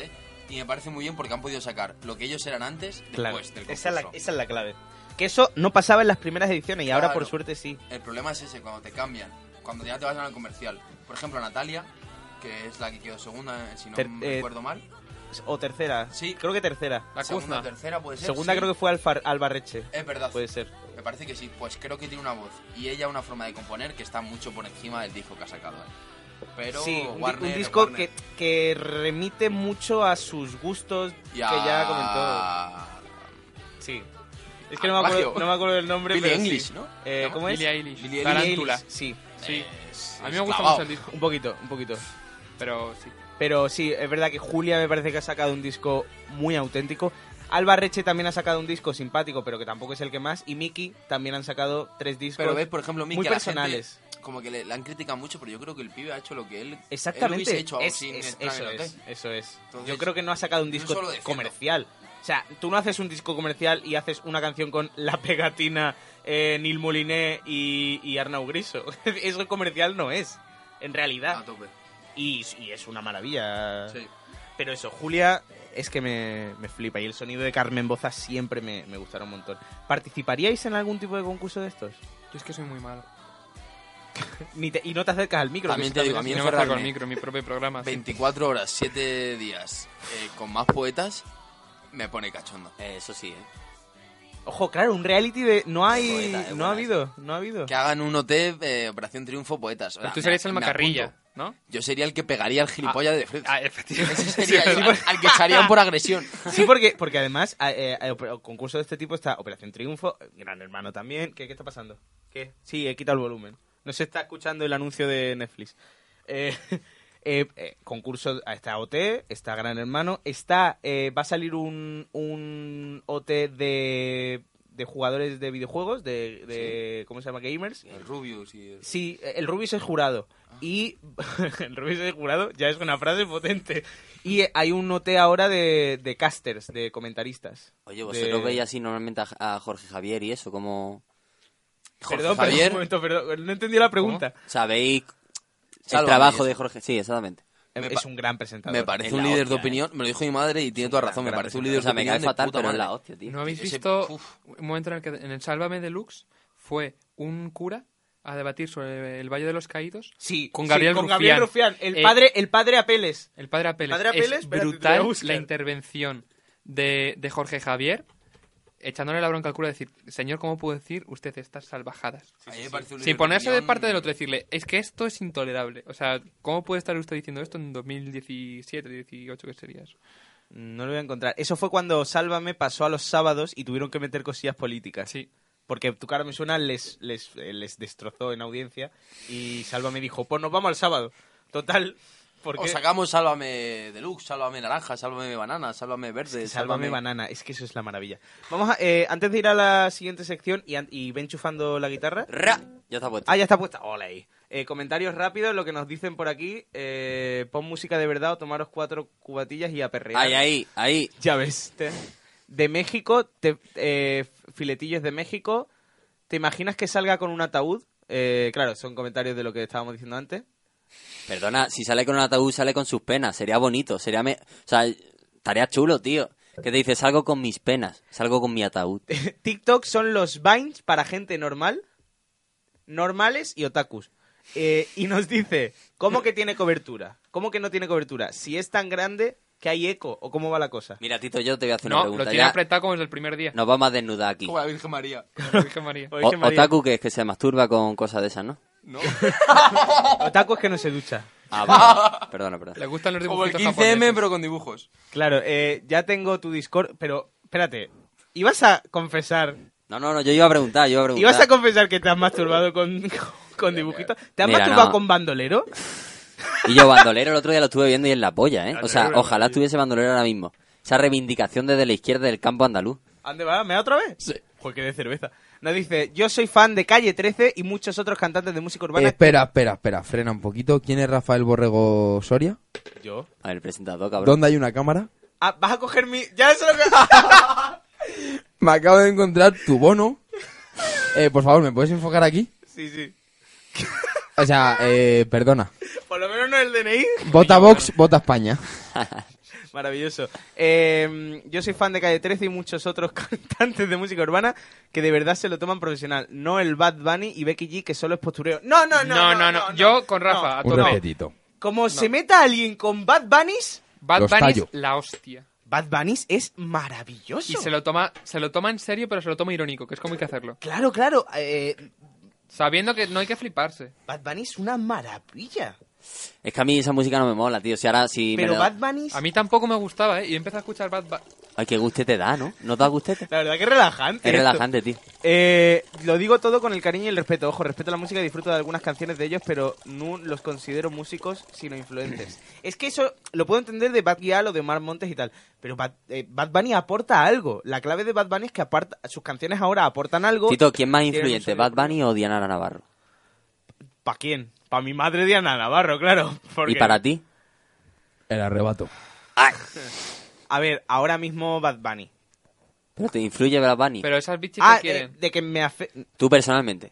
[SPEAKER 5] y me parece muy bien porque han podido sacar lo que ellos eran antes después del concurso.
[SPEAKER 4] esa, es la, esa es la clave. Que eso no pasaba en las primeras ediciones y ahora
[SPEAKER 5] Claro.
[SPEAKER 4] por suerte sí.
[SPEAKER 5] El problema es ese, cuando te cambian, cuando ya te vas al comercial. Por ejemplo, Natalia, que es la que quedó segunda, eh, si no
[SPEAKER 4] Ter-
[SPEAKER 5] me
[SPEAKER 4] eh,
[SPEAKER 5] recuerdo mal.
[SPEAKER 4] O tercera.
[SPEAKER 5] Sí.
[SPEAKER 4] Creo que tercera.
[SPEAKER 1] La
[SPEAKER 5] segunda
[SPEAKER 1] Cuzna.
[SPEAKER 5] o tercera puede ser.
[SPEAKER 4] Segunda
[SPEAKER 5] sí.
[SPEAKER 4] creo que fue Alfar- Albarreche.
[SPEAKER 5] Es verdad.
[SPEAKER 4] Puede ser.
[SPEAKER 5] Me parece que sí. Pues creo que tiene una voz y ella una forma de componer que está mucho por encima del disco que ha sacado. eh. Pero
[SPEAKER 4] sí, un, di-
[SPEAKER 5] Warner,
[SPEAKER 4] un disco que,
[SPEAKER 5] Warner.
[SPEAKER 4] que remite mucho a sus gustos
[SPEAKER 5] Y a-
[SPEAKER 4] que ya comentó. Sí. Es que no me
[SPEAKER 5] Plagio.
[SPEAKER 4] acuerdo, no me acuerdo del nombre.
[SPEAKER 5] Billie
[SPEAKER 4] pero sí.
[SPEAKER 5] English, ¿no?
[SPEAKER 4] Eh,
[SPEAKER 5] ¿No?
[SPEAKER 4] ¿Cómo es?
[SPEAKER 1] Billie Eilish.
[SPEAKER 5] Billie
[SPEAKER 1] Tarántula.
[SPEAKER 4] Eilish, Sí,
[SPEAKER 1] Sí.
[SPEAKER 5] Es-
[SPEAKER 1] A mí
[SPEAKER 5] es
[SPEAKER 1] me gusta
[SPEAKER 5] clavao.
[SPEAKER 1] mucho el disco,
[SPEAKER 4] un poquito, un poquito.
[SPEAKER 1] pero sí.
[SPEAKER 4] Pero sí, es verdad que Julia me parece que ha sacado un disco muy auténtico. Alba Reche también ha sacado un disco simpático, pero que tampoco es el que más. Y Miki también han sacado tres discos.
[SPEAKER 5] Pero ves, por ejemplo, Mick,
[SPEAKER 4] muy
[SPEAKER 5] que la gente
[SPEAKER 4] personales.
[SPEAKER 5] como que le, le han criticado mucho, pero yo creo que el pibe ha hecho lo que él, él
[SPEAKER 4] Exactamente.
[SPEAKER 5] hubiese hecho aún
[SPEAKER 4] Es-
[SPEAKER 5] sin
[SPEAKER 4] es-
[SPEAKER 5] entrar en
[SPEAKER 4] eso,
[SPEAKER 5] el
[SPEAKER 4] es,
[SPEAKER 5] hotel.
[SPEAKER 4] eso es.
[SPEAKER 5] Entonces,
[SPEAKER 4] Yo creo que no ha sacado un
[SPEAKER 5] yo
[SPEAKER 4] disco
[SPEAKER 5] solo defiendo.
[SPEAKER 4] comercial. O sea, tú no haces un disco comercial y haces una canción con La Pegatina, eh, Nil Moliné y, y Arnau Griso. eso comercial no es, en
[SPEAKER 5] A
[SPEAKER 4] realidad.
[SPEAKER 5] tope.
[SPEAKER 4] Y, y es una maravilla.
[SPEAKER 5] Ah. Sí.
[SPEAKER 4] Pero eso, Julia es que me, me flipa. Y el sonido de Carmen Boza siempre me, me gustaron un montón. ¿Participaríais en algún tipo de concurso de estos?
[SPEAKER 1] Yo es que soy muy malo.
[SPEAKER 4] Ni te- y no te acercas al micro. que
[SPEAKER 5] También
[SPEAKER 4] eso
[SPEAKER 5] te digo, a mí
[SPEAKER 1] Y no me
[SPEAKER 5] encerrarme
[SPEAKER 1] acerco al micro, mi propio programa. sí.
[SPEAKER 5] 24 horas, 7 días, eh, con más poetas, me pone cachondo.
[SPEAKER 3] Eh, eso sí, ¿eh?
[SPEAKER 4] Ojo, claro, un reality de... No hay...
[SPEAKER 3] Poeta, es
[SPEAKER 4] no ha
[SPEAKER 3] buena
[SPEAKER 4] habido, no ha habido.
[SPEAKER 5] Que hagan un OT, eh, Operación Triunfo, poetas. O sea,
[SPEAKER 1] Pero tú
[SPEAKER 5] me-
[SPEAKER 1] serías el
[SPEAKER 5] me
[SPEAKER 1] macarrilla,
[SPEAKER 5] apunto.
[SPEAKER 1] ¿no?
[SPEAKER 5] Yo sería el que pegaría al gilipollas de frente.
[SPEAKER 1] Ah, efectivamente.
[SPEAKER 5] Ese sería yo, al, al que echarían por agresión.
[SPEAKER 4] Sí, porque, porque además, a- eh, a- oper- concurso de este tipo está Operación Triunfo, Gran Hermano también. ¿Qué, qué está pasando? ¿Qué? Sí, he quitado el volumen. No se está escuchando el anuncio de Netflix. Eh, eh, eh, concurso, ah, está OT, está Gran Hermano, está, eh, va a salir un, un OT de, de jugadores de videojuegos, de, de- ¿cómo se llama? Gamers.
[SPEAKER 5] El Rubius y el...
[SPEAKER 4] Sí, el Rubius es jurado. Y el Rubius es jurado ya es una frase potente. Y hay un OT ahora de, de casters, de comentaristas.
[SPEAKER 3] Oye,
[SPEAKER 4] De-
[SPEAKER 3] vosotros veis así normalmente a, a Jorge Javier y eso, como...
[SPEAKER 4] Perdón, perdón,
[SPEAKER 5] Javier.
[SPEAKER 4] un momento, perdón, no entendí la pregunta.
[SPEAKER 3] ¿Sabéis el
[SPEAKER 5] Sálvame,
[SPEAKER 3] trabajo
[SPEAKER 5] eso.
[SPEAKER 3] de Jorge? Sí, exactamente.
[SPEAKER 5] Me
[SPEAKER 4] Eh, es
[SPEAKER 5] pa-
[SPEAKER 4] un gran presentador.
[SPEAKER 5] Me parece
[SPEAKER 3] Es
[SPEAKER 5] un
[SPEAKER 3] la
[SPEAKER 5] líder de
[SPEAKER 3] hostia, eh.
[SPEAKER 5] opinión. Me lo dijo mi madre y tiene toda razón. Me
[SPEAKER 4] gran
[SPEAKER 5] parece un líder
[SPEAKER 3] O
[SPEAKER 5] de
[SPEAKER 3] sea, me
[SPEAKER 5] opinión
[SPEAKER 3] cae
[SPEAKER 5] de
[SPEAKER 3] fatal,
[SPEAKER 5] puta
[SPEAKER 3] pero es
[SPEAKER 5] madre.
[SPEAKER 3] la hostia, tío.
[SPEAKER 1] ¿No habéis
[SPEAKER 5] Ese-
[SPEAKER 1] visto
[SPEAKER 5] uf.
[SPEAKER 1] un momento en el que en el Sálvame Deluxe fue un cura a debatir sobre el Valle de los Caídos?
[SPEAKER 4] Sí,
[SPEAKER 1] con
[SPEAKER 4] sí,
[SPEAKER 1] Gabriel
[SPEAKER 4] con Gabriel
[SPEAKER 1] Rufián.
[SPEAKER 4] Rufián. El,
[SPEAKER 1] Eh,
[SPEAKER 4] padre, el padre Apeles.
[SPEAKER 1] El padre Apeles.
[SPEAKER 4] Padre Apeles,
[SPEAKER 1] es
[SPEAKER 4] espérate, te lo voy a
[SPEAKER 1] brutal
[SPEAKER 4] buscar.
[SPEAKER 1] la intervención de, de Jorge Javier echándole la bronca al cura decir, señor, ¿cómo puedo decir usted estas salvajadas?
[SPEAKER 5] A mí me parece un líder
[SPEAKER 1] Sin ponerse de
[SPEAKER 5] opinión.
[SPEAKER 1] parte del otro, decirle, es que esto es intolerable. O sea, ¿cómo puede estar usted diciendo esto en 2017, 18, que sería eso?
[SPEAKER 4] No lo voy a encontrar. Eso fue cuando Sálvame pasó a los sábados y tuvieron que meter cosillas políticas.
[SPEAKER 1] Sí.
[SPEAKER 4] Porque tu cara me suena les, les, eh, les destrozó en audiencia y Sálvame dijo, pues nos vamos al sábado. Total, porque...
[SPEAKER 5] O sacamos Sálvame Deluxe, Sálvame Naranja, Sálvame Banana, Sálvame Verde,
[SPEAKER 4] Sálvame banana, es que eso es la maravilla. Vamos a, eh, antes de ir a la siguiente sección y, an- y ve enchufando la guitarra.
[SPEAKER 3] Ra, Ya está puesto.
[SPEAKER 4] Ah, ya está puesta. Hola ahí. Eh, comentarios rápidos, lo que nos dicen por aquí. eh, pon música de verdad o tomaros cuatro cubatillas y a perrear.
[SPEAKER 3] Ahí, ahí, ahí.
[SPEAKER 4] Ya ves. Te- De México, te- eh, filetillos de México. ¿Te imaginas que salga con un ataúd? Eh, claro, son comentarios de lo que estábamos diciendo antes.
[SPEAKER 3] Perdona, si sale con un ataúd, sale con sus penas. Sería bonito, sería... me- O sea, estaría chulo, tío. Que te dice, salgo con mis penas, salgo con mi ataúd.
[SPEAKER 4] TikTok son los vines para gente normal, normales y otakus. Eh, y nos dice, ¿cómo que tiene cobertura? ¿Cómo que no tiene cobertura? Si es tan grande que hay eco, ¿o cómo va la cosa?
[SPEAKER 3] Mira, Tito, yo te voy a hacer
[SPEAKER 1] No,
[SPEAKER 3] una
[SPEAKER 1] lo
[SPEAKER 3] pregunta.
[SPEAKER 1] tiene
[SPEAKER 3] ya
[SPEAKER 1] apretado como desde el primer día.
[SPEAKER 3] nos vamos a desnudar aquí.
[SPEAKER 5] Como la Virgen María.
[SPEAKER 1] Virgen María.
[SPEAKER 4] Oye,
[SPEAKER 3] O-
[SPEAKER 4] que María-
[SPEAKER 3] otaku, que es que se masturba con cosas de esas, ¿no?
[SPEAKER 5] ¿No?
[SPEAKER 4] Otaku es que no se ducha.
[SPEAKER 3] Ah, vale. perdona, perdona.
[SPEAKER 1] Le gustan los
[SPEAKER 5] Como el
[SPEAKER 1] dibujitos
[SPEAKER 5] 15M,
[SPEAKER 1] japoneses.
[SPEAKER 5] pero con dibujos.
[SPEAKER 4] Claro, eh, ya tengo tu Discord, pero espérate, ¿ibas a confesar,
[SPEAKER 3] No, no, no, yo iba a preguntar, yo iba a preguntar.
[SPEAKER 4] ibas a confesar que te has masturbado con, con dibujitos? ¿Te has
[SPEAKER 3] Mira,
[SPEAKER 4] masturbado
[SPEAKER 3] no.
[SPEAKER 4] con bandolero?
[SPEAKER 3] Y yo, bandolero, el otro día lo estuve viendo y es la polla, ¿eh? O sea,
[SPEAKER 7] Bandolero,
[SPEAKER 3] ojalá
[SPEAKER 7] sí.
[SPEAKER 3] estuviese bandolero ahora mismo. Esa reivindicación desde la izquierda del campo andaluz.
[SPEAKER 4] ¿Ande va? ¿Me da otra vez? Sí. Porque de cerveza. Nos dice, yo soy fan de Calle 13 y muchos otros cantantes de
[SPEAKER 3] Eh,
[SPEAKER 4] música urbana.
[SPEAKER 6] espera, espera, espera, frena un poquito. ¿Quién es Rafael Borrego Soria?
[SPEAKER 4] Yo.
[SPEAKER 3] A ver, presentador, cabrón.
[SPEAKER 6] ¿Dónde hay una cámara?
[SPEAKER 4] Ah, vas a coger mi... Ya sé lo que...
[SPEAKER 6] Me acabo de encontrar tu bono. Eh, por favor, ¿me puedes enfocar aquí?
[SPEAKER 4] sí, sí.
[SPEAKER 6] O sea, eh, perdona.
[SPEAKER 4] Por lo menos no es el DNI.
[SPEAKER 6] Vota Vox, vota España.
[SPEAKER 4] Maravilloso. Eh, yo soy fan de Calle 13 y muchos otros cantantes de música urbana que de verdad se lo toman profesional. No el Bad Bunny y Becky G, que solo es postureo. No, no, no. No,
[SPEAKER 1] No, no, no. Yo con Rafa, a
[SPEAKER 4] No.
[SPEAKER 6] Un
[SPEAKER 1] tope.
[SPEAKER 6] repetito.
[SPEAKER 4] Como se meta alguien con Bad Bunnies,
[SPEAKER 1] Bad
[SPEAKER 6] Los
[SPEAKER 1] Bunny es
[SPEAKER 6] tallo.
[SPEAKER 1] la hostia.
[SPEAKER 4] Bad Bunnies es maravilloso.
[SPEAKER 1] Y se lo toma, se lo toma en serio, pero se lo toma irónico, que es como hay que hacerlo.
[SPEAKER 4] Claro, claro. eh,
[SPEAKER 1] Sabiendo que no hay que fliparse.
[SPEAKER 4] Bad Bunny es una maravilla.
[SPEAKER 3] Es que a mí esa música no me mola, tío. Si ahora si me
[SPEAKER 4] Pero
[SPEAKER 3] da-
[SPEAKER 4] Bad Bunnies...
[SPEAKER 1] A mí tampoco me gustaba, ¿eh? Y empecé a escuchar Bad Bunny.
[SPEAKER 3] Ay, qué guste te da, ¿no? ¿No te da gustete?
[SPEAKER 4] La verdad que es relajante.
[SPEAKER 3] Es
[SPEAKER 4] esto.
[SPEAKER 3] relajante, tío.
[SPEAKER 4] Eh, lo digo todo con el cariño y el respeto. Ojo, respeto la música y disfruto de algunas canciones de ellos, pero no los considero músicos, sino influentes. es que eso lo puedo entender de Bad Gyal o de Mar Montes y tal, pero Bad, eh, Bad Bunny aporta algo. La clave de Bad Bunny es que aparta, sus canciones ahora aportan algo.
[SPEAKER 3] Tito, ¿quién más
[SPEAKER 4] Tienen un
[SPEAKER 3] influyente,
[SPEAKER 4] sonido
[SPEAKER 3] Bad Bunny o Diana Navarro?
[SPEAKER 4] ¿Para quién? Para mi madre Diana Navarro, claro. porque-
[SPEAKER 3] ¿Y para ti?
[SPEAKER 6] El arrebato.
[SPEAKER 4] A ver, ahora mismo Bad Bunny.
[SPEAKER 3] ¿Pero te influye Bad Bunny?
[SPEAKER 1] Pero esas bichis
[SPEAKER 4] Ah,
[SPEAKER 1] que quieren.
[SPEAKER 4] eh, de que me afecta...
[SPEAKER 3] Tú personalmente.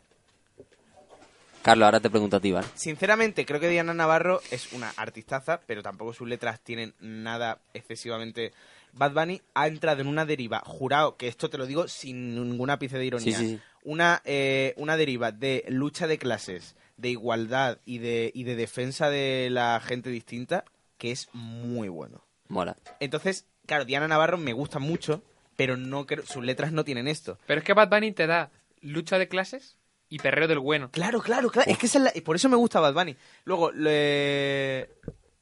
[SPEAKER 3] Carlos, ahora te pregunto a ti, ¿vale?
[SPEAKER 4] Sinceramente, creo que Diana Navarro es una artistaza, pero tampoco sus letras tienen nada excesivamente. Bad Bunny ha entrado en una deriva, jurado, que esto te lo digo sin ningún ápice de ironía.
[SPEAKER 3] Sí, sí, sí.
[SPEAKER 4] Una, eh, una deriva de lucha de clases, de igualdad y de, y de defensa de la gente distinta, que es muy bueno.
[SPEAKER 3] Mola.
[SPEAKER 4] Entonces, claro, Diana Navarro me gusta mucho, pero no creo, sus letras no tienen esto.
[SPEAKER 1] Pero es que Bad Bunny te da lucha de clases y perreo del bueno.
[SPEAKER 4] Claro, claro, claro. Es que esa es la- y por eso me gusta Bad Bunny. Luego, le-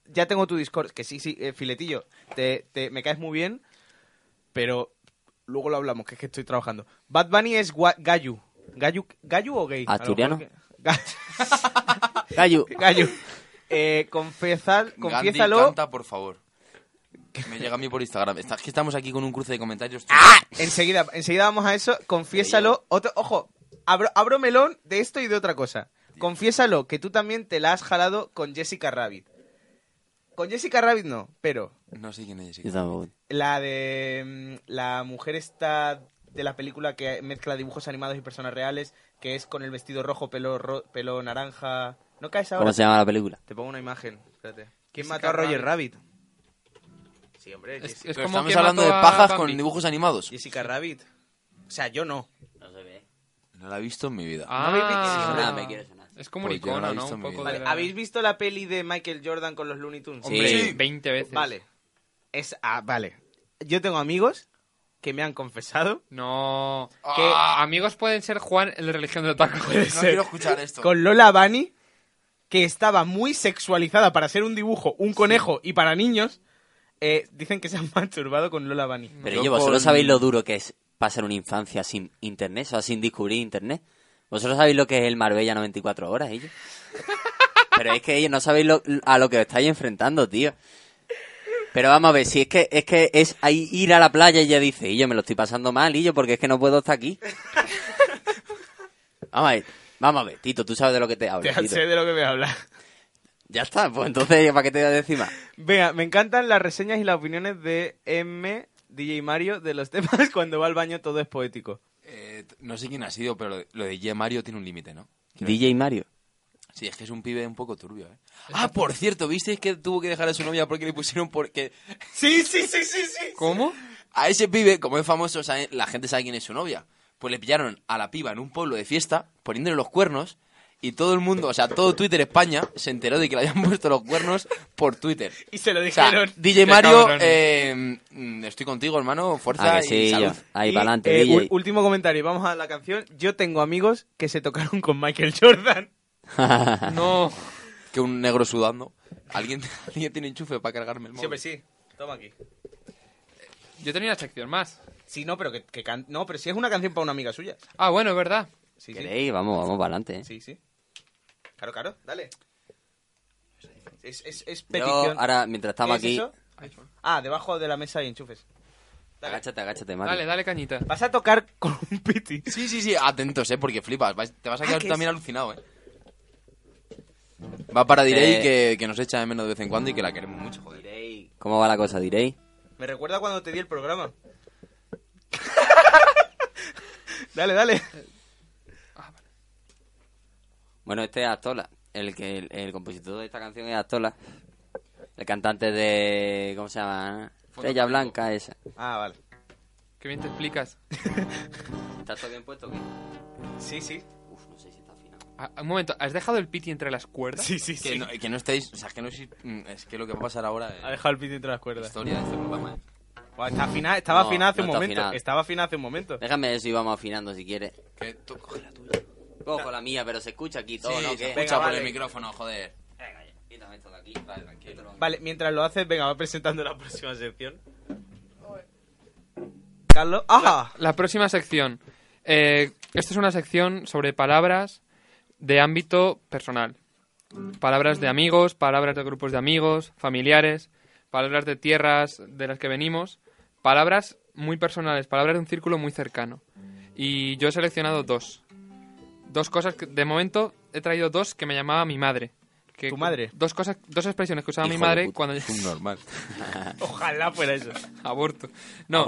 [SPEAKER 4] ya tengo tu Discord, que sí, sí, eh, filetillo, te, te- me caes muy bien, pero luego lo hablamos, que es que estoy trabajando. Bad Bunny es gua- Gayu. Gayu. ¿Gayu o gay? A lo
[SPEAKER 3] ¿Asturiano?
[SPEAKER 4] mejor que- Ga-
[SPEAKER 3] Gallo.
[SPEAKER 4] Gayu. Eh, confesad-
[SPEAKER 5] Gandhi,
[SPEAKER 4] confiésalo.
[SPEAKER 5] canta, por favor. Que Me llega a mí por Instagram. Está- es que estamos aquí con un cruce de comentarios. tío.
[SPEAKER 3] ¡Ah!
[SPEAKER 4] Enseguida, enseguida vamos a eso. Confiésalo. Otro, ojo, abro, abro melón de esto y de otra cosa. Confiésalo que tú también te la has jalado con Jessica Rabbit. Con Jessica Rabbit no, pero
[SPEAKER 5] No sé quién es
[SPEAKER 3] Yo
[SPEAKER 5] Jessica.
[SPEAKER 3] tampoco.
[SPEAKER 4] la de mm, la mujer está de la película que mezcla dibujos animados y personas reales, que es con el vestido rojo, pelo ro- pelo naranja. ¿No caes ahora?
[SPEAKER 3] ¿Cómo se llama la película?
[SPEAKER 4] Te pongo una imagen, espérate. ¿Quién
[SPEAKER 1] Jessica
[SPEAKER 4] mató a Roger Rabbit? Sí, hombre,
[SPEAKER 1] Es,
[SPEAKER 4] Jessica,
[SPEAKER 1] es
[SPEAKER 5] Pero
[SPEAKER 1] como
[SPEAKER 5] estamos
[SPEAKER 1] quien
[SPEAKER 5] hablando de
[SPEAKER 1] mató a
[SPEAKER 5] pajas
[SPEAKER 1] Bambi.
[SPEAKER 5] con dibujos animados.
[SPEAKER 4] Jessica Rabbit. O sea, yo no.
[SPEAKER 5] No la he visto en mi vida.
[SPEAKER 1] Ah,
[SPEAKER 4] habéis visto?
[SPEAKER 3] Sí, nada, me quiere sonar.
[SPEAKER 1] Es como
[SPEAKER 5] Pues
[SPEAKER 1] un
[SPEAKER 5] yo no
[SPEAKER 1] icono,
[SPEAKER 5] la he
[SPEAKER 1] ¿no?
[SPEAKER 5] visto
[SPEAKER 1] Un
[SPEAKER 5] en mi
[SPEAKER 1] poco
[SPEAKER 5] vida.
[SPEAKER 1] de
[SPEAKER 4] Vale,
[SPEAKER 1] la-
[SPEAKER 4] ¿habéis visto la peli de Michael Jordan con los Looney Tunes?
[SPEAKER 1] Hombre,
[SPEAKER 3] Sí.
[SPEAKER 1] 20 veces.
[SPEAKER 4] Vale. Es, ah, vale. Yo tengo amigos que me han confesado
[SPEAKER 1] No. Que
[SPEAKER 5] Ah.
[SPEAKER 1] amigos pueden ser Juan, el de religión del taco.
[SPEAKER 5] No quiero escuchar esto.
[SPEAKER 4] con Lola Bunny que estaba muy sexualizada para ser un dibujo, un conejo y para niños. eh, dicen que se han masturbado con Lola Bunny.
[SPEAKER 3] Pero
[SPEAKER 5] Yo
[SPEAKER 3] yo, vosotros
[SPEAKER 5] con-
[SPEAKER 3] sabéis lo duro que es pasar una infancia sin internet, o sea, sin descubrir internet. Vosotros sabéis lo que es el Marbella 94 horas, ellos. Pero es que ellos no sabéis lo- a lo que os estáis enfrentando, tío. Pero vamos a ver, si es que es que es ahí ir a la playa y ya dice, y yo me lo estoy pasando mal, y yo porque es que no puedo estar aquí. Vamos a ver, vamos a ver, Tito, tú sabes de lo que te hablo.
[SPEAKER 4] Ya
[SPEAKER 3] Tito.
[SPEAKER 4] sé de lo que me habla.
[SPEAKER 3] Ya está, pues entonces, ¿para qué te voy a decir más?
[SPEAKER 4] Vea, me encantan las reseñas y las opiniones de M, DJ Mario, de los temas cuando va al baño todo es poético.
[SPEAKER 5] Eh, t- no sé quién ha sido, pero lo de Ye Mario tiene un límite, ¿no?
[SPEAKER 3] DJ Mario.
[SPEAKER 5] Sí, es que es un pibe un poco turbio, ¿eh? Ah, por cierto, ¿visteis que tuvo que dejar a su novia porque le pusieron porque...
[SPEAKER 4] Sí, sí, sí, sí, sí.
[SPEAKER 1] ¿Cómo?
[SPEAKER 5] A ese pibe, como es famoso, sabe- la gente sabe quién es su novia. Pues le pillaron a la piba en un pueblo de fiesta, poniéndole los cuernos, y todo el mundo, o sea, todo Twitter España se enteró de que le habían puesto los cuernos por Twitter.
[SPEAKER 4] Y se lo
[SPEAKER 5] O sea,
[SPEAKER 4] dijeron.
[SPEAKER 5] DJ
[SPEAKER 1] Qué
[SPEAKER 5] Mario,
[SPEAKER 1] cabrones.
[SPEAKER 5] eh, mm, estoy contigo, hermano, fuerza
[SPEAKER 3] Ah, que
[SPEAKER 5] y
[SPEAKER 3] sí, yo.
[SPEAKER 5] salud.
[SPEAKER 3] Ahí,
[SPEAKER 4] Y,
[SPEAKER 3] para adelante,
[SPEAKER 4] eh,
[SPEAKER 3] DJ.
[SPEAKER 4] ul- Último comentario, vamos a la canción. Yo tengo amigos que se tocaron con Michael Jordan.
[SPEAKER 1] No.
[SPEAKER 5] Que un negro sudando. ¿Alguien, ¿alguien tiene enchufe para cargarme el móvil?
[SPEAKER 4] Siempre sí. Toma aquí.
[SPEAKER 1] Yo tenía una sección más.
[SPEAKER 4] Sí, no, pero que, que can- no, pero si es una canción para una amiga suya.
[SPEAKER 1] Ah, bueno, es verdad.
[SPEAKER 4] Sí, sí.
[SPEAKER 3] ¿Queréis? Vamos, vamos para adelante.
[SPEAKER 4] Sí, sí. Claro, claro, dale. Es, es, es
[SPEAKER 3] Yo,
[SPEAKER 4] petición.
[SPEAKER 3] ahora, mientras
[SPEAKER 4] ¿Qué
[SPEAKER 3] estamos
[SPEAKER 4] es
[SPEAKER 3] aquí...
[SPEAKER 4] eso? Ah, debajo de la mesa y enchufes. Dale.
[SPEAKER 3] Agáchate, agáchate, Mario.
[SPEAKER 1] Dale, dale cañita.
[SPEAKER 4] Vas a tocar con un piti.
[SPEAKER 5] Sí, sí, sí, atentos, eh, porque flipas. Vas- te vas a quedar
[SPEAKER 4] que
[SPEAKER 5] también alucinado, eh. Va para Direi
[SPEAKER 3] Eh.
[SPEAKER 5] que, que nos echa de menos de vez en cuando y que la queremos mucho, joder.
[SPEAKER 3] ¿Cómo va la cosa, diréis?
[SPEAKER 4] Me recuerda cuando te di el programa. dale, dale.
[SPEAKER 3] Bueno, este es Astola. El, que, el, el compositor de esta canción es Astola. El cantante de... ¿Cómo se llama? Estrella Blanca, esa.
[SPEAKER 4] Ah, vale.
[SPEAKER 1] Que bien te explicas.
[SPEAKER 3] ¿Está todo bien puesto? o qué?
[SPEAKER 4] Sí, sí.
[SPEAKER 3] Uf, no sé si está afinado.
[SPEAKER 1] Ah, un momento, ¿has dejado el piti entre las cuerdas?
[SPEAKER 4] Sí, sí,
[SPEAKER 5] Que,
[SPEAKER 4] sí.
[SPEAKER 5] no, que no estáis. O sea, que no es, es que lo que va a pasar ahora es
[SPEAKER 4] Ha dejado el piti entre las
[SPEAKER 5] la
[SPEAKER 4] cuerdas.
[SPEAKER 5] historia de este programa. eh.
[SPEAKER 4] Buah, está afina- estaba
[SPEAKER 3] No,
[SPEAKER 4] afinada hace
[SPEAKER 3] no
[SPEAKER 4] un
[SPEAKER 3] está
[SPEAKER 4] momento.
[SPEAKER 3] afinada.
[SPEAKER 4] Estaba afinada hace un momento.
[SPEAKER 3] Déjame eso y vamos afinando si quieres.
[SPEAKER 5] Que tú coge la tuya.
[SPEAKER 3] Cojo la mía, pero se escucha aquí todo,
[SPEAKER 5] sí,
[SPEAKER 3] ¿no?
[SPEAKER 5] se
[SPEAKER 3] ¿Qué?
[SPEAKER 5] escucha por
[SPEAKER 4] vale.
[SPEAKER 5] el micrófono, joder.
[SPEAKER 3] Venga, ya, quítame esto de aquí. Vale, tranquilo.
[SPEAKER 4] Vale, mientras lo haces, venga, va presentando la próxima sección. Carlos. ¡Ah!
[SPEAKER 1] La próxima sección. Eh, esta es una sección sobre palabras de ámbito personal. Palabras de amigos, palabras de grupos de amigos, familiares, palabras de tierras de las que venimos, palabras muy personales, palabras de un círculo muy cercano. Y yo he seleccionado dos. Dos cosas que, de momento, he traído dos que me llamaba mi madre. Que,
[SPEAKER 4] ¿Tu madre?
[SPEAKER 1] Dos cosas, dos expresiones que usaba mi
[SPEAKER 3] Hijo de
[SPEAKER 1] madre
[SPEAKER 3] puta.
[SPEAKER 1] cuando
[SPEAKER 5] normal.
[SPEAKER 4] Ojalá fuera eso.
[SPEAKER 1] Aborto. No.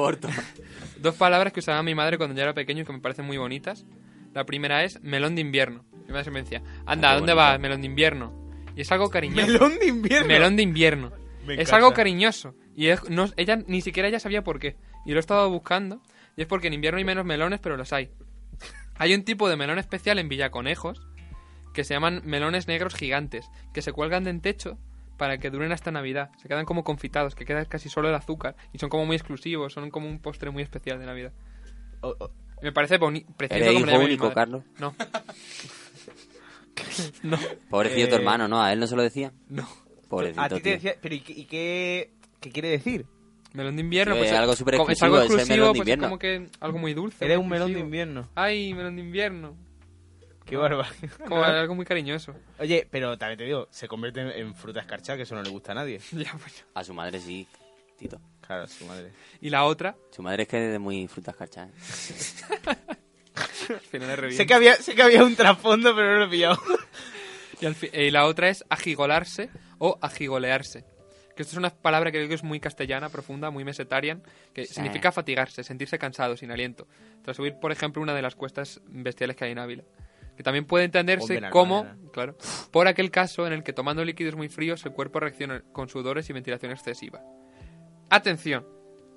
[SPEAKER 1] Dos palabras que usaba mi madre cuando yo era pequeño y que me parecen muy bonitas. La primera es melón de invierno. Mi madre siempre decía, anda,
[SPEAKER 3] qué
[SPEAKER 1] ¿a ¿dónde
[SPEAKER 3] bonito.
[SPEAKER 1] vas, melón de invierno? Y es algo cariñoso.
[SPEAKER 4] Melón de invierno.
[SPEAKER 1] Melón de invierno.
[SPEAKER 4] Me
[SPEAKER 1] es
[SPEAKER 4] encanta.
[SPEAKER 1] algo cariñoso. Y es- no, ella ni siquiera ella sabía por qué. Y lo he estado buscando. Y es porque en invierno hay menos melones, pero los hay. Hay un tipo de melón especial en Villaconejos que se llaman melones negros gigantes, que se cuelgan del techo para que duren hasta Navidad. Se quedan como confitados, que queda casi solo el azúcar. Y son como muy exclusivos, son como un postre muy especial de Navidad.
[SPEAKER 4] Oh, oh,
[SPEAKER 1] Y Me parece boni- precioso.
[SPEAKER 3] ¿Eres
[SPEAKER 1] como le
[SPEAKER 3] hijo
[SPEAKER 1] llama mi
[SPEAKER 3] único,
[SPEAKER 1] madre.
[SPEAKER 3] Carlos?
[SPEAKER 1] No,
[SPEAKER 3] Pobrecito tu
[SPEAKER 4] Eh,
[SPEAKER 3] hermano, ¿no? ¿A él no se lo decía?
[SPEAKER 1] no.
[SPEAKER 3] Pobrecito,
[SPEAKER 4] A ti te
[SPEAKER 3] tío.
[SPEAKER 4] decía. ¿Pero y, qué- y qué, qué quiere decir?
[SPEAKER 1] Melón de invierno,
[SPEAKER 3] Sí,
[SPEAKER 1] pues
[SPEAKER 3] es algo súper
[SPEAKER 1] como-
[SPEAKER 3] exclusivo,
[SPEAKER 1] Es
[SPEAKER 3] es
[SPEAKER 1] algo
[SPEAKER 3] el
[SPEAKER 1] exclusivo,
[SPEAKER 3] melón de
[SPEAKER 1] pues es
[SPEAKER 3] invierno.
[SPEAKER 1] como que algo muy dulce.
[SPEAKER 4] Eres
[SPEAKER 1] muy
[SPEAKER 4] un melón de
[SPEAKER 1] exclusivo.
[SPEAKER 4] invierno.
[SPEAKER 1] Ay, melón de invierno.
[SPEAKER 4] Qué barbaridad.
[SPEAKER 1] Como algo muy cariñoso.
[SPEAKER 4] Oye, pero también te digo, se convierte en, en fruta escarchada, que eso no le gusta a nadie.
[SPEAKER 1] Ya, bueno.
[SPEAKER 3] A su madre sí, Tito.
[SPEAKER 4] Claro, su madre.
[SPEAKER 1] Y la otra,
[SPEAKER 3] Su madre es que es muy frutas carchas. ¿eh?
[SPEAKER 1] al final es
[SPEAKER 4] Sé que, había, sé que había un trasfondo, pero no lo he pillado.
[SPEAKER 1] Y, al fi- y la otra es agigolarse o agigolearse. Que esto es una palabra que creo que es muy castellana, profunda, muy mesetarian, que
[SPEAKER 3] Sí.
[SPEAKER 1] significa fatigarse, sentirse cansado, sin aliento. Tras subir, por ejemplo, una de las cuestas bestiales que hay en Ávila. Que también puede entenderse
[SPEAKER 4] Hombre, la
[SPEAKER 1] como,
[SPEAKER 4] Almudena.
[SPEAKER 1] claro, por aquel caso en el que tomando líquidos muy fríos el cuerpo reacciona con sudores y ventilación excesiva. Atención,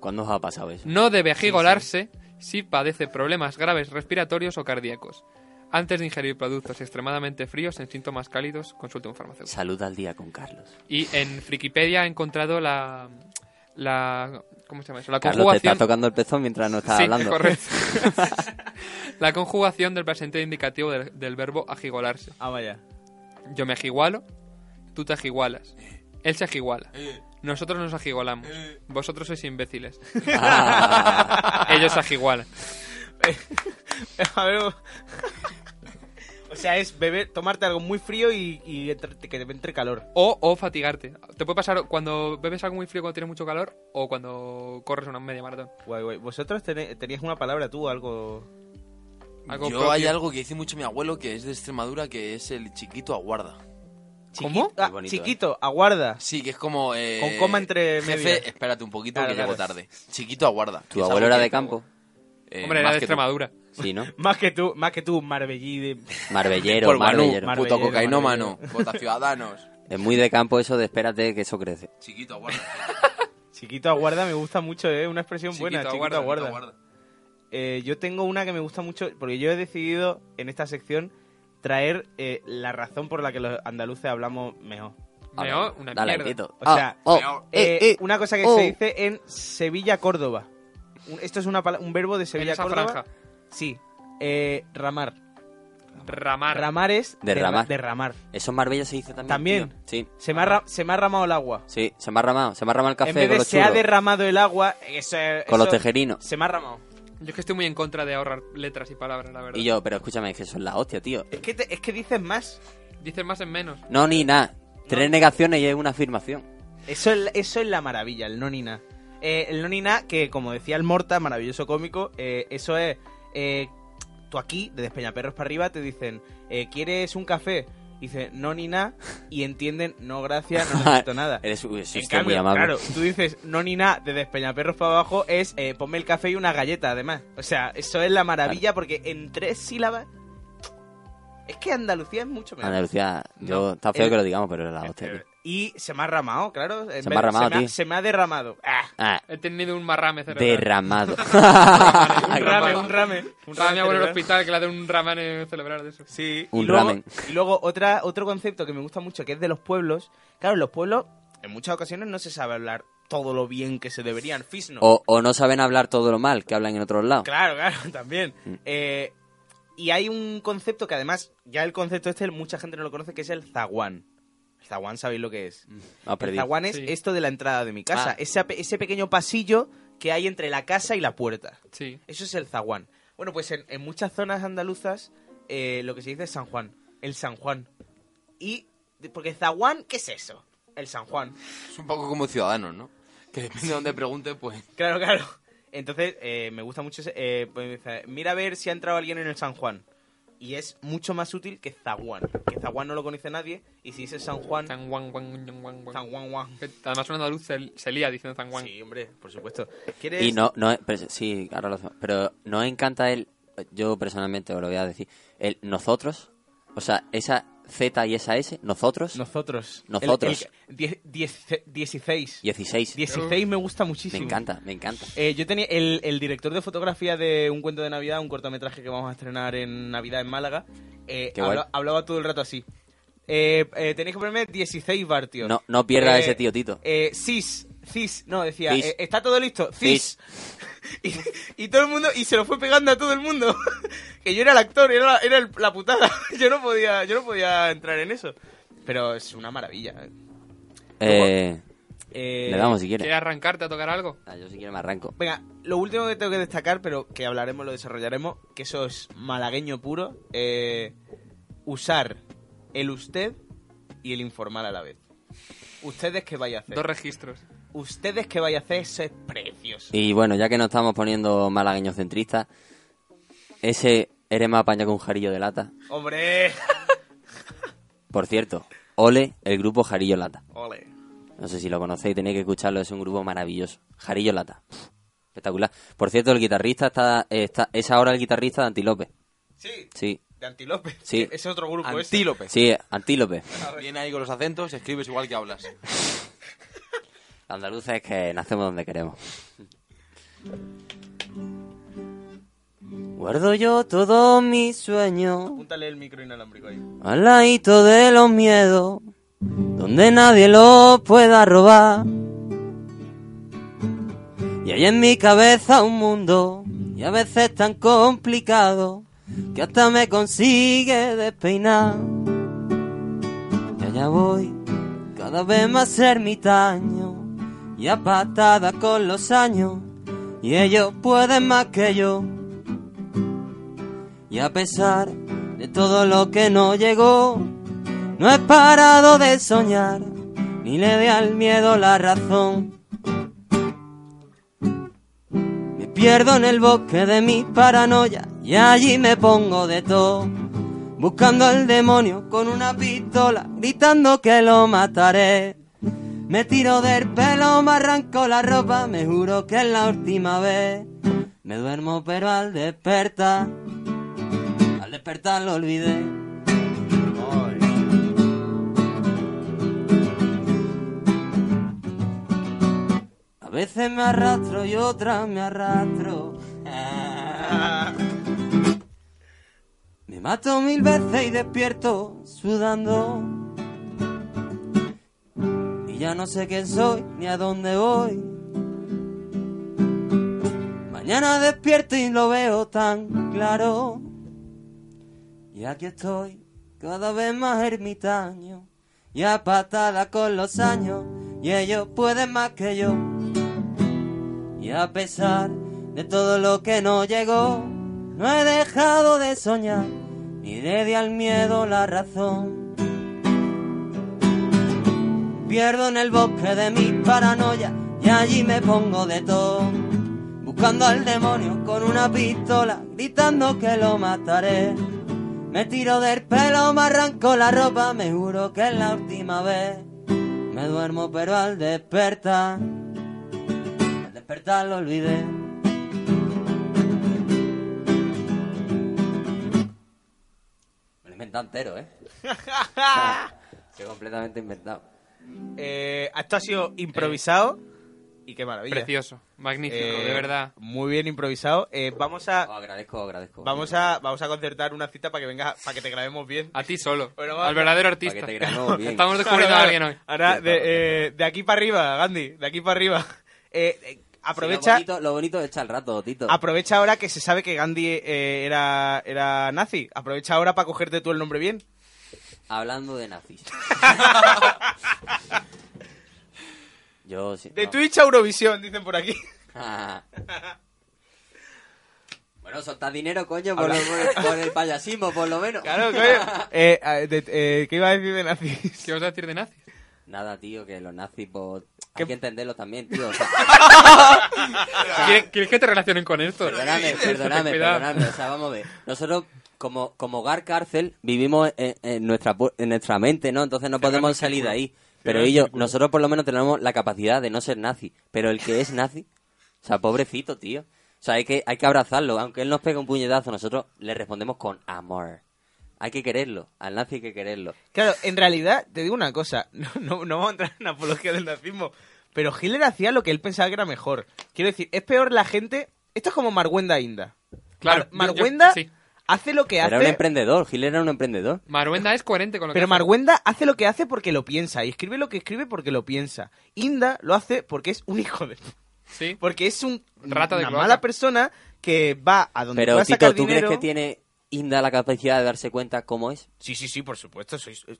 [SPEAKER 3] ¿Cuándo os ha pasado eso?
[SPEAKER 1] no debe agigolarse si padece problemas graves respiratorios o cardíacos. Antes de ingerir productos extremadamente fríos en síntomas cálidos, consulte un farmacéutico.
[SPEAKER 3] Salud al día con Carlos.
[SPEAKER 1] Y en Frikipedia he encontrado la. la ¿Cómo se llama eso? La
[SPEAKER 3] Carlos, te
[SPEAKER 1] conjugación.
[SPEAKER 3] estás tocando el pezón mientras no estás
[SPEAKER 1] Sí,
[SPEAKER 3] hablando.
[SPEAKER 1] correcto. la conjugación del presente indicativo del, del verbo agigolarse.
[SPEAKER 4] Ah, vaya.
[SPEAKER 1] Yo me agigualo, tú te agigualas. Él se agiguala. Nosotros nos agigolamos. Vosotros sois imbéciles.
[SPEAKER 3] Ah.
[SPEAKER 1] Ellos se agigualan.
[SPEAKER 4] A ver. O sea, es beber, tomarte algo muy frío y, y entre- que te entre calor.
[SPEAKER 1] O, o fatigarte. Te puede pasar cuando bebes algo muy frío cuando tienes mucho calor o cuando corres una media maratón.
[SPEAKER 4] Guay, guay. Vosotros tené- tenías una palabra tú, algo.
[SPEAKER 1] Algo
[SPEAKER 5] Yo
[SPEAKER 1] propio.
[SPEAKER 5] hay algo que dice mucho mi abuelo que es de Extremadura, que es el chiquito aguarda.
[SPEAKER 1] ¿Cómo?
[SPEAKER 4] Ah,
[SPEAKER 3] Muy bonito,
[SPEAKER 4] chiquito, aguarda.
[SPEAKER 5] Sí, que es como... eh,
[SPEAKER 4] Con coma entre
[SPEAKER 5] Jefe,
[SPEAKER 4] medias.
[SPEAKER 5] espérate un poquito
[SPEAKER 4] Claro,
[SPEAKER 5] que llego
[SPEAKER 4] claro.
[SPEAKER 5] tarde. Chiquito aguarda. que
[SPEAKER 3] ¿Tu
[SPEAKER 5] es
[SPEAKER 3] abuelo
[SPEAKER 5] algo
[SPEAKER 3] era
[SPEAKER 5] que-
[SPEAKER 3] de campo?
[SPEAKER 5] eh,
[SPEAKER 1] Hombre, era
[SPEAKER 5] más
[SPEAKER 1] de
[SPEAKER 5] que tú.
[SPEAKER 1] Extremadura.
[SPEAKER 3] Sí, ¿no?
[SPEAKER 4] Más que tú, más que tú, Marbellí. de-
[SPEAKER 3] Marbellero,
[SPEAKER 5] Por Manu,
[SPEAKER 3] Marbellero.
[SPEAKER 4] Mar-
[SPEAKER 5] puto
[SPEAKER 4] Marbellero,
[SPEAKER 5] cocainómano. Vota Ciudadanos.
[SPEAKER 3] Es muy de campo eso de espérate que eso crece.
[SPEAKER 5] Chiquito aguarda.
[SPEAKER 4] Chiquito, aguarda, me gusta mucho, ¿eh? Una expresión buena,
[SPEAKER 1] Chiquito,
[SPEAKER 4] chiquito,
[SPEAKER 1] aguarda, chiquito,
[SPEAKER 4] aguarda. Eh, yo tengo una que me gusta mucho, porque yo he decidido en esta sección traer eh, la razón por la que los andaluces hablamos mejor.
[SPEAKER 1] Me
[SPEAKER 3] Habla.
[SPEAKER 1] o una
[SPEAKER 3] Dale,
[SPEAKER 1] mierda.
[SPEAKER 3] Tito.
[SPEAKER 4] O sea,
[SPEAKER 3] Ah, oh,
[SPEAKER 5] meao.
[SPEAKER 3] eh,
[SPEAKER 4] Eh,
[SPEAKER 3] eh.
[SPEAKER 4] una cosa que
[SPEAKER 3] oh.
[SPEAKER 4] se dice en Sevilla-Córdoba. Un- Esto es una pala- un verbo
[SPEAKER 1] en
[SPEAKER 4] de
[SPEAKER 1] esa
[SPEAKER 4] Sevilla-Córdoba.
[SPEAKER 1] franja.
[SPEAKER 4] Sí. Eh, ramar.
[SPEAKER 1] Ramar.
[SPEAKER 4] Ramar es
[SPEAKER 3] Derramar.
[SPEAKER 4] derra- derramar.
[SPEAKER 3] Eso en Marbella se dice también.
[SPEAKER 4] También.
[SPEAKER 3] tío. Sí,
[SPEAKER 4] Se me, ha ra- se me ha ramado el agua.
[SPEAKER 3] sí, se me ha ramado. Se me ha ramado el café
[SPEAKER 4] en vez
[SPEAKER 3] con
[SPEAKER 4] de
[SPEAKER 3] los
[SPEAKER 4] se ha
[SPEAKER 3] churros.
[SPEAKER 4] derramado el agua, eso es-
[SPEAKER 3] Con los
[SPEAKER 4] eso-
[SPEAKER 3] tejerinos.
[SPEAKER 4] Se me ha ramado.
[SPEAKER 1] Yo es que estoy muy en contra de ahorrar letras y palabras, la verdad.
[SPEAKER 3] Y yo, pero escúchame, es que eso es la hostia, tío.
[SPEAKER 4] Es que, te- es que dices más.
[SPEAKER 1] Dices más en menos.
[SPEAKER 3] No, ni nada. Tres negaciones y es una afirmación.
[SPEAKER 4] Eso es, eso es la maravilla, el Nonina. Eh, el Nonina, que como decía el Morta, maravilloso cómico, eh, eso es. eh, tú aquí, de Despeñaperros para arriba, te dicen, eh, ¿quieres un café? Dice, no ni na", y entienden, no gracias, no necesito nada.
[SPEAKER 3] Eres uy, sí,
[SPEAKER 4] En
[SPEAKER 3] usted es muy
[SPEAKER 4] cambio,
[SPEAKER 3] amable.
[SPEAKER 4] Claro, tú dices no ni nada de Despeñaperros para abajo es eh, ponme el café y una galleta, además. O sea, eso es la maravilla porque en tres sílabas. Es que Andalucía es mucho mejor.
[SPEAKER 3] Andalucía, yo,
[SPEAKER 4] pues, No,
[SPEAKER 3] está feo
[SPEAKER 4] el-
[SPEAKER 3] que lo digamos, pero es la hostia.
[SPEAKER 4] Eh,
[SPEAKER 3] tío.
[SPEAKER 4] Y se me ha ramado, claro. en
[SPEAKER 3] Se
[SPEAKER 4] vez-
[SPEAKER 3] me ha ramado,
[SPEAKER 4] se, me ha,
[SPEAKER 3] tío.
[SPEAKER 4] se me ha derramado. Ah,
[SPEAKER 3] Ah,
[SPEAKER 1] He tenido un marrame cerebral.
[SPEAKER 3] derramado.
[SPEAKER 4] un rame, un rame.
[SPEAKER 1] Un rame abuelo en el
[SPEAKER 4] cerebral.
[SPEAKER 1] hospital que le ha dado un ramane cerebral de eso.
[SPEAKER 4] Sí.
[SPEAKER 3] Un
[SPEAKER 4] y luego,
[SPEAKER 3] ramen.
[SPEAKER 4] Y luego otra, otro concepto que me gusta mucho, que es de los pueblos. Claro, los pueblos en muchas ocasiones no se sabe hablar todo lo bien que se deberían. Fisno.
[SPEAKER 3] O, o no saben hablar todo lo mal que hablan en otros lados.
[SPEAKER 4] Claro, claro, también.
[SPEAKER 3] Mm.
[SPEAKER 4] Eh, y hay un concepto que además, ya el concepto este mucha gente no lo conoce, que es el zaguán. El zaguán, ¿sabéis lo que es?
[SPEAKER 3] Vamos
[SPEAKER 4] el
[SPEAKER 3] perdido.
[SPEAKER 4] zaguán es
[SPEAKER 1] Sí.
[SPEAKER 4] esto de la entrada de mi casa,
[SPEAKER 3] Mm. Ah.
[SPEAKER 4] ese, ape- ese pequeño pasillo que hay entre la casa y la puerta.
[SPEAKER 1] Sí.
[SPEAKER 4] Eso es el zaguán. Bueno, pues en, en muchas zonas andaluzas eh, lo que se dice es San Juan, el San Juan. Y, porque zaguán, ¿qué es eso? El San Juan.
[SPEAKER 5] Es un poco como ciudadanos, ¿no? Que depende de donde pregunte, pues.
[SPEAKER 4] Claro, claro. Entonces, eh, me gusta mucho ese, eh, pues, me dice, mira a ver si ha entrado alguien en el San Juan. Y es mucho más útil que Zaguán. Que Zaguán no lo conoce nadie. Y si dice San Juan,
[SPEAKER 1] Tan guan, guan, guan, guan, guan.
[SPEAKER 4] San Juan Juan.
[SPEAKER 1] Que Además, un andaluz se, se lía diciendo tan guan.
[SPEAKER 4] Sí, hombre, por supuesto. ¿Quieres?
[SPEAKER 3] Y no, no, pero sí, ahora lo hacemos. Pero nos encanta el, yo personalmente os lo voy a decir, el nosotros, o sea, esa Z y esa S, nosotros,
[SPEAKER 4] Nosotros.
[SPEAKER 3] Nosotros.
[SPEAKER 4] El- el- die- diez- dieciséis.
[SPEAKER 3] 16.
[SPEAKER 4] 16 me gusta
[SPEAKER 3] Me
[SPEAKER 4] muchísimo.
[SPEAKER 3] encanta, me encanta.
[SPEAKER 4] Eh, yo tenía el, el director de fotografía de Un cuento de Navidad, un cortometraje que vamos a estrenar en Navidad en Málaga. eh,
[SPEAKER 3] Qué guay.
[SPEAKER 4] habla- hablaba todo el rato así. Eh, eh, tenéis que ponerme 16 bartios.
[SPEAKER 3] No, no pierda
[SPEAKER 4] Eh,
[SPEAKER 3] ese tío Tito.
[SPEAKER 4] Eh, cis, cis, no, decía,
[SPEAKER 3] Cis.
[SPEAKER 4] eh, está todo listo, cis. Y, y todo el mundo, y se lo fue pegando a todo el mundo. que yo era el actor, era, era el- la putada. yo, no podía, yo no podía entrar en eso. Pero es una maravilla.
[SPEAKER 3] Eh,
[SPEAKER 4] Eh,
[SPEAKER 3] le damos si
[SPEAKER 1] ¿Quieres
[SPEAKER 3] quiere.
[SPEAKER 1] arrancarte a tocar algo?
[SPEAKER 3] Ah, yo si quiere me arranco.
[SPEAKER 4] Venga, lo último que tengo que destacar, pero que hablaremos, lo desarrollaremos, que eso es malagueño puro, eh, usar el usted y el informal a la vez. Ustedes que vaya a hacer.
[SPEAKER 1] Dos registros.
[SPEAKER 4] Ustedes que vaya a hacer, eso es precioso.
[SPEAKER 3] Y bueno, ya que nos estamos poniendo malagueños centristas, ese eres más apañado que un jarillo de lata.
[SPEAKER 4] Hombre,
[SPEAKER 3] Por cierto, Ole, el grupo Jarillo Lata.
[SPEAKER 4] ole.
[SPEAKER 3] No sé si lo conocéis, tenéis que escucharlo, es un grupo maravilloso. Jarillo Lata. Espectacular. Por cierto, el guitarrista está, está es ahora el guitarrista de Antílope.
[SPEAKER 4] Sí,
[SPEAKER 3] Sí,
[SPEAKER 4] de Antílope.
[SPEAKER 3] Sí.
[SPEAKER 4] Ese es otro grupo. este. ese.
[SPEAKER 5] Antílope.
[SPEAKER 3] sí, Antílope.
[SPEAKER 5] Viene ahí con los acentos, escribes igual que hablas.
[SPEAKER 3] Los andaluces que nacemos donde queremos. Guardo yo todos mis sueños
[SPEAKER 4] Apúntale el micro inalámbrico ahí.
[SPEAKER 3] al ladito de los miedos, donde nadie los pueda robar. Y hay en mi cabeza un mundo, y a veces tan complicado, que hasta me consigue despeinar. Y allá voy, cada vez más ermitaño, y a patadas con los años, y ellos pueden más que yo. Y a pesar de todo lo que no llegó, no he parado de soñar, ni le dé al miedo la razón. Me pierdo en el bosque de mi paranoia y allí me pongo de todo, buscando al demonio con una pistola, gritando que lo mataré. Me tiro del pelo, me arranco la ropa, me juro que es la última vez. Me duermo pero al despertar al despertar lo olvidé. A veces me arrastro y otras me arrastro. Me mato mil veces y despierto sudando. Y ya no sé quién soy ni a dónde voy. Mañana despierto y lo veo tan claro. Y aquí estoy, cada vez más ermitaño, y a patada con los años, y ellos pueden más que yo. Y a pesar de todo lo que no llegó, no he dejado de soñar, ni le di al miedo la razón.
[SPEAKER 7] pierdo en el bosque de mis paranoias y allí me pongo de todo. Buscando al demonio con una pistola, gritando que lo mataré. Me tiro del pelo, me arranco la ropa, me juro que es la última vez. Me duermo pero al despertar, al despertar lo olvidé.
[SPEAKER 3] Me lo he inventado entero, ¿eh? Ah, Estoy completamente inventado.
[SPEAKER 4] Eh, esto ha sido improvisado y qué maravilla.
[SPEAKER 1] Eh, Precioso, magnífico,
[SPEAKER 4] Eh,
[SPEAKER 1] de verdad.
[SPEAKER 4] Muy bien improvisado. Eh, vamos
[SPEAKER 7] Oh,
[SPEAKER 3] Os
[SPEAKER 4] a
[SPEAKER 3] agradezco, os agradezco.
[SPEAKER 4] vamos a vamos a concertar una cita para que vengas para que te grabemos bien.
[SPEAKER 1] A ti solo,
[SPEAKER 4] Bueno, va,
[SPEAKER 1] al verdadero
[SPEAKER 3] Para
[SPEAKER 1] artista.
[SPEAKER 3] que te grabemos bien.
[SPEAKER 1] Estamos descubriendo a alguien hoy.
[SPEAKER 4] Ahora
[SPEAKER 3] Bien, claro,
[SPEAKER 4] de, eh, de aquí para arriba, Gandhi, de aquí para arriba. Eh, eh,
[SPEAKER 3] Sí,
[SPEAKER 4] aprovecha
[SPEAKER 3] lo, bonito, lo bonito es echar el rato, Tito.
[SPEAKER 4] aprovecha ahora que se sabe que Gandhi eh, era era nazi. Aprovecha ahora para cogerte tú el nombre bien.
[SPEAKER 3] Hablando de nazis. Yo sí.
[SPEAKER 4] De
[SPEAKER 3] no.
[SPEAKER 4] Twitch a Eurovisión, dicen por aquí.
[SPEAKER 3] bueno, soltad dinero, coño, por, lo- por el- por el payasismo, por lo menos.
[SPEAKER 4] Claro, coño. Eh, eh, de- eh, ¿Qué iba a decir de nazis?
[SPEAKER 1] ¿Qué os voy a decir de nazis?
[SPEAKER 3] Nada, tío, que los nazis, pues,
[SPEAKER 4] ¿Qué-
[SPEAKER 3] hay que entenderlos también, tío. o sea,
[SPEAKER 1] ¿Quieres, quieres que te relacionen con esto?
[SPEAKER 3] perdonadme, perdonadme,
[SPEAKER 1] Cuidado.
[SPEAKER 3] perdonadme. O sea, vamos a ver. Nosotros, como, como hogar cárcel, vivimos en, en nuestra, pu- en nuestra mente, ¿no? Entonces no podemos salir de ahí. Pero ellos, nosotros por lo menos tenemos la capacidad de no ser nazi. Pero el que es nazi, o sea, pobrecito, tío. O sea, hay que, hay que abrazarlo. Aunque él nos pegue un puñetazo, nosotros le respondemos con amor. Hay que quererlo. Al nazi hay que quererlo.
[SPEAKER 4] Claro, en realidad, te digo una cosa, no, no, no vamos a entrar en apología del nazismo, pero Hitler hacía lo que él pensaba que era mejor. Quiero decir, es peor la gente... Esto es como Marguenda Inda.
[SPEAKER 1] Claro,
[SPEAKER 4] Mar-
[SPEAKER 1] yo- yo-
[SPEAKER 4] Marguenda
[SPEAKER 1] sí.
[SPEAKER 4] hace lo que
[SPEAKER 3] Pero era un
[SPEAKER 4] hace...
[SPEAKER 3] emprendedor. Hitler era un emprendedor.
[SPEAKER 1] Maruenda es coherente con lo
[SPEAKER 4] Pero
[SPEAKER 1] que hace.
[SPEAKER 4] Marguenda hace lo que hace porque lo piensa y escribe lo que escribe porque lo piensa. Inda lo hace porque es un hijo de...
[SPEAKER 1] Sí.
[SPEAKER 4] Porque es un,
[SPEAKER 1] Rata de
[SPEAKER 4] una
[SPEAKER 1] cloaca.
[SPEAKER 4] mala persona que va a donde
[SPEAKER 3] Pero,
[SPEAKER 4] pueda
[SPEAKER 3] Tito,
[SPEAKER 4] sacar
[SPEAKER 3] ¿tú
[SPEAKER 4] dinero...
[SPEAKER 3] crees que tiene Inda la capacidad de darse cuenta cómo es?
[SPEAKER 4] Sí, sí, sí, por supuesto. Sois... eh,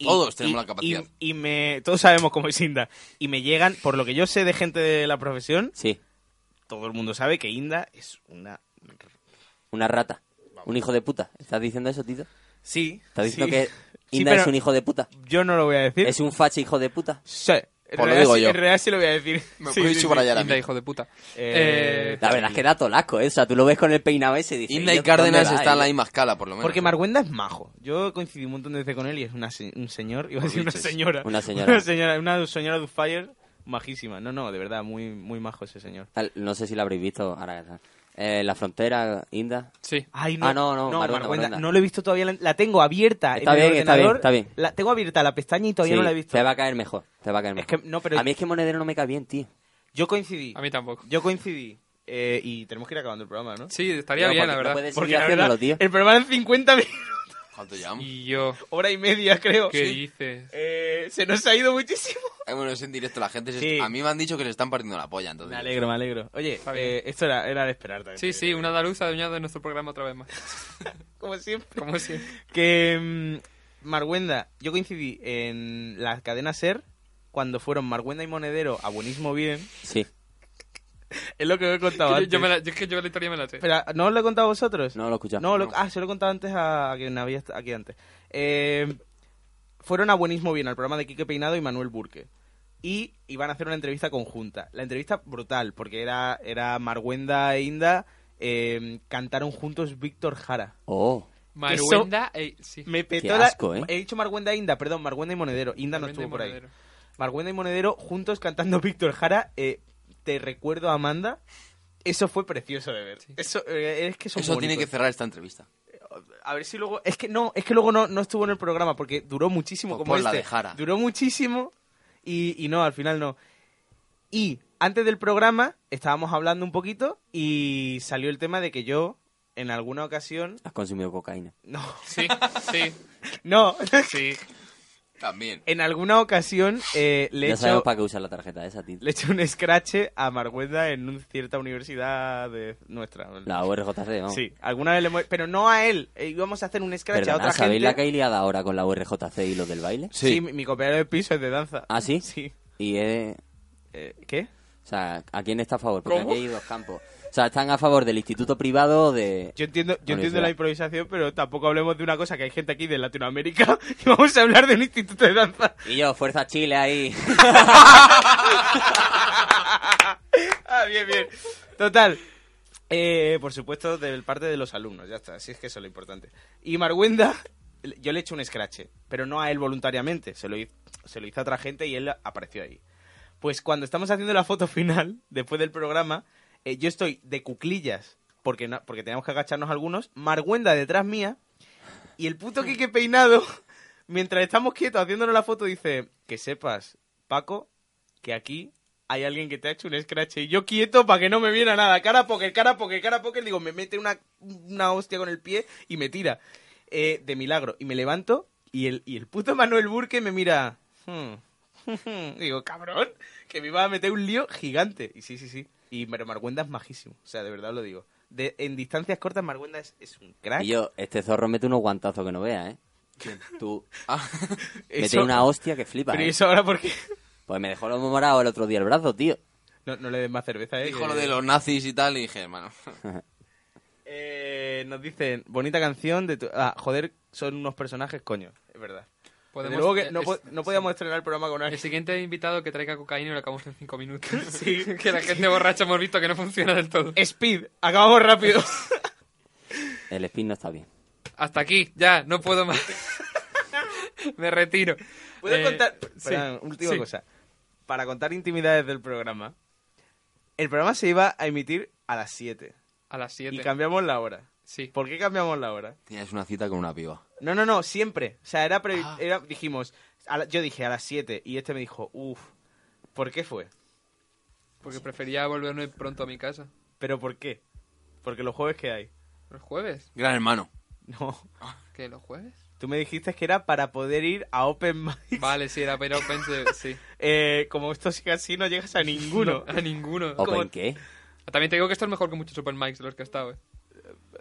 [SPEAKER 5] Todos tenemos la capacidad.
[SPEAKER 4] Y, y me, todos sabemos cómo es Inda. Y me llegan, por lo que yo sé de gente de la profesión,
[SPEAKER 3] Sí,
[SPEAKER 4] todo el mundo sabe que Inda es una...
[SPEAKER 3] una rata. Un hijo de puta. ¿Estás diciendo eso, Tito?
[SPEAKER 4] Sí.
[SPEAKER 3] ¿Estás diciendo
[SPEAKER 4] sí.
[SPEAKER 3] que
[SPEAKER 4] Sí,
[SPEAKER 3] Inda
[SPEAKER 4] pero
[SPEAKER 3] es un hijo de puta?
[SPEAKER 4] Yo no lo voy a decir.
[SPEAKER 3] ¿Es un facha hijo de puta?
[SPEAKER 4] Sí. En
[SPEAKER 5] Pues lo
[SPEAKER 4] realidad
[SPEAKER 5] digo
[SPEAKER 4] sí-
[SPEAKER 5] yo.
[SPEAKER 4] En realidad sí lo voy a decir.
[SPEAKER 5] Me
[SPEAKER 4] Sí,
[SPEAKER 5] voy
[SPEAKER 4] sí, sí.
[SPEAKER 5] para allá ahora
[SPEAKER 1] Inda,
[SPEAKER 5] mismo.
[SPEAKER 1] hijo de puta.
[SPEAKER 4] Eh,
[SPEAKER 1] Eh,
[SPEAKER 3] La verdad es que da tolasco, ¿eh? O sea, tú lo ves con el peinado ese y dices...
[SPEAKER 5] Inda y
[SPEAKER 3] "Dios,
[SPEAKER 5] Cárdenas
[SPEAKER 3] ¿dónde va,
[SPEAKER 5] están en la
[SPEAKER 3] eh?".
[SPEAKER 5] misma escala, por lo menos.
[SPEAKER 4] Porque Marguenda es majo. Yo coincidí un montón de veces con él y es una se- un señor. Iba a decir una
[SPEAKER 5] Biches.
[SPEAKER 4] señora.
[SPEAKER 3] Una señora.
[SPEAKER 4] Una señora, una señora de Fire majísima. No, no, de verdad, muy, muy majo ese señor.
[SPEAKER 3] Al- No sé si la habréis visto ahora. Eh, la frontera, Inda...
[SPEAKER 1] Sí.
[SPEAKER 4] Ay, no,
[SPEAKER 3] Ah, no, no, Marguenda,
[SPEAKER 4] Marguenda,
[SPEAKER 3] Marguenda.
[SPEAKER 4] no lo he visto todavía. La, la tengo abierta
[SPEAKER 3] Está
[SPEAKER 4] en el
[SPEAKER 3] bien, está bien,
[SPEAKER 4] ordenador.
[SPEAKER 3] está bien.
[SPEAKER 4] La, tengo abierta la pestaña y todavía
[SPEAKER 3] Sí,
[SPEAKER 4] no la he visto.
[SPEAKER 3] Te va a caer mejor, te va a caer
[SPEAKER 4] Es
[SPEAKER 3] mejor.
[SPEAKER 4] que no, pero-
[SPEAKER 3] A mí es que Monedero no me cae bien, tío.
[SPEAKER 4] Yo coincidí.
[SPEAKER 1] A mí tampoco.
[SPEAKER 4] Yo coincidí. eh, y tenemos que ir acabando el programa, ¿no?
[SPEAKER 1] Sí, estaría
[SPEAKER 3] No,
[SPEAKER 1] bien,
[SPEAKER 3] porque
[SPEAKER 1] la
[SPEAKER 3] no
[SPEAKER 1] verdad.
[SPEAKER 3] puedes-
[SPEAKER 4] Porque
[SPEAKER 3] seguir
[SPEAKER 4] la verdad,
[SPEAKER 3] haciéndolo, tío.
[SPEAKER 4] el programa en 50 minutos,
[SPEAKER 5] ¿Cuánto llevamos?
[SPEAKER 1] Y yo,
[SPEAKER 4] hora y media creo.
[SPEAKER 1] ¿qué
[SPEAKER 4] Oh, Sí.
[SPEAKER 1] dices?
[SPEAKER 4] Eh, se nos ha ido muchísimo.
[SPEAKER 5] Ay, Eh, bueno, es en directo la gente. se-
[SPEAKER 4] Sí.
[SPEAKER 5] A mí me han dicho que le están partiendo la polla, entonces.
[SPEAKER 4] Me alegro, me alegro. Oye,
[SPEAKER 1] bien.
[SPEAKER 4] eh, esto era, era de esperar también.
[SPEAKER 1] Sí, sí, una andaluza adueñada de nuestro programa otra vez más.
[SPEAKER 4] Como siempre.
[SPEAKER 1] Como siempre.
[SPEAKER 4] Que mm, Marguenda, yo coincidí en la cadena Ser cuando fueron Marguenda y Monedero a Buenismo Bien.
[SPEAKER 3] Sí.
[SPEAKER 4] Es lo que os he contado
[SPEAKER 1] Yo-
[SPEAKER 4] antes.
[SPEAKER 1] yo, me la- yo es que yo la historia me la sé.
[SPEAKER 4] Espera, ¿no os lo he contado a vosotros?
[SPEAKER 3] No lo he escuchado.
[SPEAKER 4] No, lo- ah, se lo he contado antes a, a quien había est- aquí antes. Eh, fueron a Buenismo Bien, al programa de Quique Peinado y Manuel Burke. Y iban a hacer una entrevista conjunta. La entrevista brutal, porque era, era Marguenda e Inda. eh, cantaron juntos Víctor Jara.
[SPEAKER 3] Oh,
[SPEAKER 1] Maruenda, eh, sí.
[SPEAKER 4] Me petó
[SPEAKER 3] Qué
[SPEAKER 4] la-
[SPEAKER 3] asco, ¿eh?
[SPEAKER 4] He dicho Marguenda e Inda, perdón, Marguenda y Monedero. Inda no
[SPEAKER 1] Maruenda y
[SPEAKER 4] estuvo por ahí.
[SPEAKER 1] Monedero.
[SPEAKER 4] Marguenda y Monedero juntos cantando Víctor Jara. eh, te recuerdo, Amanda. Eso fue precioso de ver. Eso, eh, es que son
[SPEAKER 5] Eso tiene
[SPEAKER 4] bonitos.
[SPEAKER 5] que cerrar esta entrevista.
[SPEAKER 4] A ver si luego. Es que no, es que luego no, no estuvo en el programa porque duró muchísimo.
[SPEAKER 5] Pues
[SPEAKER 4] como
[SPEAKER 5] ponla
[SPEAKER 4] este.
[SPEAKER 5] de Jara.
[SPEAKER 4] Duró muchísimo y, y no, al final no. Y antes del programa estábamos hablando un poquito y salió el tema de que yo, en alguna ocasión.
[SPEAKER 3] has consumido cocaína.
[SPEAKER 4] No,
[SPEAKER 1] Sí, sí,
[SPEAKER 4] no.
[SPEAKER 1] sí.
[SPEAKER 5] También.
[SPEAKER 4] En alguna ocasión eh, le, he
[SPEAKER 3] ya sabemos
[SPEAKER 4] hecho,
[SPEAKER 3] para qué usar la tarjeta esa, Tito.
[SPEAKER 4] le he hecho un scratch a Marguenda en un- cierta universidad de nuestra.
[SPEAKER 3] La URJC, vamos.
[SPEAKER 4] Sí, alguna vez le hemos... Pero no a él. eh, íbamos a hacer un scratch a
[SPEAKER 3] Perdona,
[SPEAKER 4] otra
[SPEAKER 3] ¿sabéis
[SPEAKER 4] gente.
[SPEAKER 3] la que hay liada ahora con la URJC y los del baile?
[SPEAKER 4] Sí, mi, mi compañero de piso es de danza.
[SPEAKER 3] ¿Ah, sí?
[SPEAKER 4] Sí.
[SPEAKER 3] Y es...
[SPEAKER 4] Eh, ¿Qué?
[SPEAKER 3] O sea, ¿a quién está a favor? Porque
[SPEAKER 1] ¿Cómo?
[SPEAKER 3] aquí hay dos campos. O sea, están a favor del instituto privado o de...
[SPEAKER 4] Yo entiendo, yo entiendo
[SPEAKER 3] Universidad.
[SPEAKER 4] la improvisación, pero tampoco hablemos de una cosa que hay gente aquí de Latinoamérica y vamos a hablar de un instituto de danza.
[SPEAKER 3] Y yo, fuerza Chile ahí.
[SPEAKER 4] Ah, bien, bien. Total. Eh, por supuesto, del parte de los alumnos, ya está. Así es que eso es lo importante. Y Marguenda, yo le he hecho un scratch, pero no a él voluntariamente. Se lo, hi- se lo hizo a otra gente y él apareció ahí. Pues cuando estamos haciendo la foto final, después del programa, eh, yo estoy de cuclillas, porque, no- porque teníamos que agacharnos algunos, Marguenda detrás mía, y el puto Quique Peinado, mientras estamos quietos haciéndonos la foto, dice, que sepas, Paco, que aquí hay alguien que te ha hecho un scratch y yo quieto para que no me viera nada. Cara poker, cara poker, cara poker. Digo, me mete una, una hostia con el pie y me tira. Eh, de milagro. Y me levanto y el, y el puto Manuel Burke me mira. "Hmm". Digo, cabrón, que me iba a meter un lío gigante. Y sí, sí, sí. Y Mar- Marguenda es majísimo. O sea, de verdad os lo digo. De- en distancias cortas, Marguenda es, es un crack.
[SPEAKER 3] Y yo, este zorro mete unos guantazos que no vea, ¿eh? Tú...
[SPEAKER 5] Ah,
[SPEAKER 3] mete
[SPEAKER 4] Eso-
[SPEAKER 3] una hostia que flipa,
[SPEAKER 4] Pero ¿y
[SPEAKER 3] ¿eh?
[SPEAKER 4] eso ahora porque
[SPEAKER 3] Pues me dejó lo morado el otro día el brazo, tío.
[SPEAKER 4] No, no le des más cerveza, eh.
[SPEAKER 5] Dijo
[SPEAKER 4] que-
[SPEAKER 5] lo de los nazis y tal, y dije, hermano.
[SPEAKER 4] Eh, nos dicen, bonita canción de tu... Ah, joder, son unos personajes, coño. Es verdad.
[SPEAKER 1] Podemos-
[SPEAKER 4] Desde luego que
[SPEAKER 1] eh,
[SPEAKER 4] no,
[SPEAKER 1] es-
[SPEAKER 4] po- no podíamos estrenar el programa con
[SPEAKER 1] El
[SPEAKER 4] alguien.
[SPEAKER 1] siguiente invitado que traiga cocaína y lo acabamos en cinco minutos.
[SPEAKER 4] Sí. Eh.
[SPEAKER 1] que la gente borracha hemos visto que no funciona del todo.
[SPEAKER 4] Speed, acabamos rápido.
[SPEAKER 3] El spin no está bien.
[SPEAKER 1] Hasta aquí, ya, no puedo más. Me retiro.
[SPEAKER 4] ¿Puedo
[SPEAKER 1] Eh,
[SPEAKER 4] contar?
[SPEAKER 1] sí,
[SPEAKER 4] Espera, última
[SPEAKER 1] sí.
[SPEAKER 4] cosa. Para contar intimidades del programa, el programa se iba a emitir a las 7
[SPEAKER 1] A las
[SPEAKER 4] y
[SPEAKER 1] 7.
[SPEAKER 4] cambiamos la hora.
[SPEAKER 1] Sí.
[SPEAKER 4] ¿Por qué cambiamos la hora?
[SPEAKER 5] Tienes una cita con una piba.
[SPEAKER 4] No, no, no, siempre. O sea, era,
[SPEAKER 1] Ah.
[SPEAKER 4] previ- era- dijimos, a la- yo dije a las 7 y este me dijo, uff, ¿por qué fue?
[SPEAKER 1] Porque prefería volverme pronto a mi casa.
[SPEAKER 4] ¿Pero por qué? Porque los jueves que hay.
[SPEAKER 1] ¿Los jueves?
[SPEAKER 5] Gran hermano.
[SPEAKER 4] No.
[SPEAKER 1] ¿Qué, los jueves?
[SPEAKER 4] Tú me dijiste que era para poder ir a Open Mic.
[SPEAKER 1] Vale, sí, era pero pensé, sí.
[SPEAKER 4] Eh, como esto sigue así, no llegas a ninguno.
[SPEAKER 1] A ninguno.
[SPEAKER 4] Oh.
[SPEAKER 3] ¿Open qué?
[SPEAKER 1] También te digo que esto es mejor que muchos open mics de los que he estado, eh.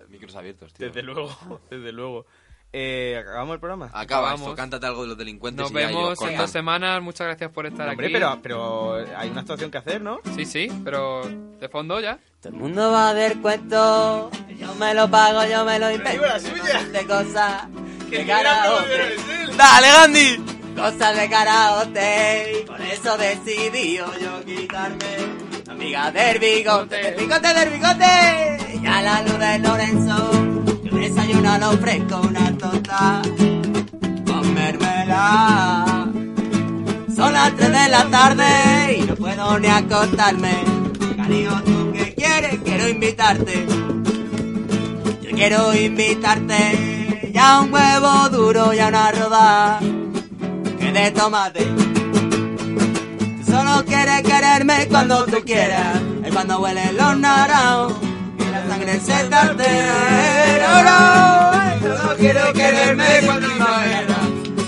[SPEAKER 5] Micros abiertos, tío.
[SPEAKER 4] desde luego, desde luego. Eh, ¿Acabamos el programa?
[SPEAKER 5] Acaba
[SPEAKER 1] Acabamos.
[SPEAKER 5] esto, cántate algo de los delincuentes
[SPEAKER 1] Nos
[SPEAKER 5] y ya ellos
[SPEAKER 1] vemos en
[SPEAKER 5] cortan.
[SPEAKER 1] dos semanas. Muchas gracias por estar
[SPEAKER 4] Hombre,
[SPEAKER 1] aquí.
[SPEAKER 4] pero, pero hay una actuación que hacer, ¿no?
[SPEAKER 1] Sí, sí, pero de fondo ya.
[SPEAKER 7] Todo el mundo va a ver cuentos, yo me lo pago, yo me lo invento.
[SPEAKER 4] la suya.
[SPEAKER 7] De cosas de
[SPEAKER 4] Mira,
[SPEAKER 7] karaoke,
[SPEAKER 4] pero eres él.
[SPEAKER 5] ¡Dale, Gandhi!
[SPEAKER 7] cosas de karaote. Y por eso decidí yo quitarme la amiga del bigote, del bigote, del bigote. Y a la luz de Lorenzo, yo desayuno lo fresco, una torta con mermelada. Son las 3 de la tarde y no puedo ni acostarme. Cariño, ¿tú qué quieres? Quiero invitarte. Yo quiero invitarte ya a un huevo duro y a una roda que de tomate. Tú solo quieres quererme cuando tú quieras. Es cuando huelen los naranjos y la sangre se tartea. No, no, solo quiero quererme cuando tú quieras.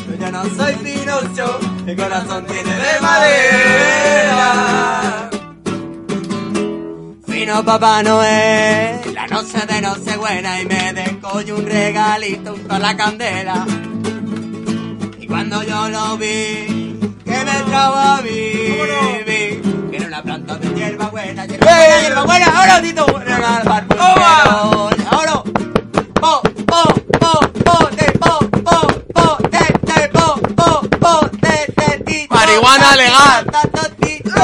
[SPEAKER 7] Yo ya no soy Pinocho, mi corazón tiene de madera. Vino Papá Noel, la noche de noche buena y me descollo un regalito junto a la candela. Y cuando yo lo vi, que me trajo a mí, vi que era una planta de hierba buena, hierba buena, ¡Eh, hierba buena, ahora Tito, buena, garbar, ahora, po, po, po, po, te, po, po, po, te, te, po, po, po, te, te, tito,
[SPEAKER 5] Marihuana
[SPEAKER 7] ta,
[SPEAKER 5] legal.
[SPEAKER 7] ta, ta, tito.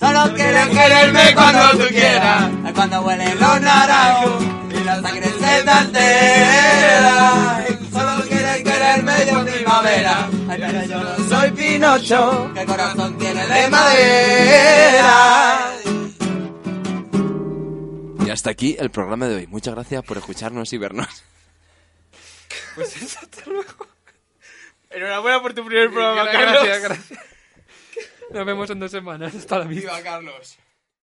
[SPEAKER 7] Solo quieres ¡Eh! quererme cuando tú quieras. Es cuando huelen los naranjos y la sangre se te altera. Solo quieres quererme yo primavera. Ay, pero yo no soy Pinocho, que el corazón tiene de madera.
[SPEAKER 5] Y hasta aquí el programa de hoy. Muchas gracias por escucharnos y vernos.
[SPEAKER 4] Enhorabuena por tu primer programa,
[SPEAKER 1] gracias,
[SPEAKER 4] Carlos.
[SPEAKER 1] gracias. Nos vemos en dos semanas. Hasta la misma.
[SPEAKER 5] Carlos!